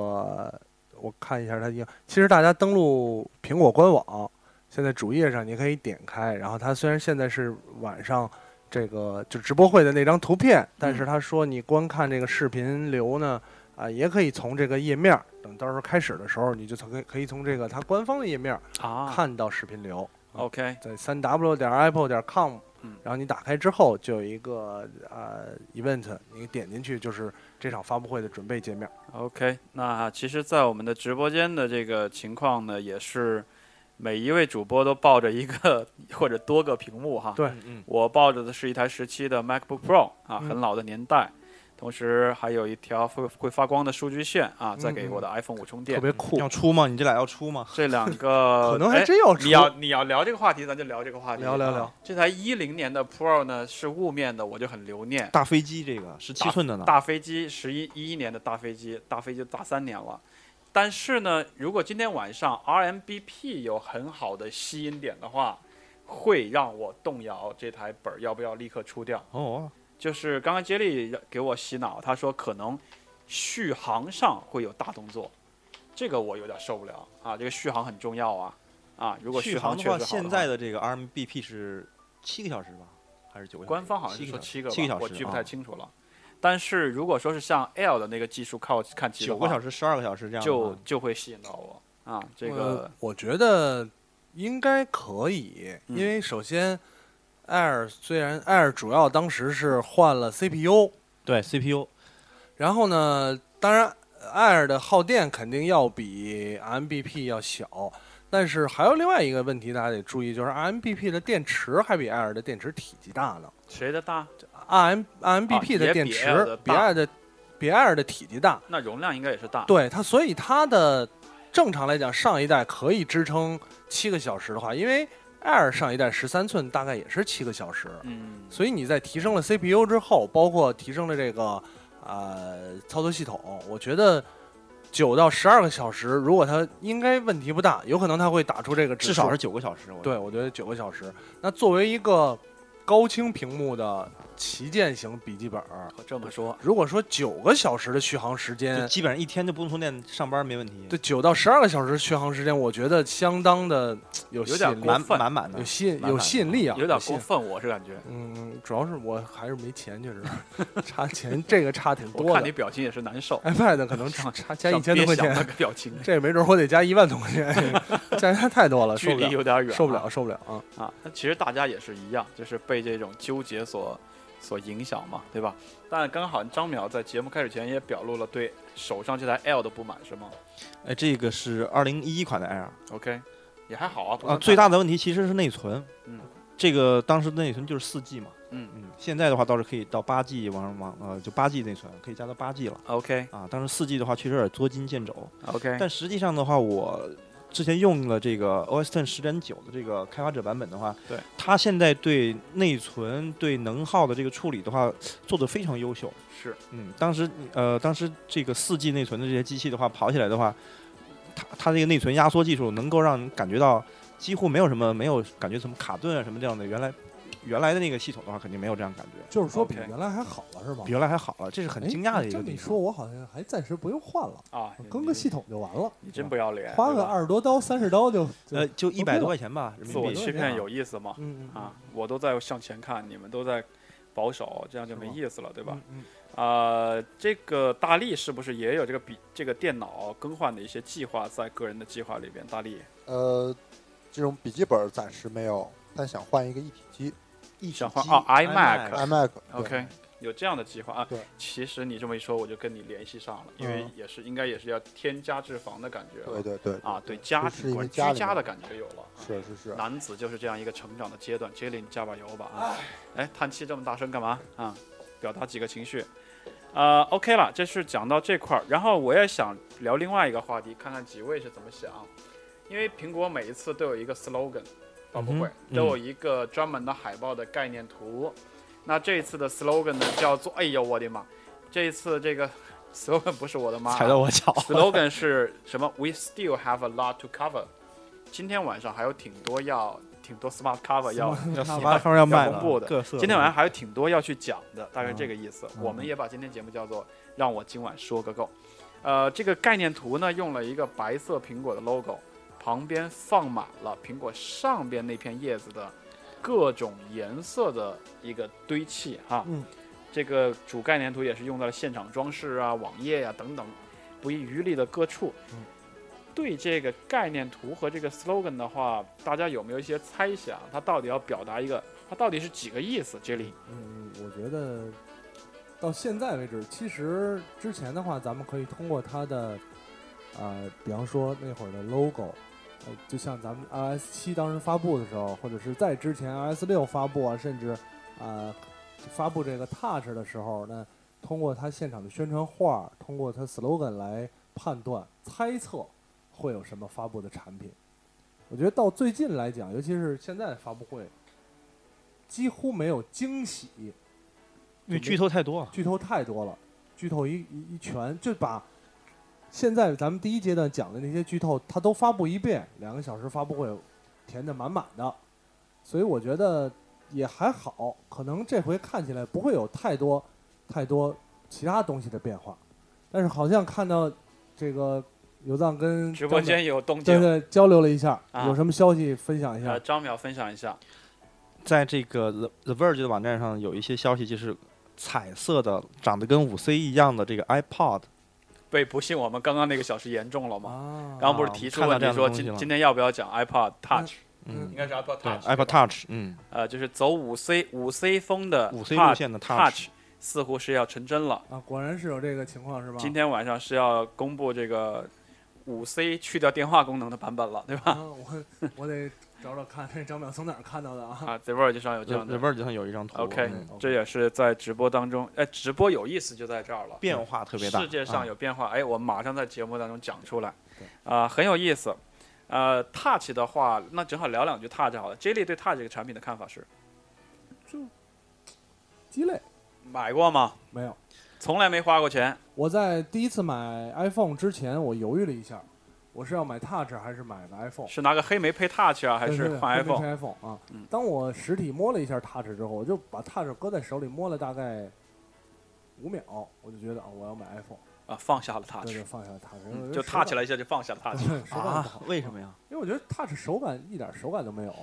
Speaker 3: 我看一下它一个，其实大家登录苹果官网，现在主页上你可以点开，然后它虽然现在是晚上这个就直播会的那张图片，但是他说你观看这个视频流呢，啊、也可以从这个页面儿，等到时候开始的时候，你就从可以可以从这个它官方的页面儿
Speaker 2: 啊
Speaker 3: 看到视频流。
Speaker 2: ，OK，
Speaker 3: 在三 w 点 apple 点 com，
Speaker 2: 嗯
Speaker 3: 然后你打开之后就有一个呃 event，你点进去就是这场发布会的准备界面。
Speaker 2: OK，那其实，在我们的直播间的这个情况呢，也是每一位主播都抱着一个或者多个屏幕哈。
Speaker 3: 对
Speaker 4: 嗯嗯，
Speaker 2: 我抱着的是一台十七的 MacBook Pro 啊，
Speaker 3: 嗯
Speaker 2: 很老的年代，同时还有一条会会发光的数据线啊，在给我的 iPhone 五充电。
Speaker 3: 嗯特别酷，
Speaker 4: 要出吗？你这俩要出吗？
Speaker 2: 这两个
Speaker 3: 可能还
Speaker 2: 哎
Speaker 3: 真要出
Speaker 2: 你要你要聊这个话题，咱就聊这个话题。
Speaker 3: 聊聊聊
Speaker 2: 啊这台一零年的 Pro 呢是雾面的，我就很留念。
Speaker 4: 大飞机这个十七寸的呢，
Speaker 2: 大飞机十一一一年的大飞机，大飞机大三年了。但是呢，如果今天晚上 RMBP 有很好的吸引点的话，会让我动摇这台本儿要不要立刻出掉。
Speaker 4: 哦，
Speaker 2: 就是刚刚接力给我洗脑，他说可能续航上会有大动作，这个我有点受不了啊！这个续航很重要啊啊！如果
Speaker 4: 续
Speaker 2: 航
Speaker 4: 的
Speaker 2: 确实好
Speaker 4: 话，
Speaker 2: 的话
Speaker 4: 现在的这个 RMBP 是七个小时吧，还是九个小时？
Speaker 2: 官方好像是说七
Speaker 4: 七个
Speaker 2: 个
Speaker 4: 小
Speaker 2: 吧，
Speaker 4: 时，七个小时，
Speaker 2: 我记不太
Speaker 4: 啊
Speaker 2: 清楚了。但是如果说是像 L 的那个技术靠看齐的
Speaker 4: 九
Speaker 2: 话
Speaker 4: 个小时、十二个小时这样的
Speaker 2: 就
Speaker 4: 话
Speaker 2: 就会吸引到我啊！这
Speaker 3: 呃
Speaker 2: 个，
Speaker 3: 我觉得应该可以，
Speaker 2: 嗯
Speaker 3: 因为首先 Air 虽然 Air 主要当时是换了 CPU，
Speaker 4: 对 CPU
Speaker 3: 然后呢，当然 Air 的耗电肯定要比 MBP 要小。但是还有另外一个问题，大家得注意，就是 MBP 的电池还比 Air 的电池体积大呢。
Speaker 2: 谁的大？
Speaker 3: R M R M B
Speaker 2: 啊
Speaker 3: P
Speaker 2: 也
Speaker 3: 的
Speaker 2: 比
Speaker 3: 电池
Speaker 2: Air 的
Speaker 3: 比
Speaker 2: 大啊
Speaker 3: Air 的比 Air 的体积大，
Speaker 2: 那容量应该也是大。
Speaker 3: 对它，所以它的正常来讲，上一代可以支撑七个小时的话，因为 Air 上一代十三寸大概也是七个小时，
Speaker 2: 嗯，
Speaker 3: 所以你在提升了 CPU 之后，包括提升了这个呃操作系统，我觉得九到十二个小时，如果它应该问题不大，有可能它会打出这个指
Speaker 4: 至少
Speaker 3: 数
Speaker 4: 是九个小时。我
Speaker 3: 对，我觉得九个小时。那作为一个高清屏幕的旗舰型笔记本儿，
Speaker 2: 可这么说，
Speaker 3: 如果说九个小时的续航时
Speaker 4: 就
Speaker 3: 间，
Speaker 4: 基本上一天就不用充电，上班没问题。
Speaker 3: 对九到十二个小时的续航时间，我觉得相当的有吸
Speaker 2: 有点
Speaker 3: 引力
Speaker 2: 过
Speaker 4: 满，
Speaker 2: 分
Speaker 4: 满满的
Speaker 3: 有。吸引
Speaker 4: 蛮
Speaker 3: 有吸引力啊，
Speaker 2: 有点
Speaker 3: 吸引
Speaker 2: 过。分，我是感觉。
Speaker 3: 嗯，主要是我还是没钱，确实差钱，这个差挺
Speaker 2: 我
Speaker 3: 多
Speaker 2: 看你
Speaker 3: 的。
Speaker 2: 表情也是难受，
Speaker 3: iPad 可能
Speaker 2: 上
Speaker 3: 差加
Speaker 2: 像
Speaker 3: 一千
Speaker 2: 憋
Speaker 3: 多块
Speaker 2: 想那
Speaker 3: 钱，
Speaker 2: 个表情，
Speaker 3: 这没准我得加一万多块钱，加加太多了，
Speaker 2: 距
Speaker 3: 呃受
Speaker 2: 离
Speaker 3: 不了，
Speaker 2: 有点远啊，
Speaker 3: 受不了，受不了啊！
Speaker 2: 啊，那其实大家也是一样，就是被这种纠结所所影响嘛，对吧？但刚好张淼在节目开始前也表露了对手上这台 L 的不满，是吗
Speaker 4: 哎，这个是二零一一款的 Air。
Speaker 2: ？OK，也还好啊，不
Speaker 4: 啊，
Speaker 2: 算
Speaker 4: 最大的问题其实是内存。
Speaker 2: 嗯，
Speaker 4: 这个当时的内存就是四 G 嘛。
Speaker 2: 嗯
Speaker 4: 嗯，现在的话倒是可以到八 G 往上往呃就八 G 内存可以加到八 G 了
Speaker 2: OK
Speaker 4: 啊。当时四 G 的话确实有点捉襟见肘，
Speaker 2: OK，
Speaker 4: 但实际上的话我。之前用了这个 OS Ten 十点九的这个开发者版本的话，
Speaker 2: 对
Speaker 4: 它现在对内存、对能耗的这个处理的话，做得非常优秀。
Speaker 2: 是
Speaker 4: 嗯，当时你呃，当时这个四 G 内存的这些机器的话，跑起来的话，它它这个内存压缩技术能够让你感觉到几乎没有什么没有感觉什么卡顿啊什么这样的，原来原来的那个系统的话，肯定没有这样感觉，
Speaker 5: 就是说比
Speaker 2: OK
Speaker 5: 原来还好了是吗
Speaker 4: 比？原来还好了，这是很
Speaker 5: 哎
Speaker 4: 惊讶的一
Speaker 5: 这
Speaker 4: 个
Speaker 5: 么
Speaker 4: 地
Speaker 5: 一
Speaker 4: 方。
Speaker 5: 说，我好像还暂时不用换了，
Speaker 2: 啊，你
Speaker 5: 更个系，统就完了，
Speaker 2: 你你真不要脸，
Speaker 5: 花
Speaker 2: 对
Speaker 5: 个
Speaker 2: 吧，
Speaker 5: 二十多刀、三十刀就就
Speaker 4: 呃，就一百多块钱吧，人
Speaker 2: 自
Speaker 4: 民
Speaker 2: 我
Speaker 4: 币。
Speaker 2: 欺骗有意思吗？
Speaker 5: 啊嗯嗯
Speaker 2: 啊，我都在向前看，你们都在保守，这样就没
Speaker 5: 是吗
Speaker 2: 意思了，对吧？
Speaker 5: 嗯嗯
Speaker 2: 啊，这个大力是不是也有这个笔这个电脑更换的一些计划在个人的计划里边？大力
Speaker 5: 呃，这种笔记本暂时没有，但想换一个一体机
Speaker 4: 一
Speaker 2: 想换
Speaker 4: 机
Speaker 2: 哦
Speaker 4: iMac
Speaker 2: iMac
Speaker 5: iMac 对。
Speaker 2: ，OK，有这样的计划啊
Speaker 5: 对。
Speaker 2: 其实你这么一说，我就跟你联系上了，因为
Speaker 5: 嗯
Speaker 2: 也是应该也是要添家置房的感觉了，
Speaker 5: 对对对，
Speaker 2: 啊，对家
Speaker 5: 是
Speaker 2: 庭
Speaker 5: 因
Speaker 2: 果
Speaker 5: 为
Speaker 2: 然
Speaker 5: 家
Speaker 2: 居
Speaker 5: 里
Speaker 2: 家
Speaker 5: 面
Speaker 2: 的感觉有了。
Speaker 5: 是是是，
Speaker 2: 男子就是这样一个成长的阶段。Jelly，你加把油吧啊！哎，叹气这么大声干嘛啊？表达几个情绪。啊 o k 了，这是讲到这块儿，然后我也想聊另外一个话题，看看几位是怎么想。因为苹果每一次都有一个 slogan 发布会
Speaker 4: 嗯，哼
Speaker 2: 都有一个专门的海报的概念图。那这一次的 slogan 呢，叫做“哎呦我的妈”，这一次这个 slogan 不是我的妈啊，
Speaker 4: 踩到我脚。
Speaker 2: slogan 是什么？We still have a lot to cover。今天晚上还有挺多要，挺多 smart cover 要。
Speaker 4: 要马上要卖
Speaker 2: 要
Speaker 4: 了
Speaker 2: 公布的，
Speaker 4: 各色
Speaker 2: 今天
Speaker 4: 的
Speaker 2: 晚上还有挺多要去讲的，大概
Speaker 5: 嗯
Speaker 2: 这个意思。
Speaker 5: 嗯
Speaker 2: 我们也把今天节目叫做“让我今晚说个够”。呃，这个概念图呢，用了一个白色苹果的 logo，旁边放满了苹果上边那片叶子的各种颜色的一个堆砌哈。
Speaker 5: 嗯，
Speaker 2: 这个主概念图也是用在了现场装饰啊、网页呀、等等不遗余力的各处。
Speaker 5: 嗯
Speaker 2: 对这个概念图和这个 slogan 的话，大家有没有一些猜想？它到底要表达一个，它到底是几个意思？Jelly，
Speaker 5: 嗯，我觉得到现在为止，其实之前的话，咱们可以通过它的，呃，比方说那会儿的 logo，呃，就像咱们 iOS 七当时发布的时候，或者是在之前 iOS 六发布啊，甚至啊、呃发布这个 Touch 的时候，那通过它现场的宣传画，通过它 slogan 来判断、猜测会有什么发布的产品。我觉得到最近来讲，尤其是现在发布会，几乎没有惊喜。
Speaker 4: 因为剧透太多了。
Speaker 5: 剧透太多了，剧透一一一拳就把现在咱们第一阶段讲的那些剧透，它都发布一遍，两个小时发布会填的满满的，所以我觉得也还好，可能这回看起来不会有太多太多其他东西的变化，但是好像看到这个游藏跟
Speaker 4: 嗯
Speaker 2: 直播
Speaker 5: 张淼
Speaker 2: 间有动
Speaker 5: 对
Speaker 2: 静，
Speaker 5: 对交流了一下，
Speaker 2: 啊
Speaker 5: 有什么消息分享一下
Speaker 2: 呃，？张淼分享一下。
Speaker 4: 在这个 The The Verge 的网站上有一些消息，就是彩色的，长得跟五 C 一样的这个 iPod，
Speaker 2: 被不幸我们刚刚那个小时严重了吗？
Speaker 5: 啊
Speaker 2: 刚刚不是提出
Speaker 4: 看到
Speaker 2: 问题
Speaker 4: 这样的
Speaker 2: 说
Speaker 4: 东西
Speaker 2: 今
Speaker 4: 了
Speaker 2: 今天要不要讲 iPod Touch？
Speaker 4: 嗯
Speaker 2: 应，该是 iPod
Speaker 4: 对
Speaker 2: Touch。
Speaker 4: ，iPod Touch，嗯，
Speaker 2: 呃，就是走五 C 五 C 风的
Speaker 4: 五 C 路
Speaker 2: Touch
Speaker 4: 线的
Speaker 2: Touch 似乎是要成真了。
Speaker 5: 啊，果然是有这个情况是吧？
Speaker 2: 今天晚上是要公布这个五 C 去掉电话功能的版本了，对吧？
Speaker 5: 啊，我我得找找看这张淼从哪儿看到的啊。
Speaker 2: 啊，The Verge 上有这
Speaker 4: The
Speaker 2: 样
Speaker 4: The
Speaker 2: 的。
Speaker 4: Verge 上有一张图
Speaker 2: OK，
Speaker 4: 嗯
Speaker 2: 这也是在直播当中，哎，直播有意思就在这儿了，
Speaker 4: 变化特别大，啊
Speaker 2: 世界上
Speaker 4: 有
Speaker 2: 有变化，哎，我马上在节目当中讲出来。啊、很有意思。呃，Touch 的话，那正好聊两句 Touch 好了。J 莉对 Touch 这个产品的看法是，
Speaker 5: 鸡肋
Speaker 2: 买过吗？
Speaker 5: 没有。
Speaker 2: 从来没花过钱。
Speaker 5: 我在第一次买 iPhone 之前，我犹豫了一下，我是要买 Touch 还是买的
Speaker 4: 哦
Speaker 5: iPhone？
Speaker 2: 是拿个黑莓配 Touch 啊，还
Speaker 5: 对
Speaker 2: 是
Speaker 5: 对
Speaker 2: 换
Speaker 5: 对
Speaker 2: iPhone？
Speaker 5: iPhone 啊
Speaker 2: 嗯！
Speaker 5: 当我实体摸了一下 Touch 之后，我就把 Touch 搁在手里摸了大概五秒，我就觉得啊，我要买 iPhone，
Speaker 2: 啊，放下了
Speaker 5: 对
Speaker 2: Touch，
Speaker 5: 对，放下 Touch，因为
Speaker 2: 嗯
Speaker 5: 我觉
Speaker 2: 就
Speaker 5: 得
Speaker 2: Touch 了一下就放下了 Touch，
Speaker 5: 手
Speaker 4: 啊
Speaker 5: 感，对手感不好，
Speaker 4: 为什么呀？
Speaker 5: 因为我觉得 Touch 手感一点手感都没有，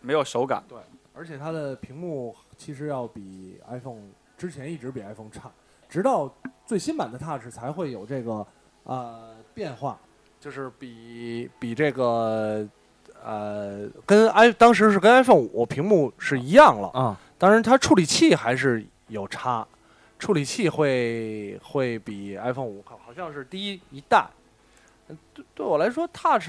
Speaker 2: 没有手感。
Speaker 5: 而且它的屏幕其实要比 iPhone 之前一直比 iPhone 差，直到最新版的 Touch 才会有这个呃变化，
Speaker 3: 就是比比这个呃，跟 i 当时是跟 iPhone 五屏幕是一样了，
Speaker 4: 啊，
Speaker 3: 当然它处理器还是有差，处理器会会比 iPhone 五好好像是低一代。嗯对对我来说，Touch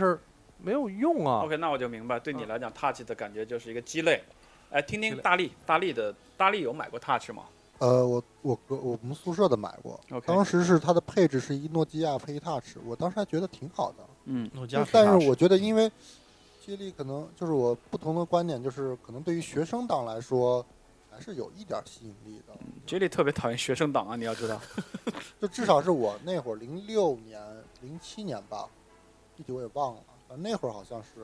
Speaker 3: 没有用啊。
Speaker 2: OK，那我就明白，对你
Speaker 3: 嗯
Speaker 2: 来讲，Touch 的感觉就是一个鸡肋。哎，听
Speaker 3: 鸡
Speaker 2: 听
Speaker 3: 肋
Speaker 2: 大力，大力的大力有买过 Touch 吗
Speaker 7: 呃，我我哥我们宿舍的买过
Speaker 2: OK
Speaker 5: 哦
Speaker 7: 当时是它的配置是一诺基亚配一 Touch，我当时还觉得挺好的。
Speaker 2: 嗯，
Speaker 4: 诺基
Speaker 7: 就
Speaker 4: 亚
Speaker 7: 是，但是我觉得，因为接力可能就是我不同的观点，就是可能对于学生党来说，还是有一点吸引力的。
Speaker 2: j 莉特别讨厌学生党啊，你要知道。
Speaker 7: 就至少是我那会儿零六年、零七年吧，具体我也忘了，反正那会儿好像是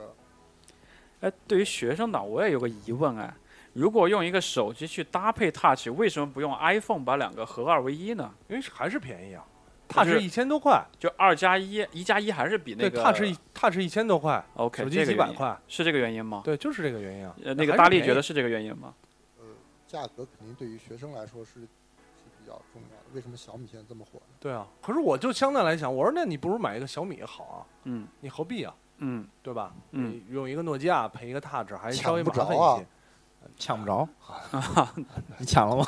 Speaker 2: 哎，对于学生党，我也有个疑问哎，如果用一个手机去搭配 Touch，为什么不用 iPhone 把两个合二为一呢？
Speaker 3: 因为还是便宜啊
Speaker 2: 可是
Speaker 3: ，Touch 一千多块，
Speaker 2: 就二加一，一加一还是比那
Speaker 3: 对
Speaker 2: 个
Speaker 3: ，Touch 一 Touch 一千多块，
Speaker 2: OK，
Speaker 3: 手
Speaker 2: 这
Speaker 3: 机
Speaker 2: 个
Speaker 3: 几
Speaker 2: 原
Speaker 3: 百
Speaker 2: 因
Speaker 3: 块，
Speaker 2: 是这个原因吗？
Speaker 3: 对，就是这个原因啊。
Speaker 2: 呃，那个
Speaker 3: 还是
Speaker 2: 大力
Speaker 3: 便宜
Speaker 2: 觉得是这个原因吗？
Speaker 7: 呃，价格肯定对于学生来说是是比较重要的。为什么小米现在这么火呢？
Speaker 3: 对啊，可是我就相对来讲，我说那你不如买一个小米好啊，
Speaker 2: 嗯
Speaker 3: 你何必啊，
Speaker 2: 嗯
Speaker 3: 对吧？
Speaker 2: 嗯，
Speaker 3: 你用一个诺基亚配一个 Touch 还稍微
Speaker 7: 抢不
Speaker 3: 麻烦一
Speaker 7: 着啊
Speaker 3: 些。
Speaker 4: 抢不着， 你抢了吗？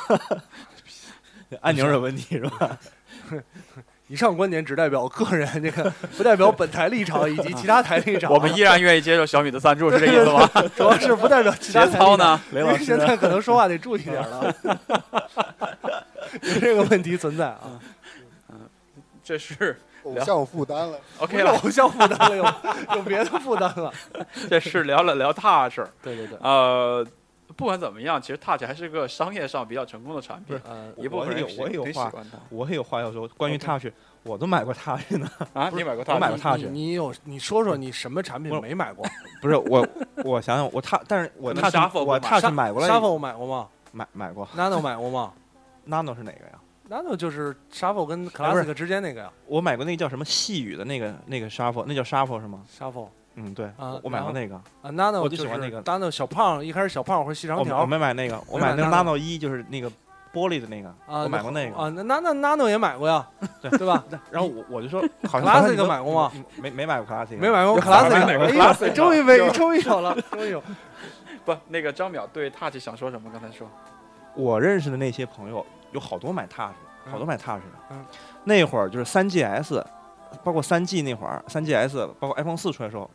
Speaker 4: 按钮有问题是吧？
Speaker 3: 以上观点只代表个人，这个不代表本台立场以及其他台立场。啊
Speaker 2: 我们依然愿意接受小米的赞助，是这意思吗？
Speaker 3: 主要是不代表其他
Speaker 2: 节
Speaker 3: 台
Speaker 2: 操
Speaker 3: 立场
Speaker 2: 呢？
Speaker 4: 雷老师
Speaker 3: 现
Speaker 4: 呢，
Speaker 3: 在可能说话得注意点了，
Speaker 2: 啊
Speaker 3: 啊有这个问题存在啊，
Speaker 2: 嗯这是
Speaker 7: 偶
Speaker 2: 聊
Speaker 7: 像负担了，
Speaker 2: OK
Speaker 3: 有
Speaker 2: 了，
Speaker 3: 偶像负担了，有有别的负担了。
Speaker 2: 这是聊了聊 Touch。
Speaker 3: 对对对，
Speaker 2: 呃，不管怎么样，其实 Touch 还是个商业上比较成功的产品，
Speaker 3: 呃，
Speaker 2: 一部分人
Speaker 4: 我也有我也有
Speaker 2: 挺喜
Speaker 4: 话
Speaker 2: 欢它
Speaker 4: 我也有话要说，关于 Touch，我都买过 Touch 呢。
Speaker 2: 啊。你买过
Speaker 4: 我
Speaker 2: Touch？
Speaker 4: 买过 Touch，
Speaker 3: 你你有你说说你什么产
Speaker 4: 不
Speaker 3: 品
Speaker 4: 是
Speaker 3: 没买过？
Speaker 4: 不是我，我想想，我 Touch，但是我
Speaker 2: 可能 Shuffle
Speaker 4: Touch 我
Speaker 2: 不买
Speaker 4: Touch 买过来
Speaker 3: Shuffle 买过吗
Speaker 4: 买买过
Speaker 3: ？Nano 买过吗
Speaker 4: ，Nano 是哪个呀？
Speaker 3: ？Nano 就是 Shuffle 跟
Speaker 4: 哎不是
Speaker 3: Classic 之间那个呀
Speaker 4: 我买过那个叫什么细雨的那个那个 Shuffle，那叫 Shuffle 是吗？
Speaker 3: ，Shuffle
Speaker 4: 嗯，对，
Speaker 3: 啊
Speaker 4: 我买
Speaker 3: 然后
Speaker 4: 过那个，
Speaker 3: 啊，Nano
Speaker 4: 我
Speaker 3: 就
Speaker 4: 就是喜欢那个
Speaker 3: Nano 小胖，一开始小胖或者细长
Speaker 4: 我
Speaker 3: 条
Speaker 4: 哦我没买那个，我买
Speaker 3: 没
Speaker 4: 那
Speaker 3: 买
Speaker 4: 个
Speaker 3: Nano
Speaker 4: Nano 一就是那个玻璃的那个，
Speaker 3: 啊
Speaker 4: 我买过那个。
Speaker 3: 啊，那 Nano Nano 也买过呀，
Speaker 4: 对
Speaker 3: 对吧？
Speaker 4: 然后我我就 说，好像
Speaker 3: Classic 买过吗？
Speaker 4: 你们没没买过 Classic，啊
Speaker 3: 没买过
Speaker 4: 好像
Speaker 3: Classic，
Speaker 4: 买过
Speaker 3: 哎呦
Speaker 4: Classic 啊
Speaker 3: 终于没，终于有了，终于有。
Speaker 2: 不，那个张淼对 Touch 想说什么？刚才说
Speaker 4: 我认识的那些朋友有好多买 Touch，的好多买 Touch 的。
Speaker 3: 嗯
Speaker 4: 那会儿就是 3GS，包括 3G 那会儿，3GS 包括 iPhone 四出来的时候，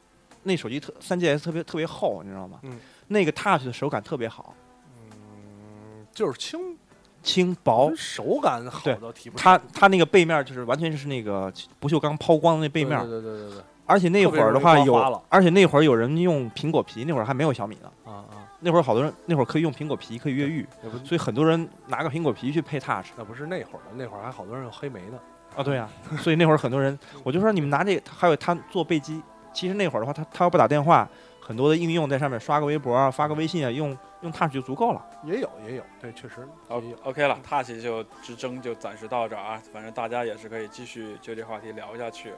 Speaker 4: 那手机特 3GS 特别特别厚，你知道吗？
Speaker 3: 嗯
Speaker 4: 那个 Touch 的手感特别好，
Speaker 3: 嗯，就是轻
Speaker 4: 轻薄。
Speaker 3: 手感好到提不上。
Speaker 4: 它它那个背面就是完全就是那个不锈钢抛光的那背面，
Speaker 3: 对对对对对
Speaker 4: 而且那会儿的话
Speaker 3: 特别容易刮花
Speaker 4: 有
Speaker 3: 了，
Speaker 4: 而且那会儿有人用苹果皮，那会儿还没有小米呢。
Speaker 3: 啊啊，
Speaker 4: 那会儿好多人，那会儿可以用苹果皮，可以越狱，
Speaker 3: 那不
Speaker 4: 所以很多人拿个苹果皮去配 Touch
Speaker 3: 那不是那会儿了，那会儿还好多人有黑莓呢。
Speaker 4: 啊，对呀、所以那会儿很多人，我就说你们拿这个，还有他做背机，其实那会儿的话，他他要不打电话，很多的应用在上面刷个微博啊，发个微信啊，用用 Touch 就足够了。
Speaker 3: 也有也有，对，确实
Speaker 2: O
Speaker 3: 也有。
Speaker 2: 哦 OK 了，Touch 就之争就暂时到这儿啊，反正大家也是可以继续就这话题聊下去。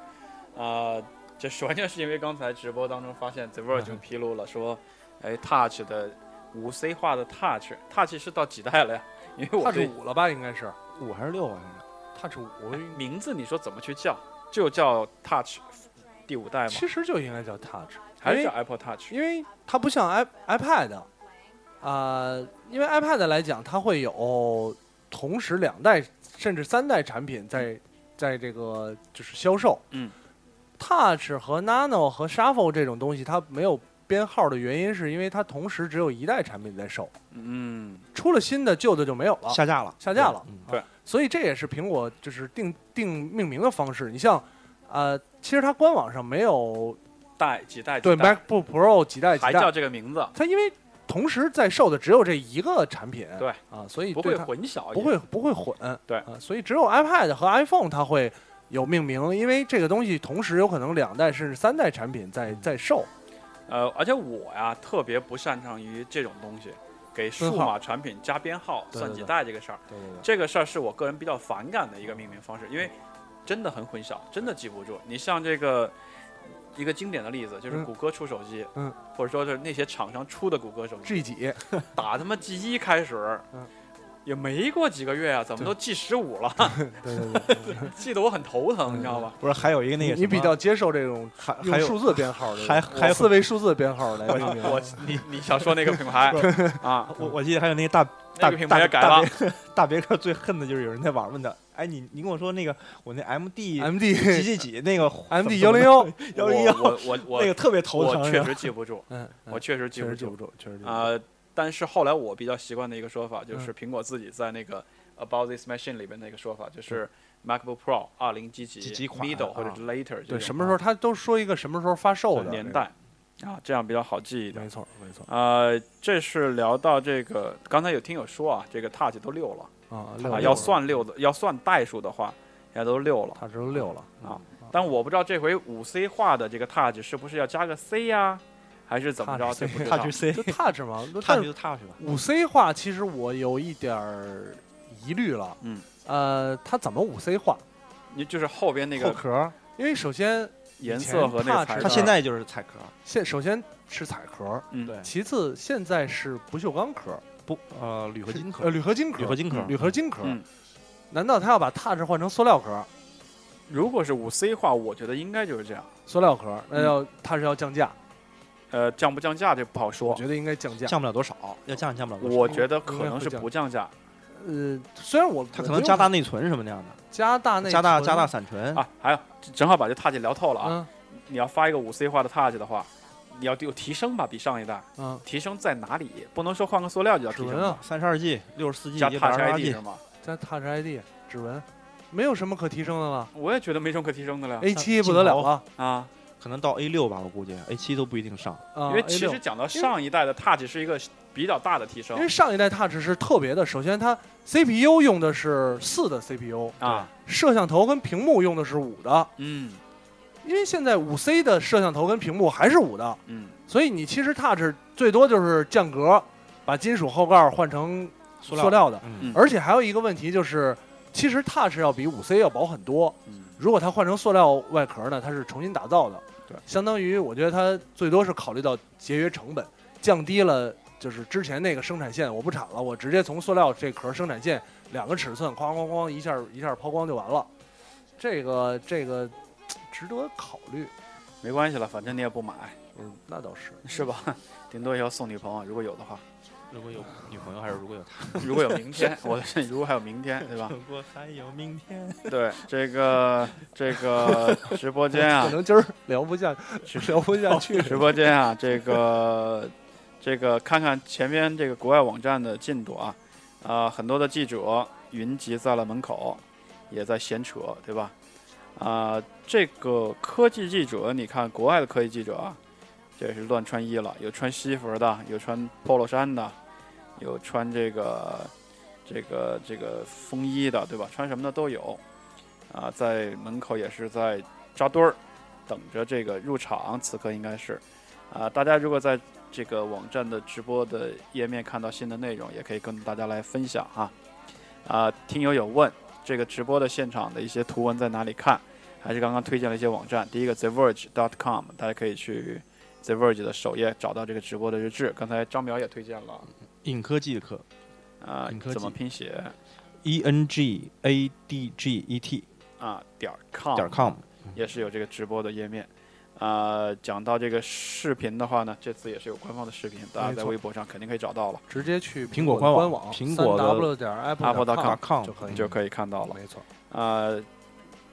Speaker 2: 啊，这是完全是因为刚才直播当中发现 The Verge 披露了 说，哎，Touch 的五 C 化的 Touch，Touch 是到几代了呀？ 因为我
Speaker 3: Touch
Speaker 2: 对
Speaker 3: 五了吧，应该是
Speaker 4: 五还是六啊？这
Speaker 3: Touch 五，
Speaker 2: 名字你说怎么去叫？就叫 Touch 第五代吗？
Speaker 3: 其实就应该叫 Touch，
Speaker 2: 还是
Speaker 3: 因
Speaker 2: 叫
Speaker 3: 为
Speaker 2: Apple Touch？
Speaker 3: 因为它不像 i iPad 啊、因为 iPad 来讲，它会有同时两代甚至三代产品在在这个就是销售。
Speaker 2: 嗯
Speaker 3: ，Touch 和 Nano 和 Shuffle 这种东西，它没有编号的原因，是因为它同时只有一代产品在售，
Speaker 2: 嗯，
Speaker 3: 出了新的，旧的就没有了
Speaker 4: 个。下架了，
Speaker 3: 下架了
Speaker 4: 对嗯
Speaker 2: 对
Speaker 3: 所以这也是苹果就是定定命名的方式。你像，呃其实它官网上没有
Speaker 2: 代几代
Speaker 3: 对
Speaker 2: 几代
Speaker 3: MacBook Pro 几代几
Speaker 2: 还叫
Speaker 3: 代，
Speaker 2: 这个名字，
Speaker 3: 它因为同时在售的只有这一个产品，
Speaker 2: 对
Speaker 3: 啊，所以
Speaker 2: 不
Speaker 3: 对
Speaker 2: 会
Speaker 3: 它
Speaker 2: 混淆，
Speaker 3: 不会不会混，
Speaker 2: 对
Speaker 3: 啊，所以只有 iPad 和 iPhone 它会有命名，因为这个东西同时有可能两代甚至三代产品在在售，
Speaker 2: 呃，而且我呀特别不擅长于这种东西，给数
Speaker 3: 分
Speaker 2: 码产品加编号、
Speaker 3: 对
Speaker 2: 算
Speaker 3: 对
Speaker 2: 几
Speaker 3: 对
Speaker 2: 代这个事儿，
Speaker 3: 对对对，
Speaker 2: 这个事儿是我个人比较反感的一个命名方式，因为真的很混淆，真的记不住。你像这个一个经典的例子，就是
Speaker 3: 嗯
Speaker 2: 谷歌出手机，
Speaker 3: 嗯
Speaker 2: 或者说是那些厂商出的谷歌手
Speaker 3: G
Speaker 2: 机，
Speaker 3: 几
Speaker 2: 打他妈 G 一开始，
Speaker 3: 嗯
Speaker 2: 也没过几个月啊，怎么都 G 十五了，
Speaker 3: 对对对，
Speaker 2: 记得我很头疼，你知道吧？
Speaker 4: 不是还有一个那
Speaker 3: 你
Speaker 4: 个
Speaker 3: 你比较接受这种
Speaker 4: 还还
Speaker 3: 用
Speaker 4: 有
Speaker 3: 数字编号的，
Speaker 4: 还还有
Speaker 3: 四位数字编号来命名，
Speaker 2: 啊我你你想说那个品 牌啊？
Speaker 4: 我我记得还有那个大
Speaker 2: 那
Speaker 4: 大
Speaker 2: 个品牌也改了，
Speaker 4: 大别大别克最恨的就是有人在网上问他，哎，你你跟我说那个我那 M D
Speaker 3: M
Speaker 4: 几
Speaker 3: D
Speaker 4: 几几 那个
Speaker 3: M D
Speaker 4: 怎
Speaker 3: 幺
Speaker 4: 么
Speaker 3: 零幺，
Speaker 4: 幺
Speaker 2: 我
Speaker 4: 零幺
Speaker 2: 我我我
Speaker 4: 那个特别头疼
Speaker 2: 我，
Speaker 4: 是
Speaker 2: 确
Speaker 4: 吧
Speaker 2: 实记不住，
Speaker 3: 嗯，嗯
Speaker 2: 我确实记
Speaker 3: 确
Speaker 2: 不
Speaker 3: 实记
Speaker 2: 住
Speaker 3: 不住，确实记不住嗯
Speaker 2: 啊、但是后来我比较习惯的一个说法，就是苹果自己在那个 About This Machine 里边那个说法，
Speaker 3: 嗯
Speaker 2: 就是 MacBook Pro 二零几几
Speaker 4: 几几款
Speaker 2: Middle
Speaker 4: 啊
Speaker 2: 或者是 Later 这
Speaker 3: 对，
Speaker 2: 种
Speaker 3: 什么时候他都说一个什么时候发售的
Speaker 2: 年，代啊，这样比较好记一点
Speaker 3: 没。错没错
Speaker 2: 呃，这是聊到这个，刚才有听友说啊，这个 Touch 都六了
Speaker 3: 啊，
Speaker 2: 啊，
Speaker 3: 六
Speaker 2: 要算六的，要算代数的话，现在都六了。
Speaker 3: 他只有六了
Speaker 2: 啊但我不知道这回五 C 化的这个 Touch 是不是要加个 C 呀、还是怎么着？这不知道
Speaker 4: 踏。去 C
Speaker 3: 就 Touch 嘛，
Speaker 4: 踏
Speaker 3: 但
Speaker 4: 去就踏去吧。
Speaker 3: 五 C 化其实我有一点儿疑虑了，
Speaker 2: 嗯，
Speaker 3: 呃，它怎么五 C 化？
Speaker 2: 你就是后边那
Speaker 4: 后
Speaker 2: 个
Speaker 4: 壳，
Speaker 3: 因为首先
Speaker 2: 颜色和那个材质。
Speaker 4: 它现在就是彩壳，
Speaker 3: 现首先是彩壳，
Speaker 2: 嗯
Speaker 4: 对
Speaker 3: 其次现在是不锈钢壳，
Speaker 4: 不呃铝合金
Speaker 3: 呃
Speaker 4: 壳，
Speaker 3: 铝合金壳，
Speaker 4: 铝合金壳
Speaker 3: 铝合金壳
Speaker 2: 嗯，
Speaker 3: 难道他要把 Touch 换成塑料壳？
Speaker 2: 如果是五 C 化，我觉得应该就是这样。
Speaker 3: 塑料壳，
Speaker 2: 嗯
Speaker 3: 那要 Touch 要降价，
Speaker 2: 呃，降不降价这不好
Speaker 3: 我
Speaker 2: 说，
Speaker 3: 觉得应该降价。
Speaker 4: 降不了多少，要降也降不了多少。
Speaker 2: 我觉得可能是不降价
Speaker 3: 呃，虽然我
Speaker 4: 它可
Speaker 3: 我
Speaker 4: 能
Speaker 3: 没有
Speaker 4: 加大内存什么那样的，
Speaker 3: 加大内
Speaker 4: 加大
Speaker 3: 存
Speaker 4: 加大闪存，
Speaker 2: 啊。还有，正好把这 Touch 聊透了啊。
Speaker 3: 嗯
Speaker 2: 你要发一个五 C 化的 Touch 的话，你要有提升吧，比上一代
Speaker 3: 嗯，
Speaker 2: 提升在哪里？不能说换个塑料就叫
Speaker 3: 指
Speaker 2: 提
Speaker 3: 纹
Speaker 2: 升
Speaker 3: 啊
Speaker 2: 吧，，
Speaker 4: 三十二 G、六十四 G、
Speaker 2: 加
Speaker 4: 一百二
Speaker 2: Touch
Speaker 4: 十八
Speaker 2: ID
Speaker 4: G
Speaker 2: 是。吗？
Speaker 3: 加 Touch ID 指纹，没有什么可提升的了。
Speaker 2: 我也觉得没什么可提升的
Speaker 4: 啊
Speaker 2: 了
Speaker 3: A 7不得了了
Speaker 2: 啊，
Speaker 4: 可能到 A 六吧，我估计 A 七都不一定上。
Speaker 3: 啊，
Speaker 2: 因为其
Speaker 3: A6
Speaker 2: 实讲到上一代的 Touch 是一个比较大的提升
Speaker 3: 因为上一代 Touch 是特别的，首先它 CPU 用的是四的 CPU，
Speaker 2: 啊，
Speaker 3: 摄像头跟屏幕用的是五的，
Speaker 2: 嗯
Speaker 3: 因为现在五 C 的摄像头跟屏幕还是五的，
Speaker 2: 嗯，
Speaker 3: 所以你其实 Touch 最多就是降格，把金属后盖换成
Speaker 4: 塑料
Speaker 3: 塑料的，
Speaker 4: 嗯，
Speaker 3: 而且还有一个问题就是，其实 Touch 要比五 C 要薄很多，
Speaker 2: 嗯
Speaker 3: 如果它换成塑料外壳呢，它是重新打造的，
Speaker 2: 对，
Speaker 3: 相当于我觉得它最多是考虑到节约成本，降低了就是之前那个生产线我不产了，我直接从塑料这壳生产线两个尺寸哐哐哐一下一下抛光就完了，这个这个嘖值得考虑，
Speaker 2: 没关系了，反正你也不买，
Speaker 3: 嗯，那倒是，
Speaker 2: 是吧？ 顶多也要送女朋友，如果有的话。
Speaker 4: 如果有女朋友，还是如果有
Speaker 2: 如果有明天，我如果还有明天，对 吧？
Speaker 4: 如果还有明天，
Speaker 2: 对，这个这个直播间啊
Speaker 3: 可，能今儿聊不下，聊不下 去，
Speaker 2: 直播间啊，这个这个看看前面这个国外网站的进度啊，啊、很多的记者云集在了门口，也在闲扯，对吧？啊、这个科技记者，你看国外的科技记者啊，这是乱穿衣了，有穿西服的，有穿 polo 衫的，有穿这个这个这个风衣的，对吧？穿什么的都有，啊、在门口也是在扎堆儿。等着这个入场，此刻应该是，啊、大家如果在这个网站的直播的页面看到新的内容，也可以跟大家来分享啊。啊、听友有问这个直播的现场的一些图文在哪里看，还是刚刚推荐了一些网站，第一个 theverge.com，大家可以去 The Verge 的首页找到这个直播的日志。刚才张淼也推荐了，
Speaker 4: 影科技的科
Speaker 2: 啊、
Speaker 4: 影科技
Speaker 2: 怎么拼写
Speaker 4: E N G A D G E T
Speaker 2: 啊？点儿 com
Speaker 4: 点 com。
Speaker 2: 也是有这个直播的页面。啊，讲到这个视频的话呢，这次也是有官方的视频，大家
Speaker 3: 没
Speaker 2: 在
Speaker 3: 错
Speaker 2: 微博上肯定可以找到了，
Speaker 3: 直接去
Speaker 4: 苹果
Speaker 3: 官
Speaker 4: 官网
Speaker 3: 网，
Speaker 4: 苹果的
Speaker 3: w 点 apple
Speaker 2: apple.com
Speaker 3: 就可以
Speaker 2: 就可以看到了。
Speaker 3: 没错，
Speaker 2: 呃，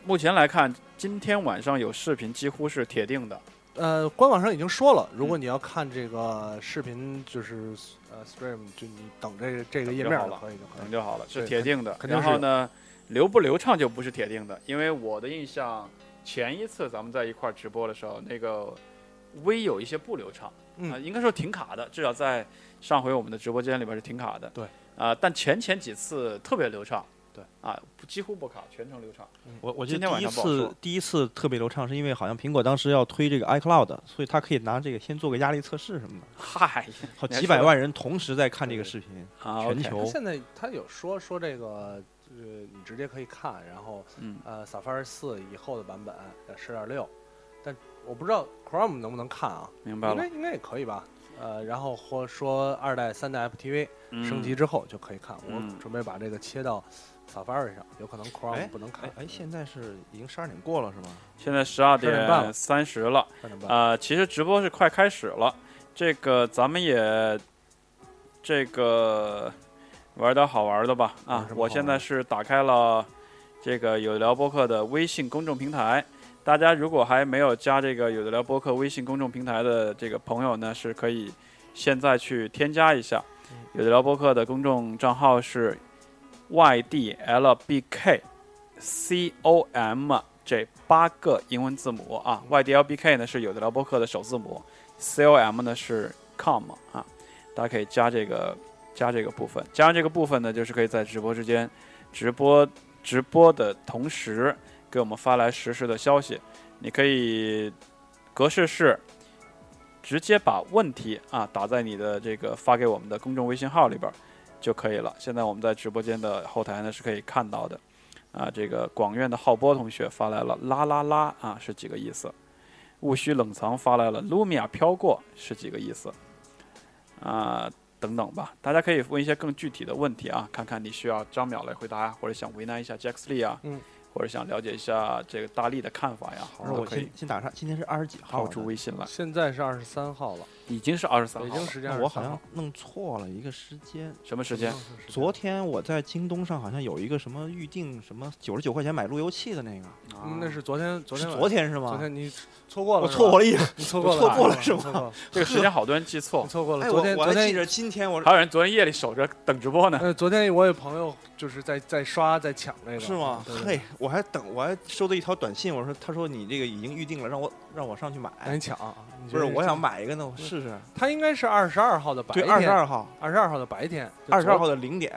Speaker 2: 目前来看，今天晚上有视频几乎是铁定的。
Speaker 3: 呃，官网上已经说了，如果你要看这个视频，就是呃 stream，就你等这个这个页面
Speaker 2: 等就好
Speaker 3: 就
Speaker 2: 了
Speaker 3: 可以就可
Speaker 2: 等
Speaker 3: 以。
Speaker 2: 就好了，是
Speaker 3: 对
Speaker 2: 铁定的。
Speaker 3: 肯肯定
Speaker 2: 然
Speaker 3: 是
Speaker 2: 后呢，流不流畅就不是铁定的，因为我的印象，前一次咱们在一块儿直播的时候，那个微有一些不流畅，
Speaker 3: 嗯
Speaker 2: 啊应该说挺卡的，至少在上回我们的直播间里边是挺卡的。
Speaker 3: 对，
Speaker 2: 啊、但前前几次特别流畅。
Speaker 3: 对，
Speaker 2: 啊，不几乎不卡，全程流畅。
Speaker 4: 我我记
Speaker 2: 今
Speaker 4: 得
Speaker 2: 天晚
Speaker 4: 第一
Speaker 2: 上不好说
Speaker 4: 次第一次特别流畅，是因为好像苹果当时要推这个 iCloud，所以它可以拿这个先做个压力测试什么的，
Speaker 2: 嗨，
Speaker 4: 好
Speaker 2: 你还
Speaker 4: 几
Speaker 2: 说
Speaker 4: 百万人同时在看这个视频，
Speaker 2: 啊，
Speaker 4: 全
Speaker 2: OK
Speaker 3: 他
Speaker 4: 球
Speaker 3: 现在他有说说这个，呃，你直接可以看，然后
Speaker 2: 嗯，
Speaker 3: 呃，Safari 四以后的版本十点六，但我不知道 Chrome 能不能看啊，
Speaker 2: 明白
Speaker 3: 应
Speaker 2: 了
Speaker 3: 该。应该也可以吧。呃，然后或说二代、三代 FTV
Speaker 2: 嗯
Speaker 3: 升级之后就可以看。
Speaker 2: 嗯
Speaker 3: 我准备把这个切到 Safari 上，有可能 Chrome 不能看
Speaker 4: 哎。哎，现在是已经十二点过了是吧？
Speaker 2: 现在十二
Speaker 3: 12点半
Speaker 2: 点
Speaker 3: 了
Speaker 2: 三十了。
Speaker 3: 快点吧。
Speaker 2: 啊，其实直播是快开始了，这个咱们也这个玩点好玩的吧
Speaker 3: 玩
Speaker 2: 啊
Speaker 3: 什！么
Speaker 2: 我
Speaker 3: 好
Speaker 2: 现在
Speaker 3: 玩
Speaker 2: 是打开了这个有聊播客的微信公众平台，大家如果还没有加这个有的聊播客微信公众平台的这个朋友呢，是可以现在去添加一下。
Speaker 3: 嗯
Speaker 2: 有的聊播客的公众账号是 ydlbk c o m 这八个英文字母啊，ydlbk 呢是有的聊播客的首字母，c o m 呢是 com 啊，大家可以加这个加这个部分，加上这个部分呢，就是可以在直播之间直播直播的同时给我们发来实时的消息，你可以格式是。直接把问题啊打在你的这个发给我们的公众微信号里边儿就可以了。现在我们在直播间的后台呢是可以看到的。啊，这个广院的浩波同学发来了啦啦啦啊，是几个意思？戊戌冷藏发来了 Lumia 飘过是几个意思？啊，等等吧，大家可以问一些更具体的问题啊，看看你需要张淼来回答呀，或者想为难一下 Jax Lee 啊，
Speaker 3: 嗯
Speaker 2: 或者想了解一下这个大力的看法呀，
Speaker 4: 不是
Speaker 2: 都
Speaker 4: 我
Speaker 2: 哦可
Speaker 4: 先
Speaker 2: 以
Speaker 4: 先打上，今天是二十几号
Speaker 2: 抛
Speaker 4: 呢，
Speaker 2: 出微信来，
Speaker 3: 现在是二十三号了，
Speaker 2: 已经是二十三
Speaker 3: 北
Speaker 2: 号
Speaker 3: 京
Speaker 2: 了，
Speaker 3: 时间
Speaker 4: 那
Speaker 3: 23
Speaker 4: 我好
Speaker 3: 号
Speaker 4: 像弄错了一个时间。
Speaker 2: 什么时间？
Speaker 4: 昨天我在京东上好像有一个什么预定什么九十九块钱买路由器的那个，
Speaker 2: 啊
Speaker 3: 嗯那是昨天，昨天
Speaker 4: 是
Speaker 3: 晚
Speaker 4: 昨天是吗？
Speaker 3: 昨天你错过了
Speaker 4: 我
Speaker 3: 是吧，
Speaker 4: 错过了一个。
Speaker 3: 你错过了，
Speaker 4: 错过了是哦
Speaker 3: 吗？错过了
Speaker 2: 这个时间好多人记错
Speaker 3: 你，错过了。
Speaker 4: 哎，
Speaker 3: 昨
Speaker 4: 我
Speaker 3: 天，
Speaker 4: 我
Speaker 3: 昨
Speaker 4: 还记
Speaker 3: 天，
Speaker 4: 着今天我
Speaker 2: 还有人昨天夜里守着等直播呢。
Speaker 3: 呃，昨天我有朋友就是在在刷，在抢这个，
Speaker 4: 是吗？
Speaker 3: 对对
Speaker 4: 嘿，我还等我还收到一条短信，我说他说你这个已经预定了，让我让我上去
Speaker 3: 赶
Speaker 4: 买。
Speaker 3: 紧抢啊！你
Speaker 4: 不是，
Speaker 3: 觉得
Speaker 4: 我
Speaker 3: 这
Speaker 4: 想，买一个呢，我试试。
Speaker 3: 他应该是二十二号的白
Speaker 4: 对，
Speaker 3: 天，
Speaker 4: 二十二号，
Speaker 3: 二十二号的白天，就
Speaker 4: 二十
Speaker 3: 昨
Speaker 4: 二号的零点，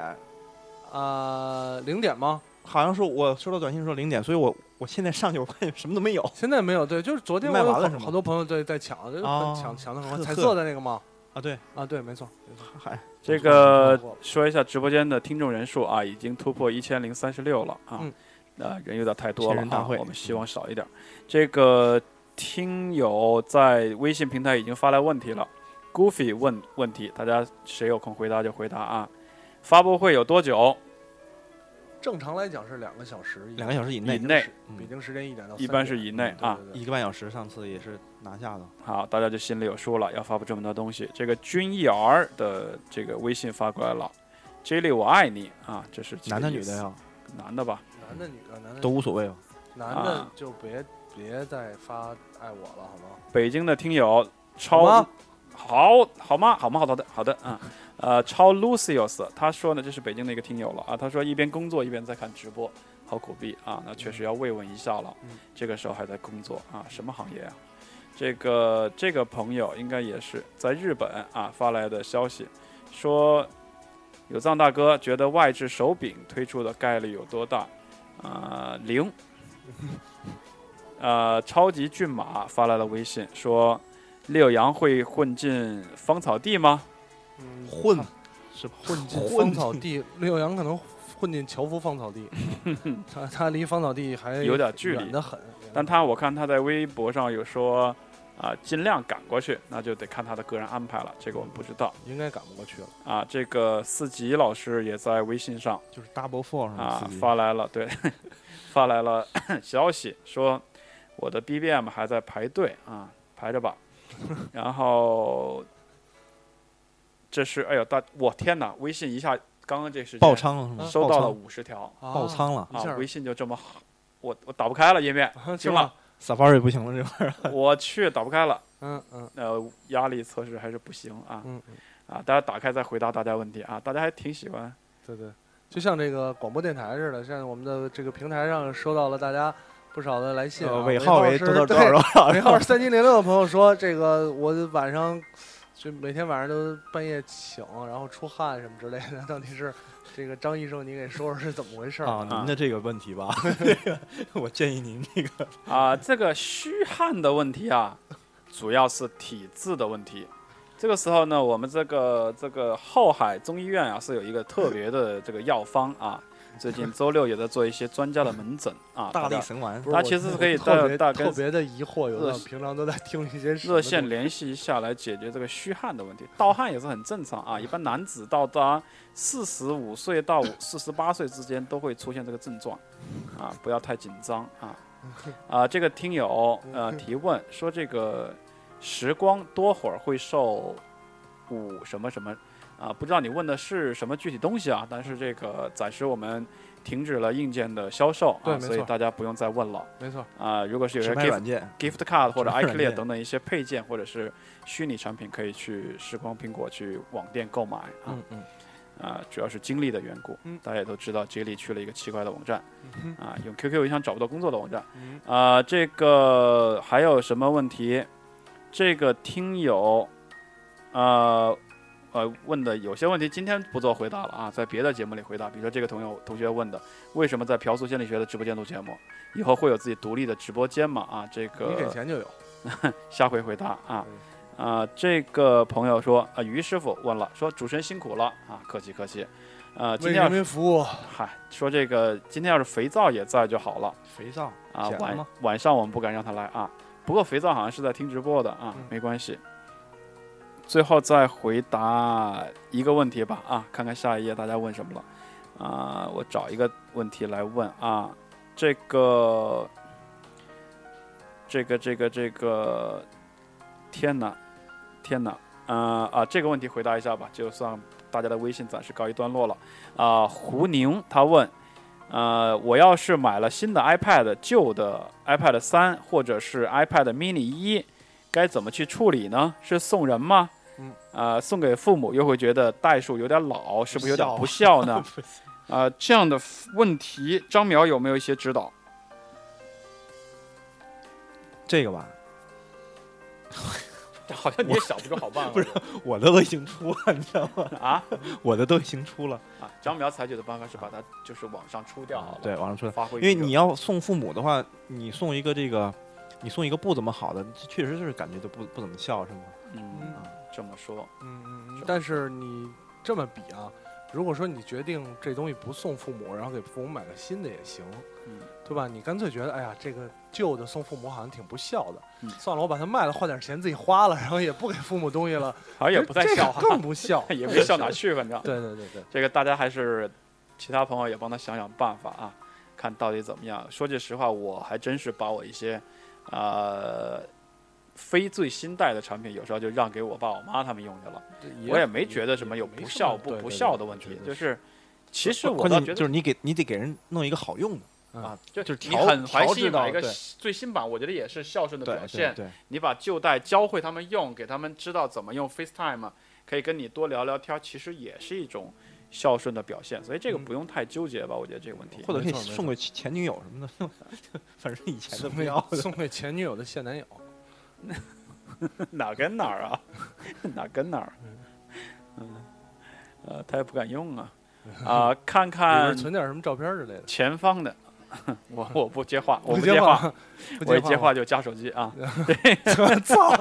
Speaker 3: 呃零点吗？
Speaker 4: 好像是我收到短信说零点，所以我我现在上去我发现什么都没有
Speaker 3: 现在没有，对，就是昨天我
Speaker 4: 卖
Speaker 3: 有
Speaker 4: 完了是
Speaker 3: 好
Speaker 4: 吗
Speaker 3: 好多朋友在在抢，就是
Speaker 4: 哦
Speaker 3: 很抢抢的很快，
Speaker 4: 呵
Speaker 3: 彩
Speaker 4: 呵
Speaker 3: 色的那个吗？
Speaker 4: 啊。对，
Speaker 3: 啊，对，没错，没错
Speaker 4: 还
Speaker 2: 这个说一下直播间的听众人数啊，已经突破一千零三十六了啊，
Speaker 3: 嗯
Speaker 2: 呃，人有点太多
Speaker 4: 千
Speaker 2: 了
Speaker 4: 人大
Speaker 2: 啊，
Speaker 4: 会
Speaker 2: 我们希望少一点。这个听友在微信平台已经发来问题了，Goofy 问问题，大家谁有空回答就回答啊。发布会有多久？
Speaker 3: 正常来讲是两个小时以，
Speaker 4: 两个小时以
Speaker 2: 以
Speaker 4: 内，
Speaker 2: 内，
Speaker 3: 北
Speaker 4: 嗯
Speaker 3: 京时间一点到三点，嗯
Speaker 2: 一般是以内啊
Speaker 3: 对。对对
Speaker 4: 一个半小时，上次也是拿下了。
Speaker 2: 好，大家就心里有数了，要发布这么多东西。这个君 E R 的这个微信发过来了，Jelly 我爱你啊，这是几个
Speaker 4: 男的
Speaker 2: 意
Speaker 4: 女的
Speaker 2: 思？
Speaker 4: 呀，
Speaker 2: 男的吧，
Speaker 3: 男的女的，男的
Speaker 4: 都无所谓吧。
Speaker 3: 男的
Speaker 2: 啊
Speaker 3: 就别别再发爱我了，好吗？
Speaker 2: 北京的听友
Speaker 3: 好
Speaker 2: 超
Speaker 3: 吗
Speaker 2: 好好吗？好吗？好的，好的，嗯，呃，超 Lucius 他说呢，这是北京的一个听友了啊，他说一边工作一边在看直播，好苦逼啊，那确实要慰问一下了，
Speaker 3: 嗯
Speaker 2: 这个时候还在工作啊，什么行业啊？这个这个朋友应该也是在日本啊发来的消息，说有藏大哥觉得外置手柄推出的概率有多大？啊、零。呃，超级骏马发来了微信说：“六阳会混进芳草地吗？
Speaker 3: 嗯，
Speaker 4: 混是吧？
Speaker 3: 混 进芳草地， 六阳可能混进樵夫芳 草地，他他离芳草地还
Speaker 2: 有点距离
Speaker 3: 远得很。
Speaker 2: 但他我看他在微博上有说，啊、尽量赶过去，那就得看他的个人安排了，这个我们不知道
Speaker 3: 应该赶不过去了，
Speaker 2: 啊。这个四级老师也在微信上
Speaker 4: 就是 double four
Speaker 2: 啊
Speaker 4: 上
Speaker 2: 发来了，对， 发来了 消息说我的 BBM 还在排队啊，排 着吧。然后这是哎呦大我天哪，微信一下刚刚这时间
Speaker 4: 爆仓了是吗？
Speaker 2: 收到了
Speaker 4: 爆仓
Speaker 2: 五十条
Speaker 4: 爆仓了
Speaker 3: 一下
Speaker 2: 啊，微信就这么好，我我打不开了页面，
Speaker 3: 啊，
Speaker 2: 行
Speaker 3: 行
Speaker 2: 了
Speaker 3: 了，
Speaker 4: ，Safari 不行了这玩意儿。
Speaker 2: 我去打不开了，
Speaker 3: 嗯嗯
Speaker 2: 呃，压力测试还是不行啊
Speaker 3: 嗯，
Speaker 2: 啊，大家打开再回答大家问题啊，大家还挺喜欢
Speaker 3: 对对，就像这个广播电台似的，像我们的这个平台上收到了大家不少的来信啊、
Speaker 4: 呃
Speaker 3: 尾
Speaker 4: 尾号为
Speaker 3: 是
Speaker 4: 多少 多少多少，
Speaker 3: 对尾号是三七零六的朋友说，这个我晚上就每天晚上都半夜醒，然后出汗什么之类的，到底是这个张医生，你给说说是怎么回事儿
Speaker 4: 啊，您的这个问 题吧，我建议您那个
Speaker 2: 啊，这个虚汗的问题啊，主要是体质的问题。这个时候呢，我们这个这个后海中医院啊是有一个特别的这个药方啊，最近周六也在做一些专家的门诊啊，
Speaker 4: 大
Speaker 2: 大
Speaker 4: 力
Speaker 2: 家
Speaker 4: 神丸
Speaker 3: 不，是
Speaker 2: 它
Speaker 3: 我
Speaker 2: 其实是可以
Speaker 3: 特
Speaker 2: 大
Speaker 3: 别
Speaker 2: 大
Speaker 3: 特
Speaker 2: 跟
Speaker 3: 别的疑惑，有
Speaker 2: 热
Speaker 3: 的平常都在听一些什么
Speaker 2: 热线联系一下来解决这个虚汗的问题。盗汗也是很正常
Speaker 3: 嗯
Speaker 2: 啊，一般男子到达四十五岁到四十八岁之间都会出现这个症状，啊，不要太紧张 啊。啊，这个听友
Speaker 3: 嗯
Speaker 2: 呃提问说，这个时光多会儿会受五什么什么啊？不知道你问的是什么具体东西啊？但是这个暂时我们停止了硬件的销售
Speaker 3: 对
Speaker 2: 啊，
Speaker 3: 没
Speaker 2: 所以
Speaker 3: 错
Speaker 2: 大家不用再问了
Speaker 3: 东西，没错，
Speaker 2: 啊。如果是有
Speaker 4: 直
Speaker 2: 人
Speaker 4: 拍
Speaker 2: gift
Speaker 4: 软件，啊
Speaker 2: gift card 或者
Speaker 4: 什么软
Speaker 2: iClear
Speaker 4: 件
Speaker 2: 等等一些配件或者是虚拟产品，可以去时光苹果去网店购买啊。
Speaker 4: 嗯嗯，
Speaker 2: 啊，主要是经历的缘故。
Speaker 3: 嗯
Speaker 2: 大家也都知道，杰里去了一个奇怪的网站，啊，用 QQ 邮箱找不到工作的网站。
Speaker 3: 嗯
Speaker 2: 啊，这个还有什么问题？这个听友，呃，呃，问的有些问题今天不做回答了啊，在别的节目里回答。比如说这个同友同学问的，为什么在朴素心理学的直播间录节目？以后会有自己独立的直播间吗？啊，这个
Speaker 3: 你给钱就有。 嗯
Speaker 2: 下回回答啊。啊、这个朋友说，啊、于师傅问了，说主持人辛苦了啊，客气客气。呃，今
Speaker 3: 为
Speaker 2: 天要
Speaker 3: 人
Speaker 2: 是
Speaker 3: 民服务，
Speaker 2: 嗨，说这个今天要是肥皂也在就好了
Speaker 4: 肥皂
Speaker 2: 啊。
Speaker 4: 剪了
Speaker 2: 晚
Speaker 4: 吗？
Speaker 2: 晚上我们不敢让他来啊，不过肥皂好像是在听直播的啊，
Speaker 3: 嗯
Speaker 2: 没关系。最后再回答一个问题吧啊，看看下一页大家问什么了啊、我找一个问题来问啊，这个这个这个这个，天哪，天哪，啊、啊，这个问题回答一下吧，就算大家的微信暂时告一段落了。啊、胡宁他问，呃，我要是买了新的 iPad，旧的 iPad 三或者是 iPad mini 一，该怎么去处理呢？是送人吗？
Speaker 3: 嗯，
Speaker 2: 呃，送给父母又会觉得代数有点老，是不是有点
Speaker 4: 孝
Speaker 2: 不孝呢？啊、这样的问题，张淼有没有一些指导？
Speaker 4: 这个吧，
Speaker 2: 好像你也想不出好办法。不是
Speaker 4: 我的都已经出了，你知道吗？
Speaker 2: 啊
Speaker 4: 我的都已经出了，
Speaker 2: 啊！张淼采取的办法是把它就是往上出掉好了，
Speaker 4: 对，网上出了。
Speaker 2: 发挥一
Speaker 4: 因
Speaker 2: 个。
Speaker 4: 为你要送父母的话，你送一个这个，你送一个不怎么好的，确实是感觉都不不怎么孝顺嘛。
Speaker 2: 嗯
Speaker 3: 嗯
Speaker 2: 这么说，
Speaker 3: 嗯嗯
Speaker 2: 是吧
Speaker 3: 嗯，但是你这么比啊，如果说你决定这东西不送父母，然后给父母买个新的也行，
Speaker 2: 嗯
Speaker 3: 对吧？你干脆觉得，哎呀，这个旧的送父母好像挺不孝的，
Speaker 2: 嗯
Speaker 3: 算了，我把它卖了，换点钱自己花了，然后也不给父母东西了，
Speaker 2: 好 像也不太
Speaker 3: 这个
Speaker 2: 笑，
Speaker 3: 更不孝
Speaker 2: 。也没笑 哪去，反正
Speaker 3: 对对对对，
Speaker 2: 这个大家还是其他朋友也帮他想想办法啊，看到底怎么样。说句实话，我还真是把我一些呃非最新代的产品，有时候就让给我爸我妈他们用去了，我也没觉得什么有不孝不不孝的问题，就是其实我
Speaker 4: 关
Speaker 2: 倒
Speaker 4: 键
Speaker 2: 觉得
Speaker 4: 就是你给你得给人弄一个好用的，
Speaker 2: 啊，就
Speaker 4: 就是
Speaker 2: 你
Speaker 4: 调
Speaker 2: 很怀
Speaker 4: 调
Speaker 2: 心
Speaker 4: 制到
Speaker 2: 买一个
Speaker 4: 对
Speaker 2: 最新版，我觉得也是孝顺的表
Speaker 4: 对
Speaker 2: 现
Speaker 4: 对。对，
Speaker 2: 你把旧代教会他们用，给他们知道怎么用 FaceTime，可啊以跟你多聊聊天，其实也是一种孝顺的表现。所以这个不用太纠结吧，我觉得这个问题。
Speaker 4: 或者可以
Speaker 3: 没错没错
Speaker 4: 送给前女友什么的， 反正以前的
Speaker 3: 送
Speaker 4: 不要
Speaker 3: 给送给前女友的现男友，
Speaker 2: 哪儿跟哪儿啊？ 哪儿跟哪儿？嗯，呃，他也不敢用 啊。啊、看
Speaker 3: 里
Speaker 2: 看
Speaker 3: 边存点什么照片之类的。
Speaker 2: 前方的，我我不接 话，我
Speaker 3: 不
Speaker 2: 不
Speaker 3: 接
Speaker 2: 话，，
Speaker 3: 不
Speaker 2: 我一
Speaker 3: 接
Speaker 2: 接话，就加手机 啊。
Speaker 3: 操！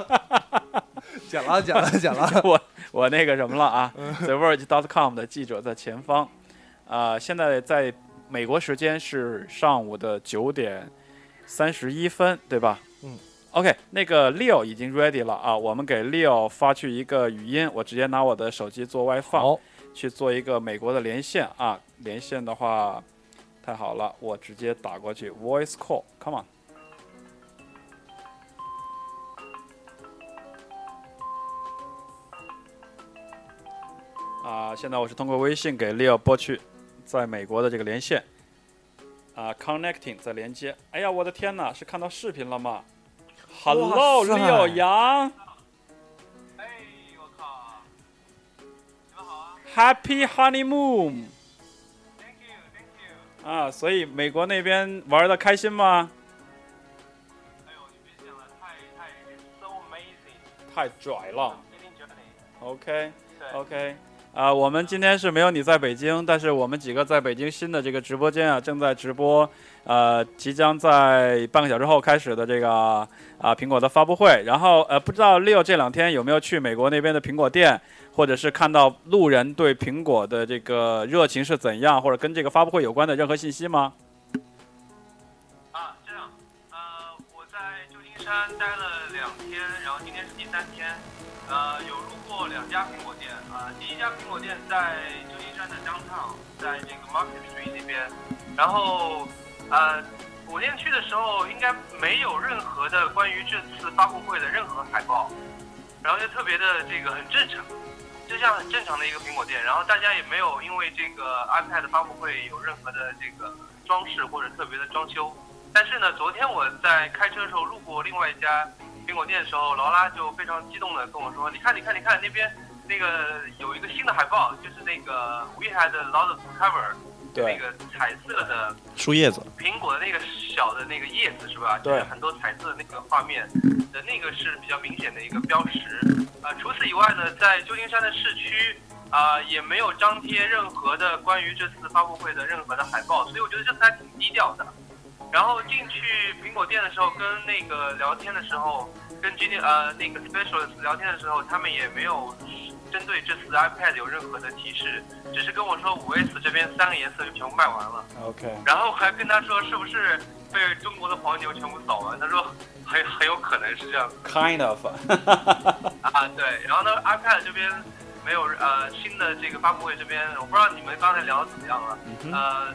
Speaker 3: 剪了剪了剪了，嗯
Speaker 2: 我我那个什么了啊，The Verge.com 的记者在前方，啊、现在在美国时间是上午的九点三十一分，对吧？
Speaker 3: 嗯。
Speaker 2: OK，那个 Leo 已经 ready 了啊，我们给 Leo 发去一个语音，我直接拿我的手机做外放，
Speaker 3: 好，
Speaker 2: 去做一个美国的连线啊，连线的话，太好了，我直接打过去 voice call，come on。啊，现在我是通过微信给 Leo 拨去在美国的这个连线，啊，connecting 在连接。哎呀，我的天哪，是看到视频了吗？Hello，
Speaker 4: 哇塞
Speaker 2: 六阳。Happy honeymoon。Thank you, thank you。啊，所以美国那边玩的开心吗？太拽了。OK OK，啊、我们今天是没有你在北京，但是我们几个在北京新的这个直播间啊，正在直播，呃，即将在半个小时后开始的这个啊、苹果的发布会。然后呃，不知道 Leo 这两天有没有去美国那边的苹果店，或者是看到路人对苹果的这个热情是怎样，或者跟这个发布会有关的任何信息吗？
Speaker 8: 啊，这样，呃，我在旧金山待了两天，然后今天是第三天，呃，有路过两家苹果店，啊、第一家苹果店在旧金山的 downtown，在这个 Market Street 那边，然后，呃，我那天去的时候应该没有任何的关于这次发布会的任何海报，然后就特别的这个很正常。就像很正常的一个苹果店，然后大家也没有因为这个 iPad 发布会有任何的这个装饰或者特别的装修，但是呢，昨天我在开车的时候路过另外一家苹果店的时候，劳拉就非常激动的跟我说：“你看，你看，你看那边那个有一个新的海报，就是那个 We had a lot of cover，那个彩色的
Speaker 4: 树叶子，
Speaker 8: 苹果的那个小的那个叶子是吧？
Speaker 2: 对
Speaker 8: 就是很多彩色的那个画面的那个是比较明显的一个标识。呃，除此以外呢，在旧金山的市区啊、也没有张贴任何的关于这次发布会的任何的海报，所以我觉得这次还挺低调的。然后进去苹果店的时候，跟那个聊天的时候，跟 G 呃那个 specialist 聊天的时候，他们也没有针对这次 iPad 有任何的提示，只是跟我说五 S 这边三个颜色就全部卖完了。
Speaker 2: OK，
Speaker 8: 然后我还跟他说是不是被中国的黄牛全部扫完？他说很很有可能是这样子
Speaker 2: kind of，
Speaker 8: 啊，对。然后呢，iPad 这边没有呃新的这个发布会这边，我不知道你们刚才聊的怎么样了，呃，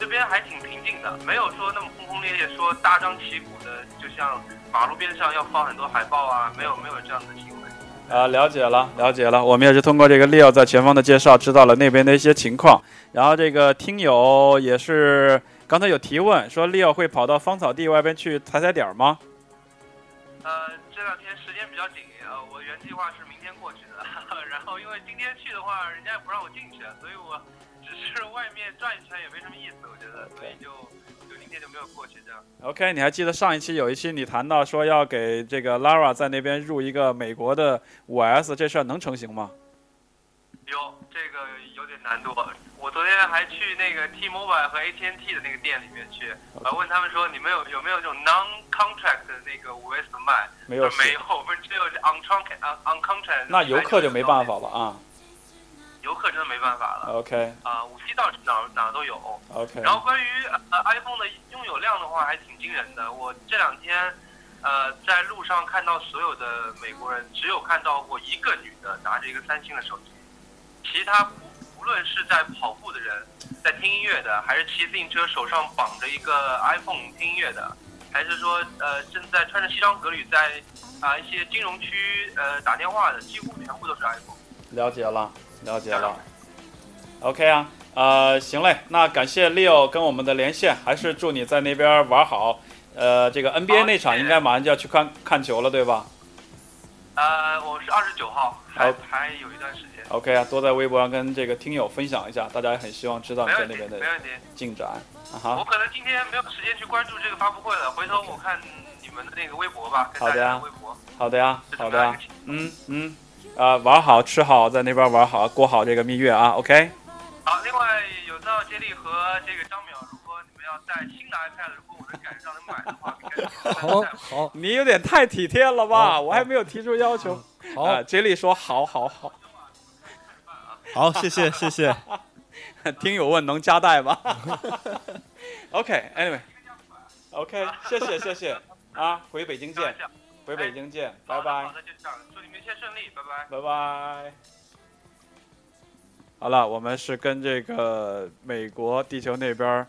Speaker 8: 这边还挺平静的，没有说那么轰轰烈烈说大张旗鼓的，就像马路边上要放很多海报啊，没有没有这样的行为。
Speaker 2: 啊，了解了，了解了。我们也是通过这个 Leo 在前方的介绍，知道了那边的一些情况。然后这个听友也是刚才有提问说，Leo 会跑到芳草地外边去踩踩点儿吗？
Speaker 8: 呃，这两天时间比较紧，呃，我原计划是明天过去的， 然后因为今天去的话，人家也不让我进去，所以我只是外面转一圈也没什么意思，我觉得，所以就就今天就没有过去这样。
Speaker 2: OK，你还记得上一期有一期你谈到说要给这个 Lara 在那边入一个美国的 5S，这事儿能成行吗？
Speaker 8: 有这个有点难度，我昨天还去那个 T-Mobile 和 AT&T 的那个店里面去，呃，问他们说你们有有没有这种 non-contract 的那个五 S 卖？
Speaker 2: 没
Speaker 8: 他
Speaker 2: 有
Speaker 8: 说
Speaker 2: 是，
Speaker 8: 呃没有，我们只有呃 on contract on contract。
Speaker 2: 那游客就没办，法了啊。
Speaker 8: 游客真的没办法了
Speaker 2: OK
Speaker 8: 啊！五 G 到哪儿哪儿都有。
Speaker 2: OK，
Speaker 8: 然后关于呃 iPhone 的拥有量的话，还挺惊人的。我这两天呃在路上看到所有的美国人，只有看到过一个女的拿着一个三星的手机，其他不无论是在跑步的人，在听音乐的，还是骑自行车手上绑着一个 iPhone 听音乐的，还是说呃正在穿着西装革履在啊、一些金融区呃打电话的，几乎全部都是 iPhone。
Speaker 2: 了解了，了解了。OK 啊，呃，行嘞，那感谢 Leo 跟我们的连线，还是祝你在那边玩好。呃，这个 NBA
Speaker 8: 好
Speaker 2: 那场
Speaker 8: 谢谢
Speaker 2: 应该马上就要去看看球了，对吧
Speaker 8: 呃，我是二十九号，还
Speaker 2: 好
Speaker 8: 还有一段时间，
Speaker 2: ？OK 啊，多在微博上跟这个听友分享一下，大家也很希望知道你
Speaker 8: 没
Speaker 2: 在
Speaker 8: 问
Speaker 2: 那
Speaker 8: 题，
Speaker 2: 边的
Speaker 8: 没问题。
Speaker 2: 进展啊
Speaker 8: 我
Speaker 2: 哈。
Speaker 8: 可能今天没有时间去关注这个发布会了，回头我看你们的那个微博吧，跟
Speaker 2: 好
Speaker 8: 大
Speaker 2: 的呀
Speaker 8: 家的微博
Speaker 2: 好的呀
Speaker 8: 是，怎
Speaker 2: 好
Speaker 8: 么
Speaker 2: 的
Speaker 8: 样
Speaker 2: 呀
Speaker 8: 一个，情况。
Speaker 2: 嗯嗯，啊、玩好吃好，在那边玩好，过好这个蜜月啊。OK，
Speaker 8: 好，另外有道接力和这个张淼，如果你们要带新的 iPad，如果我能赶上能买的 话，可以赶紧
Speaker 3: 好
Speaker 8: 带
Speaker 3: 好
Speaker 2: 你有点太体贴了吧？
Speaker 3: 好
Speaker 2: 我还没有提出要求。啊
Speaker 4: 嗯
Speaker 3: 好，
Speaker 2: ，Jelly 说好好好，
Speaker 4: 好，谢谢谢谢，
Speaker 2: 听友问能加带 吗？OK，Anyway，OK，、谢谢谢谢啊，回北京
Speaker 8: 开
Speaker 2: 见
Speaker 8: 玩，笑。
Speaker 2: 回北京见，拜
Speaker 8: 好的
Speaker 2: 拜
Speaker 8: 好。的，就这样，祝你们一切顺利，拜拜。
Speaker 2: 拜拜。好了，我们是跟这个美国地球那边儿，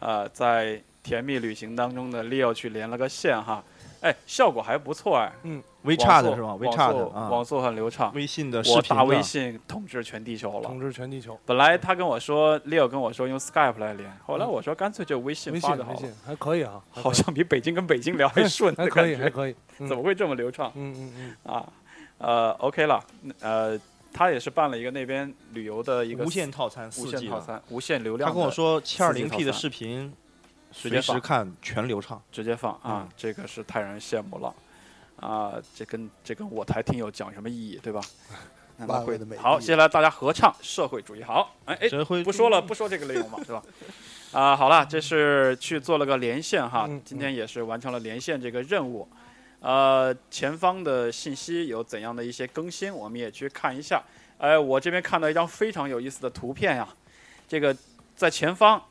Speaker 2: 呃，在甜蜜旅行当中的 Leo 去连了个线哈，哎，效果还不错哎。
Speaker 4: 嗯
Speaker 2: 网
Speaker 4: ，WeChat
Speaker 2: 速
Speaker 4: 是吗
Speaker 2: 网速
Speaker 4: ？WeChat 啊
Speaker 2: 网，速很流畅。
Speaker 4: 微信的视
Speaker 2: 我
Speaker 4: 频啊
Speaker 2: 大
Speaker 4: 的
Speaker 2: 微信统治全地球了
Speaker 5: 统。治全地球。
Speaker 2: 本来他跟我说，Leo 跟我说用 Skype 来连，后
Speaker 4: 嗯
Speaker 2: 来我说干脆就微信
Speaker 5: 微
Speaker 2: 发
Speaker 5: 信
Speaker 2: 就好
Speaker 5: 微
Speaker 2: 了。
Speaker 5: 信还可以啊，还可以
Speaker 2: 好像比北京跟北京聊
Speaker 4: 嗯
Speaker 2: 还顺
Speaker 5: 还
Speaker 2: 的
Speaker 5: 可
Speaker 2: 感
Speaker 5: 以还
Speaker 2: 觉，
Speaker 5: 可以，嗯
Speaker 2: 怎么会这么流畅
Speaker 5: 嗯嗯嗯，
Speaker 2: 啊？呃，OK 了，呃，他也是办了一个那边旅游的一个
Speaker 4: 无限套餐，
Speaker 2: 无
Speaker 4: 四 G
Speaker 2: 限套
Speaker 4: 的。
Speaker 2: 餐，无限流量
Speaker 4: 他
Speaker 2: 的。
Speaker 4: 跟我说，七二零
Speaker 2: 4G
Speaker 4: P 的
Speaker 2: 套餐
Speaker 4: 视频
Speaker 2: 直接
Speaker 4: 随时
Speaker 2: 放
Speaker 4: 看全流畅。
Speaker 2: 直接放啊，这个是太让人羡慕了。啊、啊、这跟这跟我台听友讲有什么意义， 对吧？难道
Speaker 7: 万
Speaker 2: 会
Speaker 7: 恶的美帝
Speaker 2: 好，接下来大家合唱社会主义。好，哎哎，
Speaker 4: 这会
Speaker 2: 不说了，不说这个内容嘛，是吧？啊、好了，这是去做了个连线哈，今天也是完成了连线这个任务。呃，前方的信息有怎样的一些更新，我们也去看一下。哎，我这边看到一张非常有意思的图片呀，这个在前方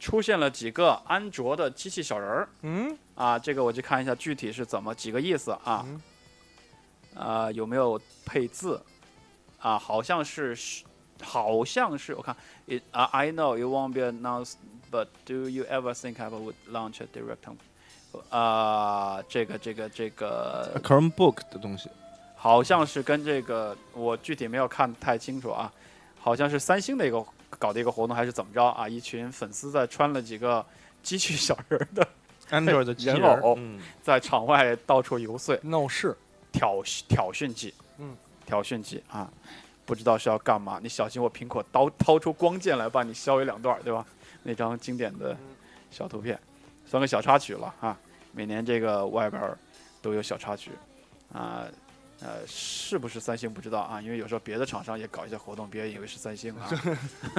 Speaker 2: 出现了几个安卓的机器小人儿
Speaker 3: 嗯，
Speaker 2: 啊，这个我去看一下具体是怎么几个意思啊。
Speaker 3: 嗯
Speaker 2: 啊，有没有配字？啊，好像是是，好像是我看，it 啊、i know it won't be announced, but do you ever think Apple would launch a direct? on- 啊、这个这个这个
Speaker 4: Chromebook 的东西，
Speaker 2: 好像是跟这个我具体没有看太清楚啊，好像是三星的一个搞的一个活动还是怎么着啊？一群粉丝在穿了几个机器小人儿的，
Speaker 4: Android 的机器人
Speaker 2: 哎人偶
Speaker 4: 嗯，
Speaker 2: 在场外到处游说。
Speaker 3: 闹事，
Speaker 2: 挑衅挑衅机，
Speaker 3: 嗯，
Speaker 2: 挑衅机啊，不知道是要干嘛，你小心我苹果刀掏出光剑来把你削一两段儿，对吧？那张经典的
Speaker 3: 嗯
Speaker 2: 小图片，算个小插曲了啊。每年这个外边儿都有小插曲，啊、呃，是不是三星不知道啊？因为有时候别的厂商也搞一些活动，别以为是三星 啊。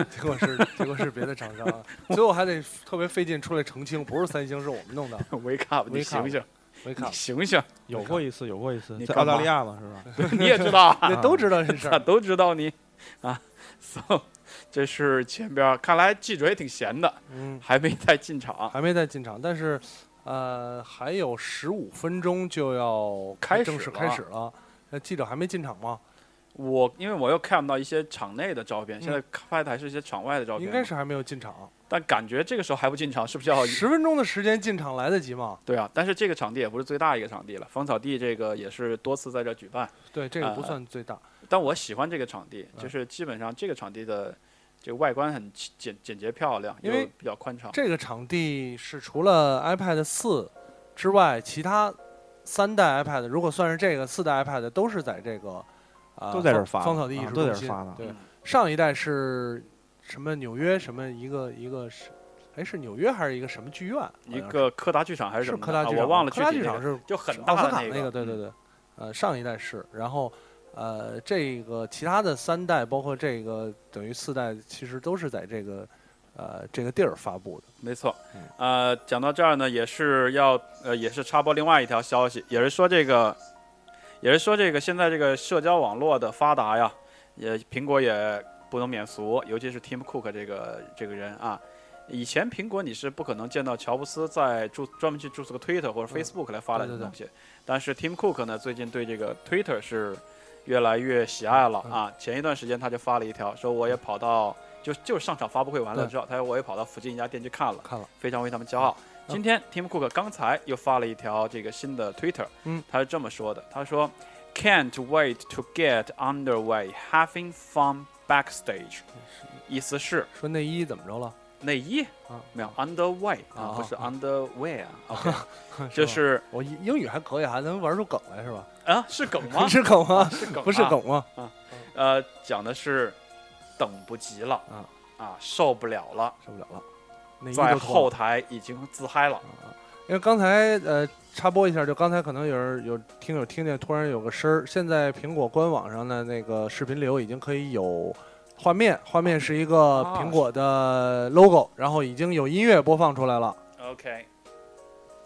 Speaker 3: 结果是 结果是别的厂商啊，最后还得特别费劲出来澄清，不是三星，是我们弄的。
Speaker 2: 维卡，你
Speaker 3: Wake
Speaker 2: 醒醒，
Speaker 3: 没
Speaker 2: 你
Speaker 3: 看，
Speaker 2: 醒醒，
Speaker 4: 有过一次，有过一次
Speaker 2: 你，
Speaker 4: 在
Speaker 2: 干
Speaker 4: 澳
Speaker 2: 嘛
Speaker 4: 大利亚嘛，是吧？
Speaker 2: 你也知道 啊。
Speaker 3: 那都知道这事
Speaker 2: 他
Speaker 3: 儿。
Speaker 2: 都知道你啊。So，这是前边儿，看来记者也挺闲的，
Speaker 3: 嗯，
Speaker 2: 还没太进 场。
Speaker 3: 还没再进场，但是呃，还有十五分钟就要
Speaker 2: 开始
Speaker 3: 正式
Speaker 2: 了
Speaker 3: 开始了。那记者还没进场吗？
Speaker 2: 我因为我又看不到一些场内的照片，现在拍的还是一些场外的照片，
Speaker 3: 嗯应该。是还没有进场。
Speaker 2: 但感觉这个时候还不进场，是不 是要？
Speaker 3: 十分钟的时间进场来得及吗？
Speaker 2: 对啊，但是这个场地也不是最大一个场地了，芳草地这个也是多次在这举办。
Speaker 3: 对，这个不
Speaker 2: 呃
Speaker 3: 算最大。
Speaker 2: 但我喜欢这个场地，
Speaker 3: 嗯
Speaker 2: 就是基本上这个场地的这个外观很简简洁漂亮，
Speaker 3: 因为
Speaker 2: 又比较宽
Speaker 4: 啊
Speaker 2: 敞。
Speaker 3: 这个场地是除了 iPad 四之外，其他三代 iPad 如果算是这个四代 iPad 都是在这个啊、
Speaker 4: 都在这儿发
Speaker 3: 芳
Speaker 4: 呢
Speaker 3: 草地艺
Speaker 4: 啊
Speaker 3: 术
Speaker 4: 都
Speaker 3: 中
Speaker 4: 在这儿
Speaker 3: 心
Speaker 4: 发呢
Speaker 3: 对
Speaker 2: 嗯，
Speaker 3: 上一代是什么纽约什么一个一个是。哎，是纽约还是一个什么剧院？
Speaker 2: 一
Speaker 3: 好像
Speaker 2: 个柯达剧场还是
Speaker 3: 是
Speaker 2: 什
Speaker 3: 是
Speaker 2: 么的？
Speaker 3: 科大
Speaker 2: 啊
Speaker 3: 剧场，
Speaker 2: 我忘了具
Speaker 3: 科大
Speaker 2: 体
Speaker 3: 剧
Speaker 2: 那
Speaker 3: 场
Speaker 2: 个
Speaker 3: 是
Speaker 2: 就很
Speaker 3: 奥斯
Speaker 2: 大
Speaker 3: 卡
Speaker 2: 的
Speaker 3: 那
Speaker 2: 个，
Speaker 3: 对对
Speaker 2: 嗯
Speaker 3: 对，呃，上一代是，然后呃，这个其他的三代，包括这个等于四代，其实都是在这个呃这个地儿发布的。
Speaker 2: 没错
Speaker 3: 嗯，
Speaker 2: 呃，讲到这儿呢，也是要呃，也是插播另外一条消息，也是说这个，也是说这个现在这个社交网络的发达呀，也苹果也不能免俗，尤其是 Tim Cook 这个这个人啊，以前苹果你是不可能见到乔布斯在注专门去注册个 Twitter 或者 Facebook 来发展
Speaker 3: 嗯对
Speaker 2: 的
Speaker 3: 对
Speaker 2: 东西，但是 Tim Cook 呢，最近对这个 Twitter 是越来越喜爱
Speaker 3: 嗯
Speaker 2: 了啊。前一段时间他就发了一条，说我也跑到就就是上场发布会完了
Speaker 3: 对
Speaker 2: 之后，他说我也跑到附近一家店去看了，
Speaker 3: 看了，
Speaker 2: 非常为他们骄傲。
Speaker 3: 嗯
Speaker 2: 今天 Tim Cook 刚才又发了一条这个新的 Twitter，
Speaker 3: 嗯，
Speaker 2: 他是这么说的，他说 Can't wait to get underway, having fun backstage，意思是
Speaker 3: 说内衣怎么着了？
Speaker 2: 内衣
Speaker 3: 啊
Speaker 2: 没有 underway 啊
Speaker 3: 啊，
Speaker 2: 不是
Speaker 3: 啊
Speaker 2: underwear，OK，
Speaker 3: 吧
Speaker 2: 就是
Speaker 3: 我英英语还可以，还能玩出梗来是吧？
Speaker 2: 啊是梗吗？
Speaker 3: 是梗吗？
Speaker 2: 是梗，啊
Speaker 3: 不是。梗吗？
Speaker 2: 呃，讲的是等不及了
Speaker 3: 啊
Speaker 2: 啊，受不了了，
Speaker 3: 受不了了，内衣
Speaker 2: 在
Speaker 3: 都脱
Speaker 2: 后
Speaker 3: 了。啊
Speaker 2: 台已经自嗨了。
Speaker 3: 因为刚才呃插播一下，就刚才可能有人有听友听见突然有个声儿，现在苹果官网上的那个视频流已经可以有画面，画面是一个
Speaker 2: 啊
Speaker 3: 苹果的 logo，、然后已经有音乐播放出来了。
Speaker 2: OK，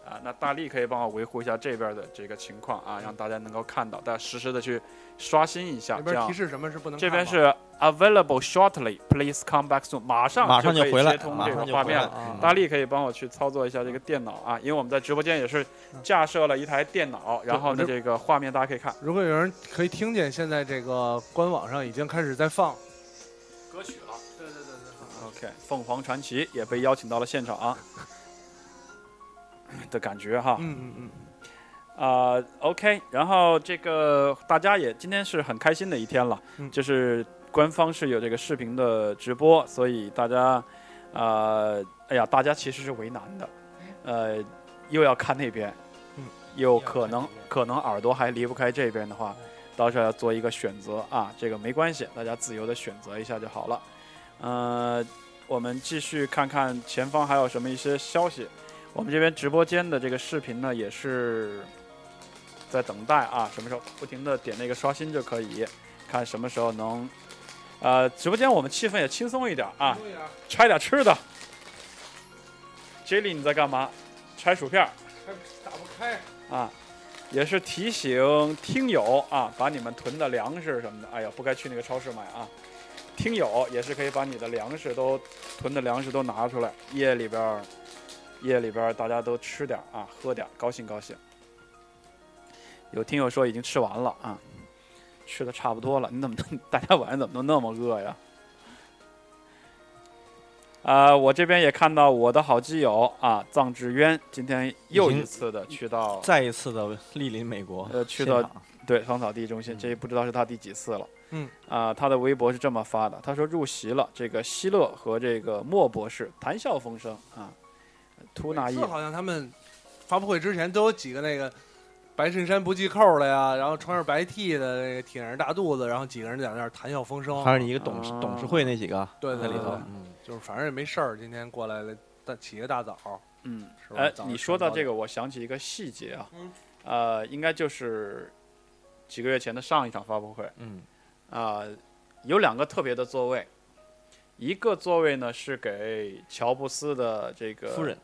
Speaker 2: 啊，那大力可以帮我维护一下这边的这个情况啊，
Speaker 3: 嗯
Speaker 2: 让大家能够看到，大家实时的去刷新一下，
Speaker 3: 那
Speaker 2: 这
Speaker 3: 边
Speaker 2: 样
Speaker 3: 提。示什么是不能
Speaker 2: 这
Speaker 3: 看
Speaker 2: 边
Speaker 3: 吗
Speaker 2: 是 available shortly, please come back soon，马上
Speaker 4: 马上
Speaker 2: 就
Speaker 4: 就
Speaker 2: 可以
Speaker 4: 回来
Speaker 2: 接通
Speaker 4: 马
Speaker 2: 这个
Speaker 4: 上就
Speaker 2: 画
Speaker 4: 回
Speaker 2: 面
Speaker 4: 来嗯
Speaker 2: 了。
Speaker 3: 啊，
Speaker 2: 大力可以帮我去操作一下这个电脑啊，因为我们在直播间也是架设了一台电脑，然后呢
Speaker 3: 嗯我这
Speaker 2: 这个画面大家可以看
Speaker 3: 如果有人可以听见，现在这个官网上已经开始在放。
Speaker 2: 歌曲了。
Speaker 3: 对对对对。
Speaker 2: OK，凤凰传奇也被邀请到了现场 啊的感觉哈。
Speaker 3: 嗯嗯嗯，
Speaker 2: 啊、o k 然后这个大家也今天是很开心的一天了，
Speaker 3: 嗯
Speaker 2: 就是官方是有这个视频的直播，所以大家，呃，哎呀，大家其实是为难的，呃，又要看那边，
Speaker 3: 嗯
Speaker 2: 又可能可能耳朵还离不开这边的
Speaker 3: 嗯
Speaker 2: 话，到时候要做一个选择啊，这个没关系，大家自由的选择一下就好了，呃，我们继续看看前方还有什么一些消息。我们这边直播间的这个视频呢，也是在等待啊，什么时候不停的点那个刷新就可以，看什么时候能，呃，直播间我们气氛也轻松一点啊，拆点吃的。Jelly 你在干嘛？拆薯片儿
Speaker 3: 打不开。
Speaker 2: 啊，也是提醒听友啊，把你们囤的粮食什么的，哎呀，不该去那个超市买啊。听友也是可以把你的粮食都囤的粮食都拿出来，夜里边儿夜里边儿大家都吃点儿啊，喝点儿，高兴高兴。有听友说已经吃完了啊，吃的差不多了，你怎么都 大家晚上怎么都那么饿呀？啊、我这边也看到我的好基友啊，臧志渊今天又
Speaker 4: 已
Speaker 2: 一
Speaker 4: 经
Speaker 2: 次的去到
Speaker 4: 再一次的莅临美
Speaker 3: 哦
Speaker 4: 国，
Speaker 2: 呃去
Speaker 4: 现
Speaker 2: 到
Speaker 4: 场
Speaker 2: 对，芳草地中心，
Speaker 4: 嗯
Speaker 2: 这不知道是他第几次了。
Speaker 3: 嗯，
Speaker 2: 啊、他的微博是这么发的，他说入席了这个希勒和这个莫博士，谈笑风生啊，吐纳
Speaker 3: 每
Speaker 2: 意
Speaker 3: 次好像他们发布会之前都有几个那个白衬衫不系扣的呀，然后穿着白 T 的那个挺着大肚子，然后几个人在那儿谈笑风生。
Speaker 4: 还是你一个董事
Speaker 2: 啊
Speaker 4: 董事会那几个
Speaker 3: 对
Speaker 4: 在
Speaker 3: 对
Speaker 4: 里头
Speaker 3: 对，
Speaker 4: 嗯，
Speaker 3: 就是反正也没事儿，今天过来了，大起个大早。
Speaker 2: 嗯
Speaker 3: 是，吧
Speaker 2: 哎
Speaker 3: 早，上
Speaker 2: 你说到
Speaker 3: 上班
Speaker 2: 这个，我想起一个细节啊，
Speaker 3: 嗯
Speaker 2: 呃，应该就是几个月前的上一场发布会
Speaker 4: 嗯
Speaker 2: 啊、有两个特别的座位，一个座位呢是给乔布斯的这个
Speaker 4: 夫人，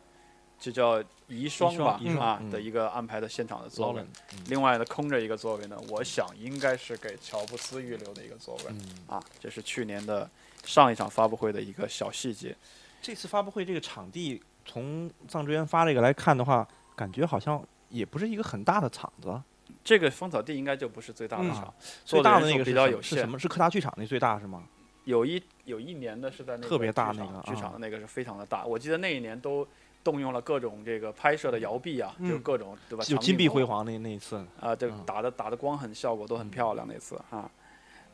Speaker 2: 这叫遗孀
Speaker 4: 孀
Speaker 2: 吧
Speaker 4: 遗孀
Speaker 2: 啊
Speaker 4: 嗯
Speaker 2: 的一个安排的现场的座
Speaker 4: 劳
Speaker 2: 位
Speaker 4: 伦，，嗯
Speaker 2: 另外呢，空着一个座位呢，我想应该是给乔布斯预留的一个座位、
Speaker 4: 嗯，
Speaker 2: 啊，这是去年的上一场发布会的一个小细节。
Speaker 4: 这次发布会这个场地，从藏之渊发这个来看的话，感觉好像也不是一个很大的场子，
Speaker 2: 这个芳草地应该就不是最大的
Speaker 3: 嗯
Speaker 2: 场，
Speaker 4: 最
Speaker 2: 做
Speaker 4: 大
Speaker 2: 人
Speaker 4: 的那
Speaker 2: 数
Speaker 4: 个是
Speaker 2: 比较
Speaker 4: 什么
Speaker 2: 有
Speaker 4: 是
Speaker 2: 限
Speaker 4: 什么？是科达剧场那最大是吗？
Speaker 2: 有一有一年呢是在那个
Speaker 4: 特别大
Speaker 2: 剧场
Speaker 4: 那个
Speaker 2: 剧场
Speaker 4: 啊
Speaker 2: 的那个是非常的大，我记得那一年都动用了各种这个拍摄的摇臂啊，
Speaker 3: 嗯
Speaker 2: 就各种对吧？
Speaker 4: 就
Speaker 2: 长
Speaker 4: 金碧
Speaker 2: 镜头
Speaker 4: 辉煌那那一次，
Speaker 2: 啊，对
Speaker 4: 嗯，
Speaker 2: 打的打的光很效果都很漂亮那次啊。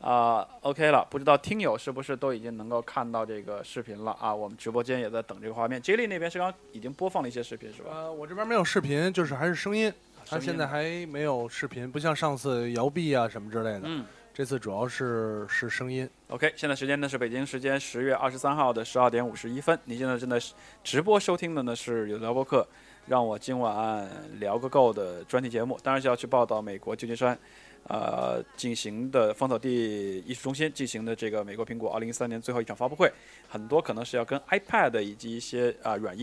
Speaker 2: 啊、o k 了，不知道听友是不是都已经能够看到这个视频了啊？我们直播间也在等这个画面。Jelly 那边是刚刚已经播放了一些视频是吧？
Speaker 3: 呃，我这边没有视频，就是还是声音。他
Speaker 2: 声音
Speaker 3: 现在
Speaker 2: 呢
Speaker 3: 还没有视频，不像上次摇臂啊什么之类的。
Speaker 2: 嗯
Speaker 3: 这次主要是是声音。
Speaker 2: ，OK，现在时间呢是北京时间十月二十三号的十二点五十一分。你现在正在直播收听的呢是有聊播客，让我今晚聊个够的专题节目，当然是要去报道美国旧金山。呃，进行的芳草地艺术中心进行的这个美国苹果2013年最后一场发布会，很多可能是要跟 iPad 以及一些啊、软硬。